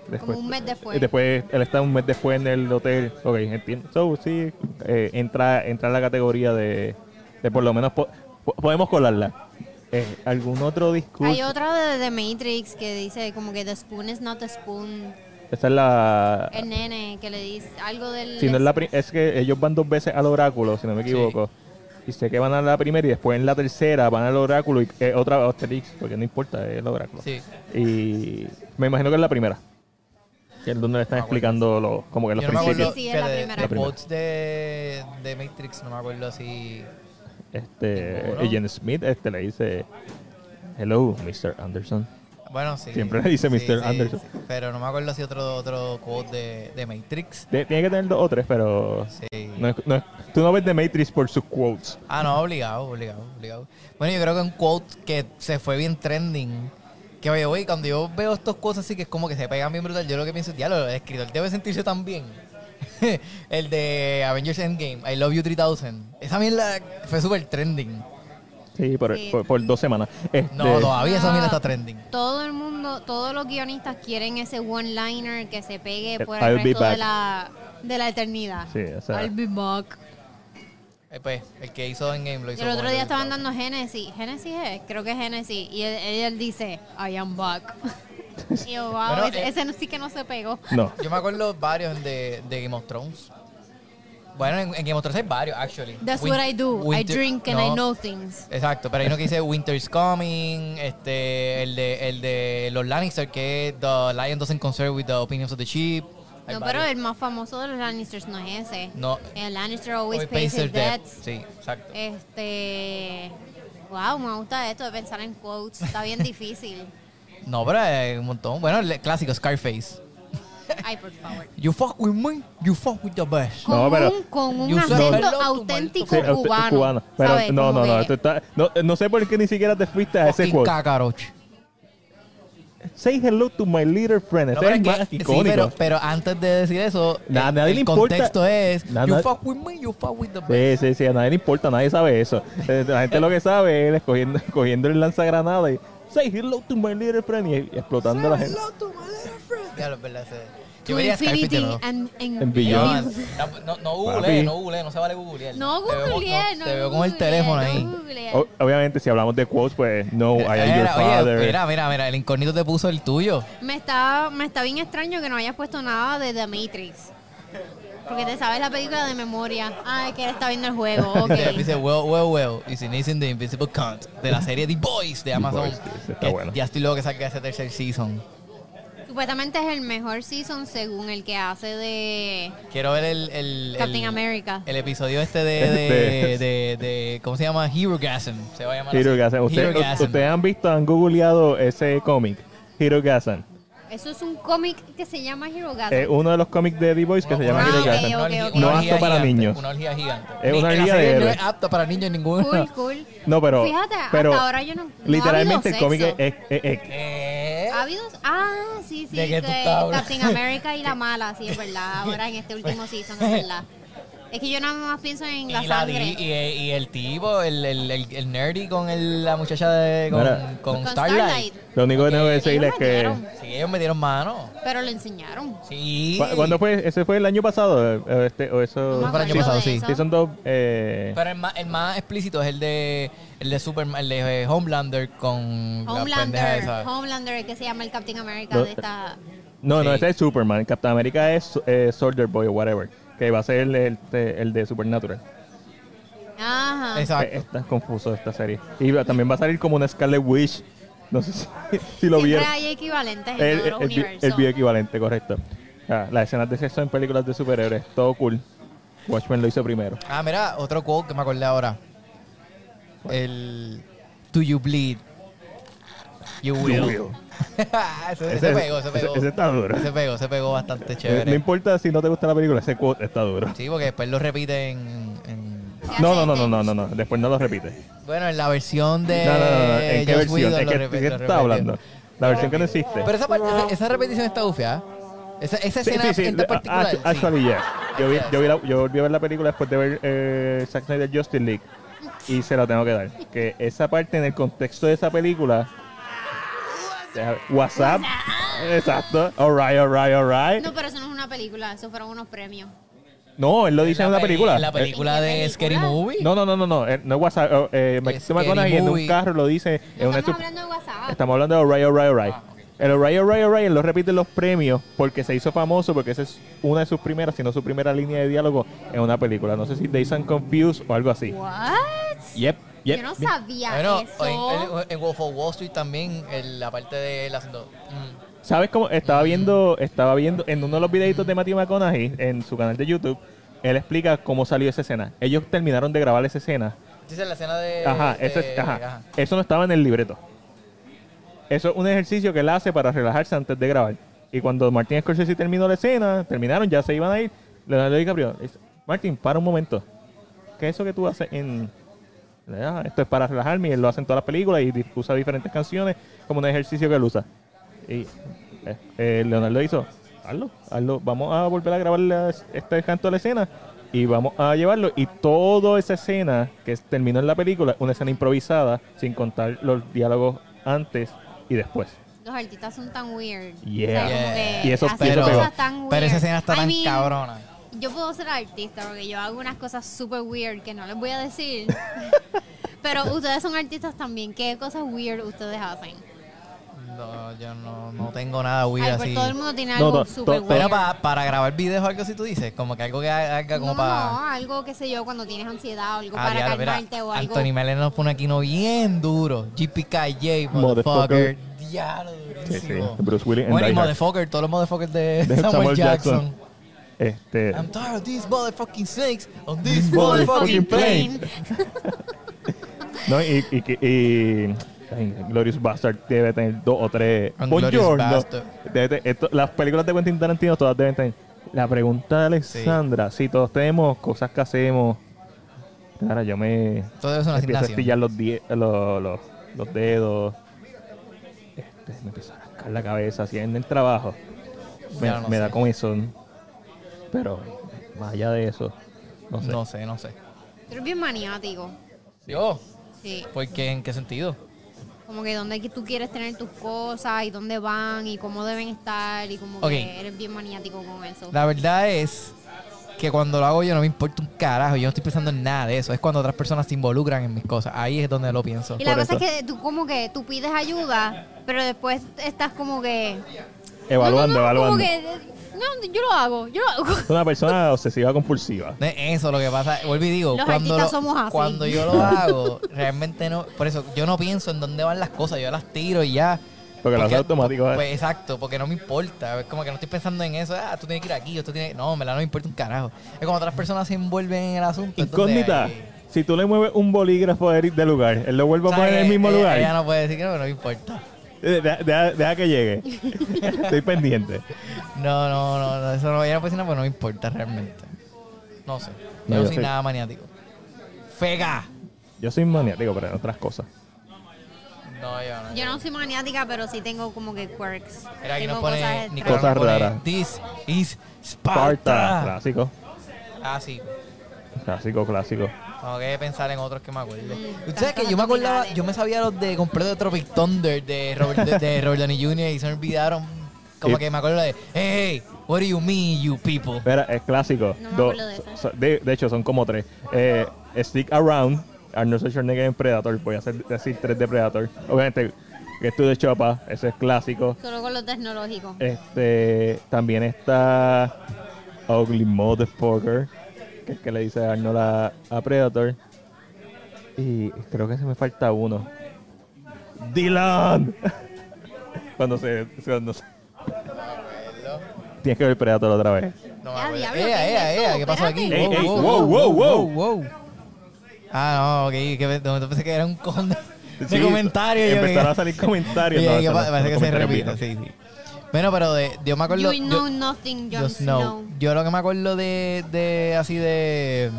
Speaker 3: después.
Speaker 1: Como un mes después.
Speaker 3: Y después él está un mes después en el hotel. Ok, entiendo. So, sí, eh, entra, entra en la categoría de, de por lo menos po- po- podemos colarla. Eh, ¿Algún otro discurso?
Speaker 1: Hay otra de, de Matrix que dice como que the spoon is not a spoon.
Speaker 3: Esa es la.
Speaker 1: El nene que le dice algo del...
Speaker 3: Si no es, la pri- es que ellos van dos veces al oráculo, si no me equivoco. Y sé que van a la primera y después en la tercera van al oráculo y eh, otra vez Asterix, porque no importa, es el oráculo.
Speaker 2: Sí.
Speaker 3: Y me imagino que es la primera. Que es donde le están explicando los, como que los
Speaker 2: Ah, Yo no me
Speaker 3: principios.
Speaker 2: acuerdo
Speaker 1: Sí, sí, es
Speaker 2: que
Speaker 1: la
Speaker 2: de-
Speaker 1: primera.
Speaker 2: de
Speaker 3: La primera.
Speaker 2: quotes de, de Matrix, no me acuerdo así.
Speaker 3: Este,
Speaker 2: Ninguno.
Speaker 3: Agent Smith este, le dice, hello, Mr. Anderson.
Speaker 2: Bueno, sí.
Speaker 3: Siempre le dice
Speaker 2: Sí,
Speaker 3: Mr.
Speaker 2: sí,
Speaker 3: Anderson.
Speaker 2: sí. pero no me acuerdo si otro, otro quote de, de Matrix.
Speaker 3: T- Tiene que tener dos o tres, pero...
Speaker 2: Sí.
Speaker 3: no es- no es- tú no ves The Matrix por sus quotes.
Speaker 2: Ah, no, obligado, obligado, obligado. Bueno, yo creo que un quote que se fue bien trending. Que oye, güey, cuando yo veo estos quotes así que es como que se pegan bien brutal, yo lo que pienso es, diablo, el escritor debe sentirse tan bien. el de Avengers Endgame, I Love You 3000. Esa mierda fue súper trending.
Speaker 3: Sí, por,
Speaker 1: Sí.
Speaker 3: por- por dos semanas. Este,
Speaker 2: No, todavía esa
Speaker 1: Ah.
Speaker 2: mierda está trending.
Speaker 1: Todo el mundo, todos los guionistas quieren ese one-liner que se pegue por el
Speaker 3: I'll be
Speaker 1: resto
Speaker 3: back.
Speaker 1: de la, de la eternidad.
Speaker 3: Sí, o sea-
Speaker 1: I'll be back.
Speaker 2: Eh, pues, el que hizo Endgame lo
Speaker 1: Y
Speaker 2: hizo.
Speaker 1: el
Speaker 2: con
Speaker 1: otro
Speaker 2: el
Speaker 1: día
Speaker 2: de
Speaker 1: estaban
Speaker 2: 3000.
Speaker 1: dando Genesis. ¿Genesis es? Creo que es Genesis. Y él, él- él dice, I am back. y yo, wow,
Speaker 2: Bueno,
Speaker 1: ese,
Speaker 2: eh,
Speaker 1: ese no- sí que no se pegó.
Speaker 3: No.
Speaker 2: Yo me acuerdo varios de, de Game of Thrones. Bueno, en, en Game of Thrones hay varios, actually.
Speaker 1: That's
Speaker 2: Win-
Speaker 1: what I do.
Speaker 2: Winter-
Speaker 1: I drink and
Speaker 2: no,
Speaker 1: I know things.
Speaker 2: Exacto, pero hay uno que dice Winter's Coming, este, el de, el de los Lannister, que es The Lion Doesn't Concern with the Opinions of the Sheep. Hay
Speaker 1: No, pero
Speaker 2: varios.
Speaker 1: el más famoso de los Lannisters no es ese.
Speaker 2: No.
Speaker 1: El Lannister always
Speaker 2: Hoy
Speaker 1: pays
Speaker 2: pays
Speaker 1: his
Speaker 2: their debt.
Speaker 1: debts. Eh.
Speaker 2: Sí, exacto.
Speaker 1: Este. Wow, me gusta esto de pensar en quotes. Está bien difícil.
Speaker 2: No, pero hay un montón. Bueno, el clásico Scarface.
Speaker 1: Ay, por favor.
Speaker 2: You fuck with me, you fuck with the best.
Speaker 1: Con
Speaker 3: No, pero-
Speaker 1: un, con un
Speaker 2: Yo soy
Speaker 1: acento
Speaker 2: loco,
Speaker 1: auténtico
Speaker 3: Sí, usted-
Speaker 1: cubano.
Speaker 3: Pero
Speaker 1: ¿sabes?
Speaker 3: no,
Speaker 1: Como
Speaker 3: no, este- no,
Speaker 1: que-
Speaker 3: esto está- no. No sé por qué ni siquiera te fuiste a ese
Speaker 2: Fucking
Speaker 3: quote.
Speaker 2: Kakarot.
Speaker 3: Say hello to my little friend.
Speaker 2: No,
Speaker 3: Ese
Speaker 2: pero
Speaker 3: es
Speaker 2: es que-
Speaker 3: más
Speaker 2: sí,
Speaker 3: icónico.
Speaker 2: pero, pero antes de decir eso,
Speaker 3: Na-
Speaker 2: el,
Speaker 3: nadie
Speaker 2: el
Speaker 3: le importa.
Speaker 2: contexto es
Speaker 3: Na-
Speaker 2: You
Speaker 3: na-
Speaker 2: fuck with me, you fuck with the best.
Speaker 3: Sí, sí, sí, a nadie le importa, nadie sabe eso. Eh, La gente lo que sabe es cogiendo, cogiendo el lanzagranada y say hello to my little friend y, y explotando a la gente.
Speaker 2: Ya, lo verdad, se-
Speaker 1: To
Speaker 2: Yo este vería Scarface
Speaker 1: infinity
Speaker 2: de nuevo.
Speaker 1: and, and
Speaker 3: En Beyond.
Speaker 1: beyond.
Speaker 2: No, no
Speaker 3: Papi.
Speaker 2: googleé, no googleé, no se vale googlear.
Speaker 1: No
Speaker 2: Te veo con-
Speaker 1: googleé, no
Speaker 2: Te veo con el
Speaker 1: googleé,
Speaker 2: teléfono
Speaker 1: no
Speaker 2: ahí.
Speaker 1: googleé.
Speaker 3: O- obviamente, si hablamos de quotes, pues no, I am your
Speaker 2: Mira, Eh, oye,
Speaker 3: father.
Speaker 2: mira, mira, mira, el incógnito te puso el tuyo.
Speaker 1: Me está, me está bien extraño que no hayas puesto nada de The Matrix. Porque te sabes la película de memoria. Ah, es que él está viendo el juego. ok.
Speaker 2: Dice- Dice, well, well, well, it's in It's in the Invisible Cunt, de la serie The Boys de Amazon.
Speaker 3: Boys, sí, ese está
Speaker 2: Que
Speaker 3: bueno.
Speaker 2: Ya estoy loco que salga ese tercer season.
Speaker 1: Supuestamente es el mejor season según el que hace de
Speaker 2: Quiero ver el... el- el-
Speaker 1: Captain America.
Speaker 2: El episodio este de, de, de, de- ¿cómo se llama? Herogasm, se va a llamar
Speaker 3: Hero
Speaker 2: así.
Speaker 3: Gassan. Ustedes
Speaker 2: Herogasm.
Speaker 3: ustedes han visto, han googleado ese cómic, Hero Gassan.
Speaker 1: Eso es un cómic que se llama Hero Gas.
Speaker 3: Es uno de los cómics de The Boys que se llama
Speaker 1: Ah,
Speaker 3: Hero
Speaker 1: ok,
Speaker 3: Gassan.
Speaker 1: ok,
Speaker 2: orgía-
Speaker 1: ok.
Speaker 3: No
Speaker 2: orgía
Speaker 3: apto para
Speaker 2: gigante,
Speaker 3: niños.
Speaker 2: Una orgía gigante.
Speaker 3: Es
Speaker 2: Ni-
Speaker 3: una
Speaker 2: la
Speaker 3: orgía
Speaker 2: serie
Speaker 3: de
Speaker 2: No es
Speaker 3: héroes.
Speaker 2: apta para niños ninguna.
Speaker 1: Cool, cool.
Speaker 3: No, pero.
Speaker 1: Fíjate, hasta
Speaker 3: pero
Speaker 1: ahora yo no- no ha
Speaker 3: Literalmente, el
Speaker 1: habido
Speaker 3: cómic es.
Speaker 1: sexo.
Speaker 3: es- es- es-
Speaker 2: ¿Qué?
Speaker 1: ¿Ha habido? Ah, sí, sí.
Speaker 2: ¿Eh? ¿De qué tú
Speaker 1: que
Speaker 2: estás hablando? Pues,
Speaker 1: Captain America y la mala, sí, es verdad. Ahora en este último season, es verdad. Es que yo nada más pienso en la
Speaker 2: Y, la di-
Speaker 1: sangre.
Speaker 2: y, eh, y el tipo, el, el, el, el nerdy con el- la muchacha de, con,
Speaker 3: Mira.
Speaker 2: con
Speaker 1: Con
Speaker 2: Starlight.
Speaker 1: Starlight.
Speaker 3: lo único que tengo que decirles
Speaker 1: Ellos
Speaker 3: es
Speaker 1: lo
Speaker 3: que.
Speaker 1: dieron,
Speaker 2: Sí, ellos me dieron mano.
Speaker 1: pero lo enseñaron.
Speaker 2: Sí.
Speaker 3: ¿Cu- ¿Cuándo fue? ¿Ese fue el año pasado? eh, o este- o
Speaker 1: No
Speaker 3: eso?
Speaker 1: me
Speaker 2: fue el año
Speaker 1: acuerdo
Speaker 2: pasado,
Speaker 1: de
Speaker 2: sí.
Speaker 1: eso.
Speaker 3: Sí, son dos. eh,
Speaker 2: Pero el más, el más explícito es el de el de Superman, el de eh, Homelander con la pendeja
Speaker 1: Homelander,
Speaker 2: esa.
Speaker 1: Homelander es que se llama el Captain America
Speaker 3: No.
Speaker 1: de esta...
Speaker 3: no, no,
Speaker 2: sí.
Speaker 3: ese es Superman. Captain América es eh, Soldier Boy o whatever. Que va a ser el, el- el de Supernatural.
Speaker 1: Ajá.
Speaker 2: Exacto.
Speaker 3: Eh, está confuso esta serie. Y va- también va a salir como una Scarlet Witch. No sé si, si lo
Speaker 1: Siempre
Speaker 3: vieron.
Speaker 1: hay equivalentes en
Speaker 3: El,
Speaker 1: todos los
Speaker 3: el, bi-
Speaker 1: universos.
Speaker 3: el bioequivalente, correcto. Ah, las escenas de sexo en películas de superhéroes. Todo cool. Watchmen lo hizo primero.
Speaker 2: Ah, mira, otro quote que me acordé ahora. El Do you bleed? You will. ese, ese pegó, ese pegó.
Speaker 3: ese está duro. Eh,
Speaker 2: Ese pegó, ese pegó bastante
Speaker 3: No
Speaker 2: chévere.
Speaker 3: importa si no te gusta la película, ese quote está duro.
Speaker 2: Sí, porque después lo repite en, en-
Speaker 1: Se
Speaker 3: No,
Speaker 1: hace
Speaker 3: no, no,
Speaker 1: este-
Speaker 3: no, no, no, no. Después no lo repites.
Speaker 2: Bueno, en la versión de.
Speaker 3: No, no, no, no. ¿En qué
Speaker 2: Eh, Joss
Speaker 3: versión?
Speaker 2: Whedon
Speaker 3: ¿En
Speaker 2: lo
Speaker 3: qué,
Speaker 2: repite,
Speaker 3: qué
Speaker 2: lo repite.
Speaker 3: estás hablando? La versión que no existe.
Speaker 2: Pero esa, parte- esa, esa repetición está bufiada. Esa, esa
Speaker 3: Sí,
Speaker 2: escena
Speaker 3: sí, sí.
Speaker 2: en
Speaker 3: Ah,
Speaker 2: particular.
Speaker 3: actu-
Speaker 2: sí.
Speaker 3: Actually, yes. Yo, vi, yo, vi la- yo volví a ver la película después de ver eh, Zack Snyder Justice League y se la tengo que dar. Que esa parte en el contexto de esa película. Deja ver. WhatsApp. Exacto. Alright, alright, alright.
Speaker 1: No, pero eso no es una película, eso fueron unos premios.
Speaker 3: No, él lo dice en
Speaker 2: la
Speaker 3: una
Speaker 2: peli-
Speaker 3: película.
Speaker 2: En la
Speaker 3: Eh,
Speaker 2: película
Speaker 1: ¿En qué
Speaker 2: de
Speaker 1: película?
Speaker 2: Scary Movie.
Speaker 3: No, no, no, no, no. eh, No es WhatsApp. eh, eh, Matthew
Speaker 2: Scary
Speaker 3: McConaughey en un
Speaker 2: Movie.
Speaker 3: carro lo dice. en
Speaker 1: No
Speaker 3: una
Speaker 1: estamos
Speaker 3: estu-
Speaker 1: hablando de WhatsApp.
Speaker 3: Estamos hablando de O'Reilly, O'Reilly, O'Reilly. El O'Reilly, O'Reilly, O'Reilly él lo repite en los premios porque se hizo famoso, porque esa es una de sus primeras, si no su primera línea de diálogo en una película. No sé si Days and Confused o algo así.
Speaker 1: What?
Speaker 3: Yep, yep.
Speaker 1: Yo no
Speaker 3: yep.
Speaker 1: sabía
Speaker 2: Bueno,
Speaker 1: eso.
Speaker 2: en, en- en Wolf of Wall Street también, en la parte de él haciendo. mm.
Speaker 3: ¿Sabes cómo? Estaba viendo, estaba viendo en uno de los videitos de Matthew McConaughey en su canal de YouTube, él explica cómo salió esa escena. Ellos terminaron de grabar esa escena.
Speaker 2: Esa es la escena de.
Speaker 3: Ajá,
Speaker 2: de-
Speaker 3: eso, es- ajá. eso no estaba en el libreto. Eso es un ejercicio que él hace para relajarse antes de grabar. Y cuando Martin Scorsese terminó la escena, terminaron, ya se iban a ir, Leonardo DiCaprio le dice, Martin, para un momento. ¿Qué es eso que tú haces en...? Le da, esto es para relajarme y él lo hace en todas las películas y di- usa diferentes canciones como un ejercicio que él usa. Y eh, eh, Leonardo hizo, hazlo, hazlo, vamos a volver a grabar la- este canto de la escena y vamos a llevarlo. Y toda esa escena que es- terminó en la película, una escena improvisada, sin contar los diálogos antes y después.
Speaker 1: Los artistas son tan weird.
Speaker 3: Yeah.
Speaker 1: O sea, como
Speaker 2: Yeah.
Speaker 1: que
Speaker 3: Y eso-
Speaker 1: hacen
Speaker 3: y eso
Speaker 1: cosas
Speaker 3: pegó.
Speaker 1: tan weird.
Speaker 2: Pero esa escena está
Speaker 1: I
Speaker 2: tan
Speaker 1: mean,
Speaker 2: cabrona.
Speaker 1: Yo puedo ser artista porque yo hago unas cosas super weird que no les voy a decir. Pero ustedes son artistas también. ¿Qué cosas weird ustedes hacen?
Speaker 2: No, yo no, no tengo nada weird
Speaker 1: Ay,
Speaker 2: así.
Speaker 1: pero todo el mundo tiene
Speaker 3: No,
Speaker 1: algo
Speaker 3: no,
Speaker 1: súper
Speaker 3: to- to-
Speaker 2: Pero
Speaker 1: weird.
Speaker 2: pa- para grabar videos o algo así tú dices, como que algo que haga como
Speaker 1: no,
Speaker 2: para...
Speaker 1: no, algo, qué sé yo, cuando tienes ansiedad o algo
Speaker 2: Ah,
Speaker 1: para
Speaker 2: diablo, mira,
Speaker 1: calmarte o algo.
Speaker 2: Anthony Melena nos pone aquí no bien duro. GPKJ, motherfucker.
Speaker 3: Motherfucker.
Speaker 2: Diablo,
Speaker 3: Sí, sí.
Speaker 2: durísimo.
Speaker 3: Bruce Willis en
Speaker 2: Bueno, y
Speaker 3: Die Hard.
Speaker 2: motherfucker, todos los motherfuckers de,
Speaker 3: De
Speaker 2: Samuel,
Speaker 3: Samuel
Speaker 2: Jackson.
Speaker 3: Jackson. Este,
Speaker 2: I'm tired of these motherfucking snakes on this motherfucking
Speaker 3: motherfucking
Speaker 2: plane.
Speaker 3: no, y, y, que- y- ay, Glorious Bastard debe tener dos o tres.
Speaker 2: And
Speaker 3: Buongiorno.
Speaker 2: Glorious Bastard.
Speaker 3: Debe te- esto- las películas de Quentin Tarantino todas deben tener. La pregunta de Alexandra, si todos tenemos cosas que hacemos. Claro, yo me
Speaker 2: Todo eso es una
Speaker 3: empiezo a
Speaker 2: asignación.
Speaker 3: estillar los, die- los, los, los dedos. Este, me empiezo a rascar la cabeza así en el trabajo. Me,
Speaker 2: Ya no
Speaker 3: me da
Speaker 2: sé.
Speaker 3: comezón. Pero más allá de eso, no sé.
Speaker 2: No sé, no sé.
Speaker 1: Tú eres bien maniático.
Speaker 2: Yo,
Speaker 1: Sí.
Speaker 2: ¿por qué? ¿En qué sentido?
Speaker 1: Como que dónde que tú quieres tener tus cosas y dónde van y cómo deben estar y como
Speaker 2: Ok.
Speaker 1: que eres bien maniático con eso.
Speaker 2: La verdad es que cuando lo hago yo no me importa un carajo. Yo no estoy pensando en nada de eso. Es cuando otras personas se involucran en mis cosas. Ahí es donde lo pienso.
Speaker 1: y la
Speaker 3: por
Speaker 1: cosa
Speaker 3: eso.
Speaker 1: es que tú como que tú pides ayuda, pero después estás como que... no,
Speaker 3: Evaluando,
Speaker 1: no, no,
Speaker 3: evaluando.
Speaker 1: Como que, no, yo lo hago, yo lo hago.
Speaker 3: Es una persona obsesiva compulsiva.
Speaker 2: No es Eso lo que pasa, vuelvo y digo,
Speaker 1: Los
Speaker 2: cuando,
Speaker 1: artistas
Speaker 2: lo-
Speaker 1: somos así.
Speaker 2: cuando yo lo hago, realmente no, por eso yo no pienso en dónde van las cosas, yo las tiro y ya.
Speaker 3: Porque lo hace automático, ¿eh?
Speaker 2: Pues exacto, porque no me importa, es como que no estoy pensando en eso, ah, tú tienes que ir aquí, o tú tienes, no, me la no me importa un carajo. Es como otras personas se envuelven en el asunto. entonces,
Speaker 3: Incógnita.
Speaker 2: eh,
Speaker 3: Si tú le mueves un bolígrafo a Eric de lugar, él lo vuelve a
Speaker 2: ¿sabes?
Speaker 3: poner en el mismo
Speaker 2: Ella-
Speaker 3: lugar.
Speaker 2: eh, Ella no puede decir que no, no me importa.
Speaker 3: Eh, Deja, deja- deja que llegue. Estoy pendiente.
Speaker 2: No, no, no, no, eso no, ella no puede decir nada, porque no me importa realmente. No sé,
Speaker 3: No,
Speaker 2: yo
Speaker 3: yo
Speaker 2: soy
Speaker 3: sí.
Speaker 2: nada maniático. Fega.
Speaker 3: Yo soy maniático, pero en otras cosas.
Speaker 2: No, yo no.
Speaker 1: Yo no soy maniática, pero sí tengo como que quirks.
Speaker 2: Era aquí nos
Speaker 1: Tengo
Speaker 2: pone
Speaker 1: cosas
Speaker 2: Nicolás
Speaker 1: extrañas.
Speaker 3: Cosas
Speaker 2: nos pone,
Speaker 3: raras.
Speaker 2: This is
Speaker 3: Parta.
Speaker 2: Sparta.
Speaker 3: Clásico.
Speaker 2: Ah, sí.
Speaker 3: Clásico, clásico.
Speaker 2: Tengo que pensar en otros que me acuerde. Ustedes
Speaker 1: tantos
Speaker 2: que yo me acordaba,
Speaker 1: abdominales.
Speaker 2: yo me sabía los de completo de Tropic Thunder de Robert, de, de Robert Downey Jr. y se me olvidaron. Como
Speaker 3: Y-
Speaker 2: que me acuerdo de, hey, what do you mean, you people?
Speaker 3: Mira, es clásico.
Speaker 1: No me
Speaker 3: Do-
Speaker 1: acuerdo de esa.
Speaker 3: so- de, de hecho, son como tres. Eh, Stick Around, Arnold Schwarzenegger en Predator. Voy a hacer, decir tres de Predator. Obviamente, Get to the Chopa, ese es clásico.
Speaker 1: Solo con lo tecnológico.
Speaker 3: Este, también está Ugly Motherfucker, que es que le dice Arnold a, a Predator. Y creo que se me falta uno. ¡Dylan! cuando se... Cuando se- Tienes que ver Predator otra vez.
Speaker 2: No
Speaker 1: Ya,
Speaker 2: me acuerdo.
Speaker 1: diablo,
Speaker 2: Ea,
Speaker 1: ¿qué
Speaker 2: ea,
Speaker 1: es
Speaker 2: ea,
Speaker 1: esto?
Speaker 2: ¿qué pasó aquí?
Speaker 1: Espérate.
Speaker 3: Ey, ey, wow, wow, wow.
Speaker 2: wow. Ah, no, ok, que me- no, pensé que era un cojón de, de
Speaker 3: Sí,
Speaker 2: comentario. yo
Speaker 3: Empezaron
Speaker 2: que-
Speaker 3: a salir comentarios.
Speaker 2: Sí,
Speaker 3: No,
Speaker 2: que
Speaker 3: eso
Speaker 2: pa-
Speaker 3: no,
Speaker 2: parece
Speaker 3: son
Speaker 2: que se
Speaker 3: comentarios
Speaker 2: repite,
Speaker 3: viejos.
Speaker 2: sí, sí. Bueno, pero de, yo me acuerdo...
Speaker 1: you
Speaker 2: yo-
Speaker 1: know nothing, Jon
Speaker 2: Jon
Speaker 1: Snow.
Speaker 2: Snow. Yo lo que me acuerdo de, de así de,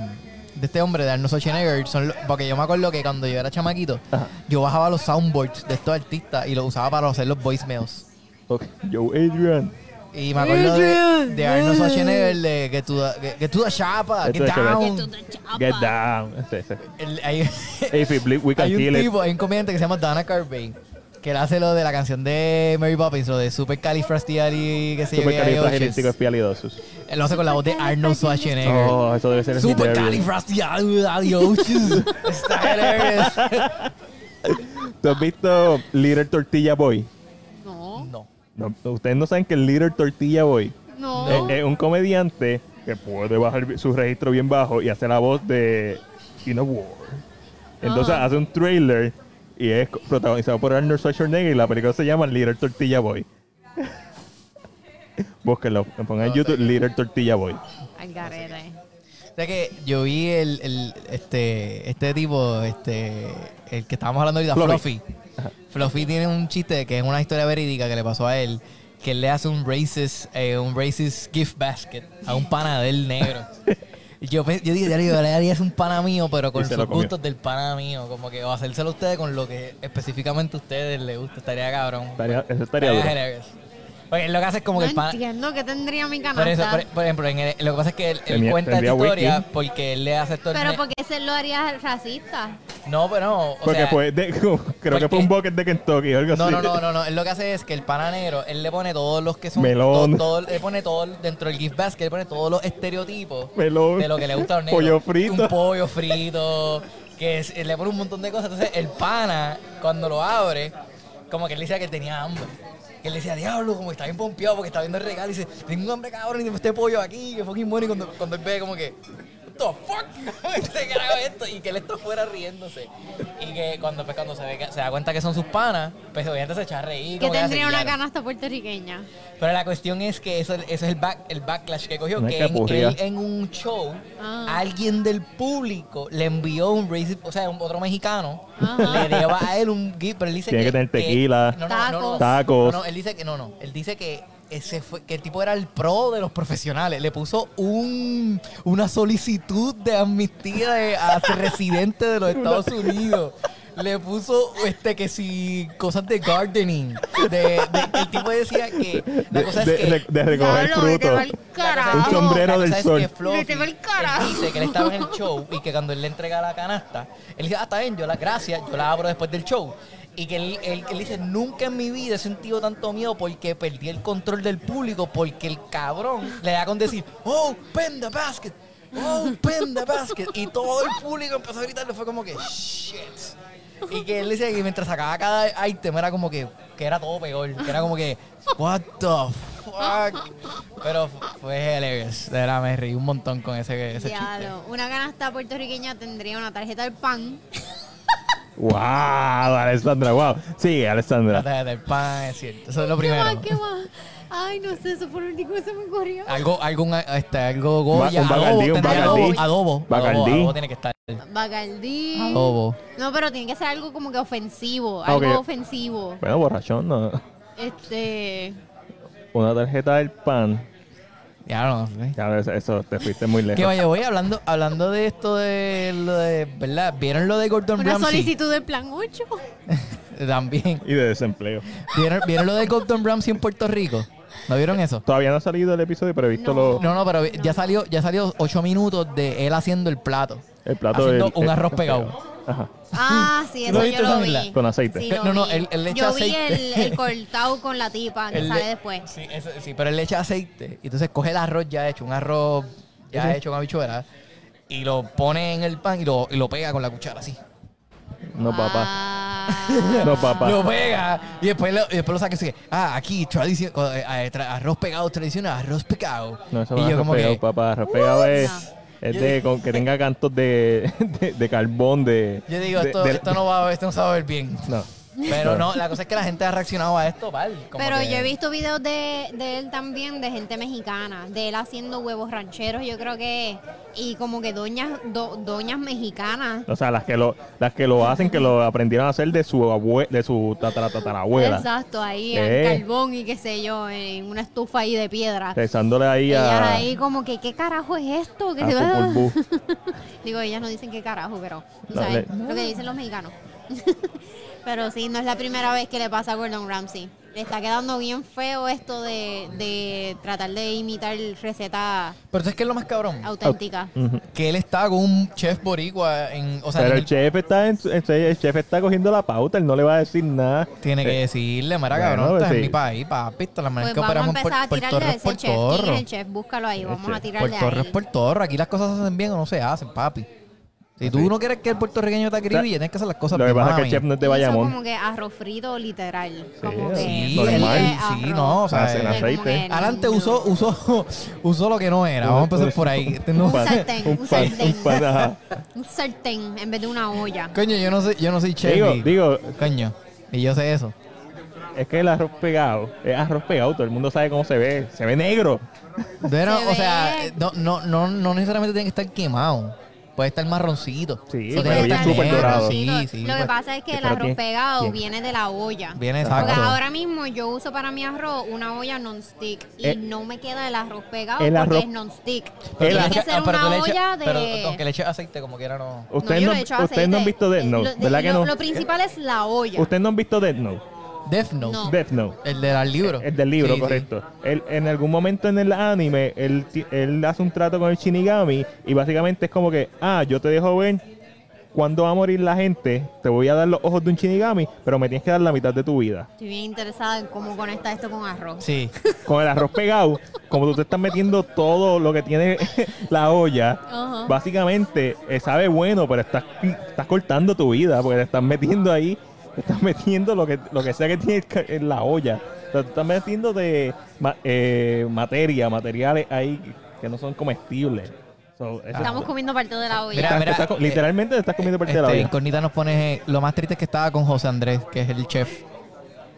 Speaker 2: de este hombre, de Arnold Schwarzenegger, son lo- porque yo me acuerdo que cuando yo era chamaquito,
Speaker 3: Ajá.
Speaker 2: yo bajaba los soundboards de estos artistas y los usaba para hacer los voicemails.
Speaker 3: Ok, Joe Adrian.
Speaker 2: Y me acuerdo de,
Speaker 1: Adrian,
Speaker 2: de Arnold Schwarzenegger, de Get to the, get, Get to the Chapa,
Speaker 3: Get
Speaker 2: Get,
Speaker 3: to the Chapa.
Speaker 1: Get to
Speaker 2: Down.
Speaker 1: the chapa.
Speaker 3: Get down. Este, este.
Speaker 2: El- hay
Speaker 3: If it bleed, we can
Speaker 2: hay un
Speaker 3: kill it.
Speaker 2: tipo, hay un comediante que se llama Dana Carvey, que él hace lo de la canción de Mary Poppins, lo de Super Califrastiali, que se yo, qué,
Speaker 3: Supercalifragilístico
Speaker 2: IOS.
Speaker 3: espialidosos.
Speaker 2: Él lo hace con la voz de Arnold Schwarzenegger.
Speaker 3: Oh, eso debe ser el
Speaker 2: Super
Speaker 3: Hilarious.
Speaker 2: califrastialudaiosis. Está hilarious.
Speaker 3: ¿Tú has visto Little Tortilla Boy?
Speaker 1: No,
Speaker 2: No.
Speaker 3: No, ustedes no saben que Little Tortilla Boy
Speaker 1: no.
Speaker 3: es, es Eh, un comediante que puede bajar su registro bien bajo y hace la voz de In a War. Entonces
Speaker 2: Ah.
Speaker 1: Ajá.
Speaker 3: hace un trailer y es co- protagonizado por Arnold Schwarzenegger y la película se llama Little Tortilla Boy. Búsquenlo, pongan en YouTube Little Tortilla Boy.
Speaker 1: Al garete.
Speaker 2: O sea que yo vi el, el- este, este tipo, este, el que estábamos hablando ahorita,
Speaker 3: Fluffy.
Speaker 2: Fluffy. Fluffy tiene un chiste que es una historia verídica que le pasó a él, que él le hace un racist, eh, un racist gift basket a un pana del negro. Y Yo, pe- yo dije, "Diablo, yo le haría eso a un pana mío, pero
Speaker 3: Y
Speaker 2: con
Speaker 3: se
Speaker 2: sus
Speaker 3: lo comió.
Speaker 2: gustos del pana mío. Como que o hacérselo a ustedes con lo que específicamente a ustedes les gusta. Estaría cabrón.
Speaker 3: Estaría- eso estaría duro.
Speaker 2: hilarious. Porque él lo que hace es como
Speaker 1: No
Speaker 2: que el pana...
Speaker 1: entiendo que tendría mi
Speaker 2: Por eso,
Speaker 1: canasta.
Speaker 2: por, por ejemplo, en el- lo que pasa es que él, él
Speaker 3: Tenía-
Speaker 2: cuenta esta
Speaker 3: tendría wiki.
Speaker 2: historia porque él le hace esto... al
Speaker 1: Pero
Speaker 2: ne-
Speaker 1: porque se lo haría racista.
Speaker 2: No, pero no, o
Speaker 3: Porque
Speaker 2: sea,
Speaker 3: fue de- creo que fue un bucket de Kentucky o algo
Speaker 2: No,
Speaker 3: así.
Speaker 2: no, no, no, no. Él lo que hace es que el pana negro, él le pone todos los que son...
Speaker 3: Melón.
Speaker 2: todo- todo- él pone todo, dentro del gift basket, él pone todos los estereotipos
Speaker 3: Melón.
Speaker 2: de lo que le gusta a los negros.
Speaker 3: Pollo frito.
Speaker 2: Un pollo frito, que es- le pone un montón de cosas. Entonces, el pana, cuando lo abre, Como que él decía que tenía hambre. Que él decía, diablo, como que está bien pompeado porque está viendo el regalo y dice, tengo hambre cabrón y tengo este pollo aquí, que fucking bueno. Y cuando, cuando él ve como que, what the fuck, este carajo esto. Y que él está fuera riéndose. Y que cuando, pues, cuando se, ve que- se da cuenta que son sus panas, pues obviamente se echa a reír.
Speaker 1: Que
Speaker 2: como ya se
Speaker 1: tendría una
Speaker 2: guiaron.
Speaker 1: canasta puertorriqueña.
Speaker 2: Pero la cuestión es que eso, eso es el, back- el backlash que cogió.
Speaker 3: Una
Speaker 2: que en,
Speaker 3: capurria.
Speaker 2: él en un show,
Speaker 1: Ah.
Speaker 2: alguien del público le envió un racist, o sea, un, otro mexicano,
Speaker 1: Ajá.
Speaker 2: le lleva a él un gift, pero él dice
Speaker 3: Tiene que tener tequila.
Speaker 2: no, no, no, no, no.
Speaker 3: Tacos.
Speaker 2: No, no, él dice que no, no. Él dice que ese fue, que el tipo era el pro de los profesionales. Le puso un, una solicitud de amnistía de, a ser residente de los Estados Unidos. Le puso este que si cosas de gardening. De, de- el tipo decía que la
Speaker 3: De,
Speaker 2: cosa
Speaker 3: de-
Speaker 2: es que
Speaker 3: de- de recoger
Speaker 1: Diablo, vete
Speaker 3: frutos.
Speaker 1: pa'l
Speaker 3: Un
Speaker 1: carajo.
Speaker 3: sombrero.
Speaker 2: la cosa
Speaker 3: del
Speaker 2: es
Speaker 3: sol.
Speaker 2: que Fluffy,
Speaker 1: Vete pa'l
Speaker 2: él
Speaker 1: carajo.
Speaker 2: dice que él estaba en el show y que cuando él le entrega la canasta, él dice, ah, está bien, yo la, gracias, yo la abro después del show. Y que él, él- él dice, nunca en mi vida he sentido tanto miedo porque perdí el control del público, porque el cabrón le da con decir, oh, open the basket, oh, open the basket. Y todo el público empezó a gritarle, fue como que, shit. Y que él decía que mientras sacaba cada item era como que, que era todo peor. Que era como que, what the fuck. Pero fu- fue hilarious. De verdad, me reí un montón con ese, ese chiste.
Speaker 1: Diablo, una canasta puertorriqueña tendría una tarjeta del pan.
Speaker 3: ¡Wow! Alessandra, wow. Sí,
Speaker 2: La
Speaker 3: Alessandra.
Speaker 2: tarjeta del pan, es cierto. Eso es lo
Speaker 1: ¿Qué más?
Speaker 2: primero.
Speaker 1: ¿Qué más? Ay, no sé, eso por último se me ocurrió.
Speaker 2: Algo, algún, este, algo Goya, adobo,
Speaker 3: un Bacardí, un
Speaker 2: tendrá
Speaker 1: Bacardí.
Speaker 2: adobo, adobo, adobo,
Speaker 3: Bacardí.
Speaker 2: adobo tiene que estar.
Speaker 1: Bacardí.
Speaker 2: Adobo.
Speaker 1: No, pero tiene que ser algo como que ofensivo.
Speaker 3: Ah,
Speaker 1: Algo
Speaker 3: ok.
Speaker 1: ofensivo.
Speaker 3: Bueno, borrachón, no.
Speaker 1: Este.
Speaker 3: Una tarjeta del pan.
Speaker 2: Ya no sé.
Speaker 3: Ya, eso, eso, te fuiste muy
Speaker 2: Que
Speaker 3: lejos.
Speaker 2: vaya, voy hablando, hablando de esto de lo de, ¿verdad? ¿Vieron lo de Gordon
Speaker 1: Una
Speaker 2: Ramsay?
Speaker 1: solicitud del plan 8.
Speaker 2: También.
Speaker 3: Y de desempleo.
Speaker 2: ¿Vieron, ¿Vieron lo de Gordon Ramsay en Puerto Rico? ¿No vieron eso?
Speaker 3: Todavía no ha salido el episodio, pero he visto
Speaker 1: No.
Speaker 3: lo-
Speaker 2: No, no, pero ya salió, ya salió ocho minutos de él haciendo el plato.
Speaker 3: el plato
Speaker 2: Haciendo
Speaker 3: del-
Speaker 2: un
Speaker 3: el-
Speaker 2: arroz pegado.
Speaker 3: Ajá.
Speaker 1: Ah, sí,
Speaker 2: ¿Lo
Speaker 1: eso yo
Speaker 2: viste,
Speaker 1: lo
Speaker 2: Samila?
Speaker 1: vi.
Speaker 3: Con aceite.
Speaker 1: Sí, lo
Speaker 2: Eh, No, no,
Speaker 1: vi.
Speaker 2: él- él le echa
Speaker 1: Yo vi el,
Speaker 2: aceite.
Speaker 1: el cortado con la tipa que
Speaker 2: Él
Speaker 1: sale
Speaker 2: le-
Speaker 1: después.
Speaker 2: Sí, eso- sí, pero él le echa aceite. Y entonces coge el arroz ya hecho, un arroz ya
Speaker 3: Ujú.
Speaker 2: hecho con habichuela. Y lo pone en el pan y lo, y lo pega con la cuchara así.
Speaker 3: No, papá.
Speaker 1: Ah.
Speaker 3: No, papá.
Speaker 2: Lo pega. Y después lo, y después lo saca y dice, ah, aquí, tradici- co- eh, eh, tra- arroz pegado tradicional, arroz pegado.
Speaker 3: No, eso
Speaker 2: y
Speaker 3: no es
Speaker 2: yo
Speaker 3: arroz
Speaker 2: como
Speaker 3: pegado,
Speaker 2: que, "Uh,
Speaker 3: papá. Arroz pegado es,
Speaker 2: No.
Speaker 3: es de, con que tenga cantos de, de, de carbón, de...
Speaker 2: yo digo,
Speaker 3: de-
Speaker 2: esto,
Speaker 3: de-
Speaker 2: esto no va, esto no se va a ver bien.
Speaker 3: No.
Speaker 2: Pero no, la cosa es que la gente ha reaccionado a esto, ¿vale? como
Speaker 1: Pero
Speaker 2: que-
Speaker 1: yo he visto videos de, de él también, de gente mexicana, de él haciendo huevos rancheros, yo creo que, y como que doñas, do- doñas mexicanas.
Speaker 3: O sea, las que lo, las que lo hacen, que lo aprendieron a hacer de su abue, de su tatara- tatarabuela.
Speaker 1: Exacto, ahí
Speaker 3: Eh.
Speaker 1: en carbón y qué sé yo, en una estufa ahí de piedra.
Speaker 3: Rezándole ahí
Speaker 1: Ellas
Speaker 3: a,
Speaker 1: ahí "Ah". como que, ¿qué carajo es esto? ¿Qué
Speaker 3: a
Speaker 1: se
Speaker 3: su
Speaker 1: va?
Speaker 3: pulbú.
Speaker 1: Digo, ellas no dicen qué carajo, pero tú
Speaker 3: No,
Speaker 1: sabes,
Speaker 3: le-
Speaker 1: lo que dicen los mexicanos. pero sí, no es la primera vez que le pasa a Gordon Ramsay. Le está quedando bien feo esto de, de tratar de imitar recetas
Speaker 2: Pero ¿sabes qué es lo más cabrón?
Speaker 1: auténticas.
Speaker 3: Ujú.
Speaker 2: Que él está con un chef boricua en... O sea,
Speaker 3: Pero
Speaker 2: en
Speaker 3: el chef, está en, su- el chef está cogiendo la pauta, él no le va a decir nada.
Speaker 2: Tiene que decirle, mara
Speaker 3: bueno, pues
Speaker 2: cabrón, estás en
Speaker 3: sí.
Speaker 2: mi país, papi, esto la
Speaker 1: Pues
Speaker 2: manera que
Speaker 1: vamos a
Speaker 2: operamos en
Speaker 1: empezar a
Speaker 2: Puer- Puerto
Speaker 1: tirarle a
Speaker 2: Rico es
Speaker 1: ese
Speaker 2: por
Speaker 1: chef. ¿Quién
Speaker 2: torro.
Speaker 1: es el chef? Búscalo ahí.
Speaker 3: El
Speaker 1: Vamos a
Speaker 3: chef.
Speaker 1: tirarle
Speaker 2: Puerto Rico es
Speaker 1: ahí.
Speaker 2: por torro, aquí las cosas se hacen bien o no se hacen, papi. Si tú
Speaker 3: Así.
Speaker 2: no quieres que el puertorriqueño te acribille, tienes que hacer las cosas
Speaker 3: Lo que
Speaker 2: bien,
Speaker 3: pasa es que el
Speaker 2: mami.
Speaker 3: chef no es de
Speaker 1: Hizo
Speaker 3: Bayamón.
Speaker 1: como que arroz frito literal. como que
Speaker 2: Sí,
Speaker 1: fríe
Speaker 3: normal.
Speaker 1: arroz.
Speaker 2: Sí, no, o
Speaker 3: Ah,
Speaker 2: sea,
Speaker 1: Como
Speaker 2: en
Speaker 1: que
Speaker 3: aceite.
Speaker 1: no-
Speaker 2: Adelante usó, usó, usó lo que no era. Vamos a empezar por ahí. Este no-
Speaker 1: Un sartén, un
Speaker 3: un pan,
Speaker 1: sartén.
Speaker 3: un pan, ajá.
Speaker 1: Un sartén en vez de una olla.
Speaker 2: Coño, yo no soy, yo no soy chef.
Speaker 3: Digo,
Speaker 2: y-
Speaker 3: digo,
Speaker 2: Coño, y yo sé eso.
Speaker 3: es que el arroz pegado, es arroz pegado, todo el mundo sabe cómo se ve, se ve negro.
Speaker 2: Pero,
Speaker 1: Se
Speaker 2: o sea,
Speaker 1: ve.
Speaker 2: eh, no, no, no, no necesariamente tiene que estar quemado. Puede estar marroncito.
Speaker 3: Sí,
Speaker 2: Eso tiene
Speaker 3: pero
Speaker 2: que
Speaker 3: bien
Speaker 2: estar
Speaker 3: súper
Speaker 2: negro,
Speaker 3: dorado.
Speaker 2: Sí,
Speaker 1: Lo-
Speaker 2: sí.
Speaker 1: Lo que
Speaker 2: pues,
Speaker 1: pasa es que el
Speaker 3: Pero
Speaker 1: arroz
Speaker 3: tiene-
Speaker 1: pegado
Speaker 3: tiene-
Speaker 1: viene de la olla.
Speaker 2: Viene
Speaker 1: Porque
Speaker 2: exacto.
Speaker 1: ahora mismo yo uso para mi arroz una olla non-stick y
Speaker 3: Eh,
Speaker 1: no me queda el arroz pegado
Speaker 3: el
Speaker 1: porque
Speaker 3: arroz-
Speaker 1: es non-stick.
Speaker 3: Pero
Speaker 1: Tiene que
Speaker 3: tú
Speaker 2: le
Speaker 1: ser
Speaker 2: echa- Ah, pero tú
Speaker 1: una
Speaker 2: le echa-
Speaker 1: olla de...
Speaker 2: Pero aunque le eche aceite como quiera no...
Speaker 3: Ustedes
Speaker 1: yo
Speaker 3: no,
Speaker 1: le echo
Speaker 3: ustedes no han
Speaker 1: aceite.
Speaker 3: visto Death
Speaker 1: Eh,
Speaker 3: Note,
Speaker 1: lo-
Speaker 3: ¿verdad que
Speaker 1: lo-
Speaker 3: no?
Speaker 1: Lo principal es la olla.
Speaker 3: Ustedes no han visto Death Note,
Speaker 2: Death Note.
Speaker 1: No.
Speaker 3: Death Note.
Speaker 2: El del libro.
Speaker 3: El del libro,
Speaker 2: Sí, sí.
Speaker 3: correcto. Él, en algún momento en el anime, él, ti- él hace un trato con el Shinigami y básicamente es como que, ah, yo te dejo ver cuándo va a morir la gente, te voy a dar los ojos de un Shinigami, pero me tienes que dar la mitad de tu vida.
Speaker 1: Estoy bien interesada en cómo conecta esto con arroz.
Speaker 2: Sí.
Speaker 3: Con el arroz pegado, como tú te estás metiendo todo lo que tiene la olla,
Speaker 1: Ajá.
Speaker 3: básicamente eh, sabe bueno, pero estás, estás cortando tu vida porque te estás metiendo ahí estás metiendo lo que, lo que sea que tiene en la olla. O sea, tú estás metiendo de ma- eh, materia, materiales ahí que no son comestibles. So, eso-
Speaker 1: Estamos comiendo parte de la olla.
Speaker 2: Mira,
Speaker 3: estás-
Speaker 2: mira,
Speaker 3: estás co-
Speaker 2: eh,
Speaker 3: literalmente estás comiendo parte de la
Speaker 2: Este,
Speaker 3: olla.
Speaker 2: Incógnita nos pone eh, lo más triste es que estaba con José Andrés, que es el chef.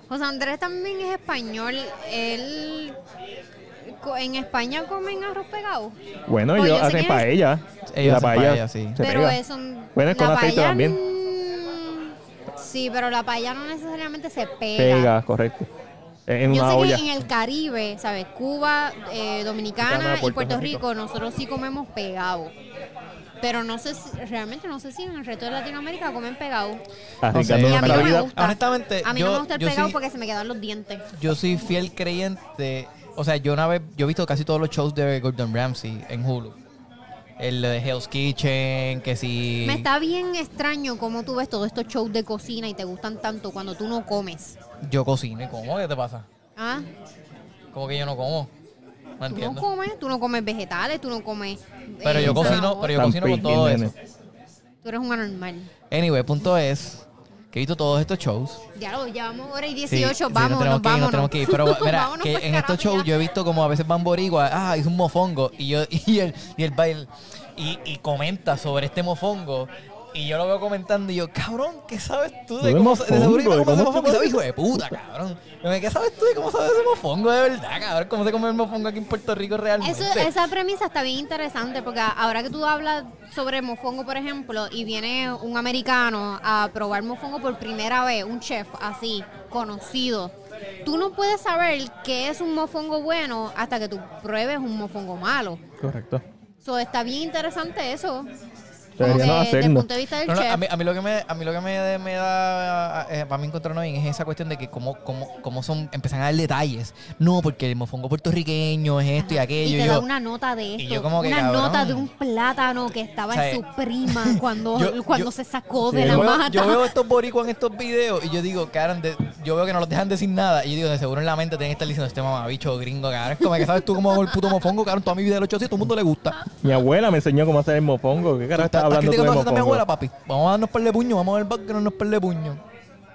Speaker 1: José Andrés también es español. Él. co- En España comen arroz pegado.
Speaker 3: Bueno,
Speaker 1: Pues yo
Speaker 3: ellos
Speaker 1: sé
Speaker 3: hacen
Speaker 1: que es-
Speaker 3: paella. y
Speaker 2: Ellos
Speaker 3: la
Speaker 2: hacen
Speaker 3: paella,
Speaker 2: paella, sí.
Speaker 3: se
Speaker 1: pero
Speaker 3: pega.
Speaker 1: eso.
Speaker 3: Bueno, es con
Speaker 1: la
Speaker 3: aceite
Speaker 1: paella,
Speaker 3: también.
Speaker 1: mm, Sí, pero la paella no necesariamente se pega.
Speaker 3: Pega, correcto. En
Speaker 1: Yo
Speaker 3: una
Speaker 1: sé
Speaker 3: olla.
Speaker 1: que en el Caribe, ¿sabes? Cuba, eh, Dominicana
Speaker 3: Dominicana,
Speaker 1: y
Speaker 3: Puerto
Speaker 1: Puerto Rico.
Speaker 3: Rico.
Speaker 1: nosotros sí comemos pegado. Pero no sé, si- realmente no sé si en el resto de Latinoamérica comen pegado.
Speaker 2: No sé,
Speaker 3: Arriesgando
Speaker 1: Y a mí
Speaker 3: nuestra
Speaker 1: no me
Speaker 3: vida.
Speaker 1: gusta.
Speaker 2: Honestamente,
Speaker 1: A mí no
Speaker 2: Eh, yo-
Speaker 1: me gusta el
Speaker 2: yo
Speaker 1: pegado
Speaker 2: sí-
Speaker 1: porque se me quedan los dientes.
Speaker 2: Yo soy fiel creyente. O sea, yo una vez, yo he visto casi todos los shows de Gordon Ramsay en Hulu. El de Hell's Kitchen, que si.
Speaker 1: Me está bien extraño cómo tú ves todos estos shows de cocina y te gustan tanto cuando tú no comes.
Speaker 2: Yo cocino y como, ¿qué te pasa?
Speaker 1: ¿Ah?
Speaker 2: Como que yo no como. No
Speaker 1: Tú no
Speaker 2: entiendo.
Speaker 1: comes, tú no comes vegetales, tú no comes.
Speaker 2: Pero
Speaker 1: eh,
Speaker 2: yo cocino,
Speaker 1: zanahoria.
Speaker 2: pero yo cocino con
Speaker 3: Tan
Speaker 2: todo
Speaker 3: piqui,
Speaker 2: eso.
Speaker 1: Tú eres un anormal.
Speaker 2: Anyway, punto es que he visto todos estos shows.
Speaker 1: Ya lo llevamos hora y
Speaker 2: Sí,
Speaker 1: 18,
Speaker 2: sí,
Speaker 1: vamos,
Speaker 2: nos tenemos que ir,
Speaker 1: vámonos.
Speaker 2: nos tenemos que ir. Pero mira,
Speaker 1: Vámonos
Speaker 2: que
Speaker 1: pa'l
Speaker 2: en estos
Speaker 1: carajo ya.
Speaker 2: shows yo he visto como a veces van boriguas, ah, es un mofongo. Y yo, y el, y el bail- y, y comenta sobre este mofongo. Y yo lo veo comentando y yo, cabrón, ¿qué sabes tú de
Speaker 3: ¿De
Speaker 2: cómo se- de
Speaker 3: mofongo?
Speaker 2: seguro que
Speaker 3: ¿De
Speaker 2: cómo se
Speaker 3: cómo
Speaker 2: mofongo?
Speaker 3: tú
Speaker 2: ¿Sabes, hijo de puta, cabrón? Yo me, ¿Qué sabes tú de cómo sabes ese mofongo de verdad, cabrón? ¿Cómo se come el mofongo aquí en Puerto Rico realmente?
Speaker 1: Eso- esa premisa está bien interesante porque ahora que tú hablas sobre mofongo, por ejemplo, y viene un americano a probar mofongo por primera vez, un chef así, conocido, tú no puedes saber qué es un mofongo bueno hasta que tú pruebes un mofongo malo.
Speaker 3: Correcto.
Speaker 1: So, está bien interesante eso. Como que,
Speaker 3: Deberíamos
Speaker 1: desde el
Speaker 3: hacerlo.
Speaker 1: punto de vista del
Speaker 2: No, no,
Speaker 1: chef.
Speaker 2: a, mí, a mí lo que me, a mí lo que me, me da eh, para mí encontrarnos bien es esa cuestión de que cómo, cómo, cómo son, empiezan a dar detalles. No, porque el mofongo puertorriqueño es esto y
Speaker 1: Ajá. Y
Speaker 2: aquello. y
Speaker 1: te da
Speaker 2: eh, yo,
Speaker 1: una nota de
Speaker 2: y
Speaker 1: esto.
Speaker 2: yo como que,
Speaker 1: una
Speaker 2: cabrón.
Speaker 1: nota de un plátano que estaba
Speaker 2: O sea,
Speaker 1: en su prima cuando,
Speaker 2: yo-
Speaker 1: cuando
Speaker 2: yo-
Speaker 1: se sacó
Speaker 3: Sí,
Speaker 1: de la
Speaker 2: yo, veo,
Speaker 1: mata.
Speaker 2: yo veo estos boricuas en estos videos y yo digo, Karen, de- yo veo que no los dejan decir nada. Y yo digo, de seguro en la mente tienen que estar diciendo este mamabicho gringo, cabrón. Como que sabes tú cómo hago el puto mofongo, cabrón, toda mi vida lo he hecho así, todo el mundo le gusta.
Speaker 3: Mi abuela me enseñó cómo hacer el mofongo. ¿Qué carajo estás
Speaker 2: ¿Estás
Speaker 3: hablando tú de
Speaker 2: criticando a mi abuela,
Speaker 3: mofongo?
Speaker 2: papi? Vamos a darnos par de puño, vamos a ver el que no nos par de puño.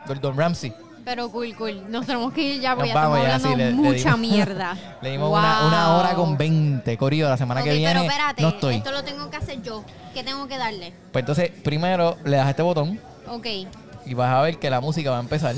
Speaker 2: Gordon Ramsay.
Speaker 1: Pero cool, cool. Nos tenemos que ir ya
Speaker 2: Nos
Speaker 1: porque ya estamos
Speaker 2: vamos, ya,
Speaker 1: hablando
Speaker 2: sí, le- le
Speaker 1: mucha
Speaker 2: dimos-
Speaker 1: mierda.
Speaker 2: Le dimos una, una hora con 20, Corillo, la semana
Speaker 1: Ok,
Speaker 2: que viene.
Speaker 1: Pero espérate,
Speaker 2: no estoy.
Speaker 1: esto lo tengo que hacer yo. ¿Qué tengo que darle?
Speaker 2: Pues entonces, primero le das a este botón
Speaker 1: Ok.
Speaker 2: y vas a ver que la música va a empezar.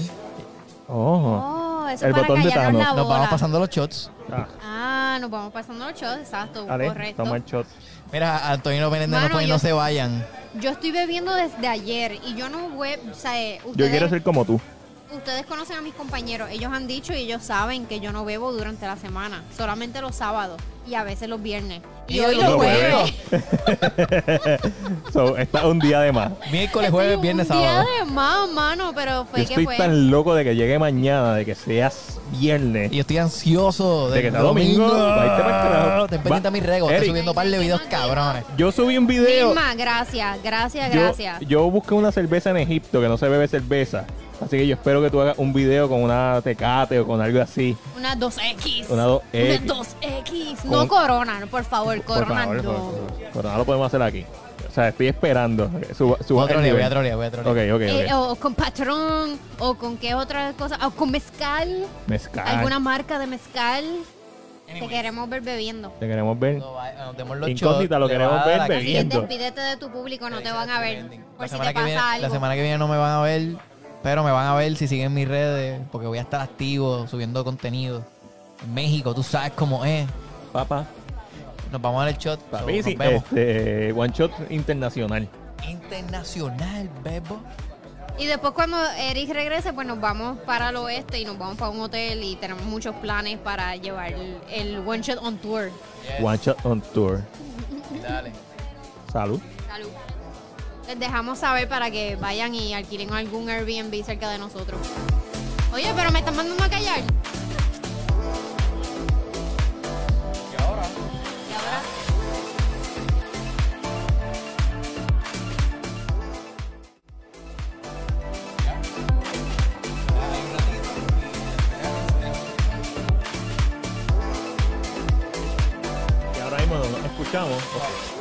Speaker 3: Oh.
Speaker 1: Oh, eso
Speaker 3: El
Speaker 1: para
Speaker 3: botón de
Speaker 1: callarnos la
Speaker 3: Thanos.
Speaker 1: bola.
Speaker 2: Nos vamos pasando los shots.
Speaker 3: Ah,
Speaker 1: Ah, nos vamos pasando los shots, exacto,
Speaker 3: dale,
Speaker 1: correcto.
Speaker 3: toma el shot.
Speaker 2: Mira, Antonio Menéndez nos
Speaker 1: Mano,
Speaker 2: pone,
Speaker 1: yo-
Speaker 2: no se vayan.
Speaker 1: Yo estoy bebiendo desde ayer y yo no voy, o sea, eh, ustedes,
Speaker 3: Yo quiero ser como tú.
Speaker 1: ustedes conocen a mis compañeros, ellos han dicho y ellos saben que yo no bebo durante la semana, solamente los sábados y a veces los viernes. Y,
Speaker 2: Y
Speaker 1: hoy
Speaker 2: hoy
Speaker 1: los
Speaker 3: los
Speaker 1: jueves.
Speaker 3: jueves. So, está un día de más.
Speaker 2: Miércoles, jueves,
Speaker 1: Estoy
Speaker 2: viernes,
Speaker 1: un
Speaker 2: sábado.
Speaker 1: día de más, mano, pero fue
Speaker 3: Yo
Speaker 1: que
Speaker 3: estoy
Speaker 1: fue.
Speaker 3: tan loco de que llegue mañana, de que seas viernes.
Speaker 2: Y yo estoy ansioso
Speaker 3: De
Speaker 2: del
Speaker 3: que sea domingo, va a irte pa'l carajo.
Speaker 2: Ten pendiente
Speaker 3: Va.
Speaker 2: a mis regos, estoy
Speaker 3: Eric.
Speaker 2: subiendo un par de videos cabrones.
Speaker 3: Yo subí un video.
Speaker 1: Vilma, gracias, gracias,
Speaker 3: yo,
Speaker 1: gracias.
Speaker 3: yo busqué una cerveza en Egipto que no se bebe cerveza. Así que yo espero que tú hagas un video con una tecate o con algo así.
Speaker 1: Una 2X.
Speaker 3: Una eh, 2X.
Speaker 1: Una 2X.
Speaker 3: Con-
Speaker 1: No corona, no, por favor,
Speaker 3: Por
Speaker 1: corona
Speaker 3: favor,
Speaker 1: no.
Speaker 3: por- por- no lo podemos hacer aquí. O sea, estoy esperando. que Suba,
Speaker 2: Voy a
Speaker 3: suba el
Speaker 2: trolear, voy a
Speaker 3: nivel.
Speaker 2: trolear, voy a trolear.
Speaker 3: Ok, ok,
Speaker 1: Eh,
Speaker 3: ok.
Speaker 1: o con patrón, o con qué otra cosa, o con mezcal,
Speaker 3: Mezcal.
Speaker 1: alguna marca de mezcal. Te
Speaker 2: Anyway,
Speaker 1: queremos ver bebiendo.
Speaker 3: Te queremos ver.
Speaker 2: cuando va- nos demos los
Speaker 3: Incógnita,
Speaker 2: shots,
Speaker 3: lo
Speaker 2: le
Speaker 3: queremos
Speaker 2: va a dar
Speaker 3: ver
Speaker 2: aquí.
Speaker 1: Así que
Speaker 3: Bebiendo.
Speaker 1: despídete de tu público, no te van a ver. Por
Speaker 2: La
Speaker 1: si
Speaker 2: semana,
Speaker 1: te
Speaker 2: que viene,
Speaker 1: pasa
Speaker 2: la
Speaker 1: algo.
Speaker 2: semana que viene no me van a ver, pero me van a ver si siguen mis redes, porque voy a estar activo subiendo contenido. En México, tú sabes cómo es.
Speaker 3: Papá.
Speaker 2: Nos vamos a dar el shot. so,
Speaker 3: Papi, sí,
Speaker 2: nos vemos.
Speaker 3: este, One Shot Internacional.
Speaker 2: Internacional, bebo.
Speaker 1: Y después cuando Eric regrese, pues nos vamos para el oeste y nos vamos para un hotel y tenemos muchos planes para llevar el, el One Shot on Tour.
Speaker 3: One Shot on Tour.
Speaker 2: Dale.
Speaker 3: Salud.
Speaker 1: Salud. Les dejamos saber para que vayan y alquilen algún Airbnb cerca de nosotros. Oye, pero me están mandando a callar. ¿Y ahora?
Speaker 3: Y ahora mismo nos escuchamos.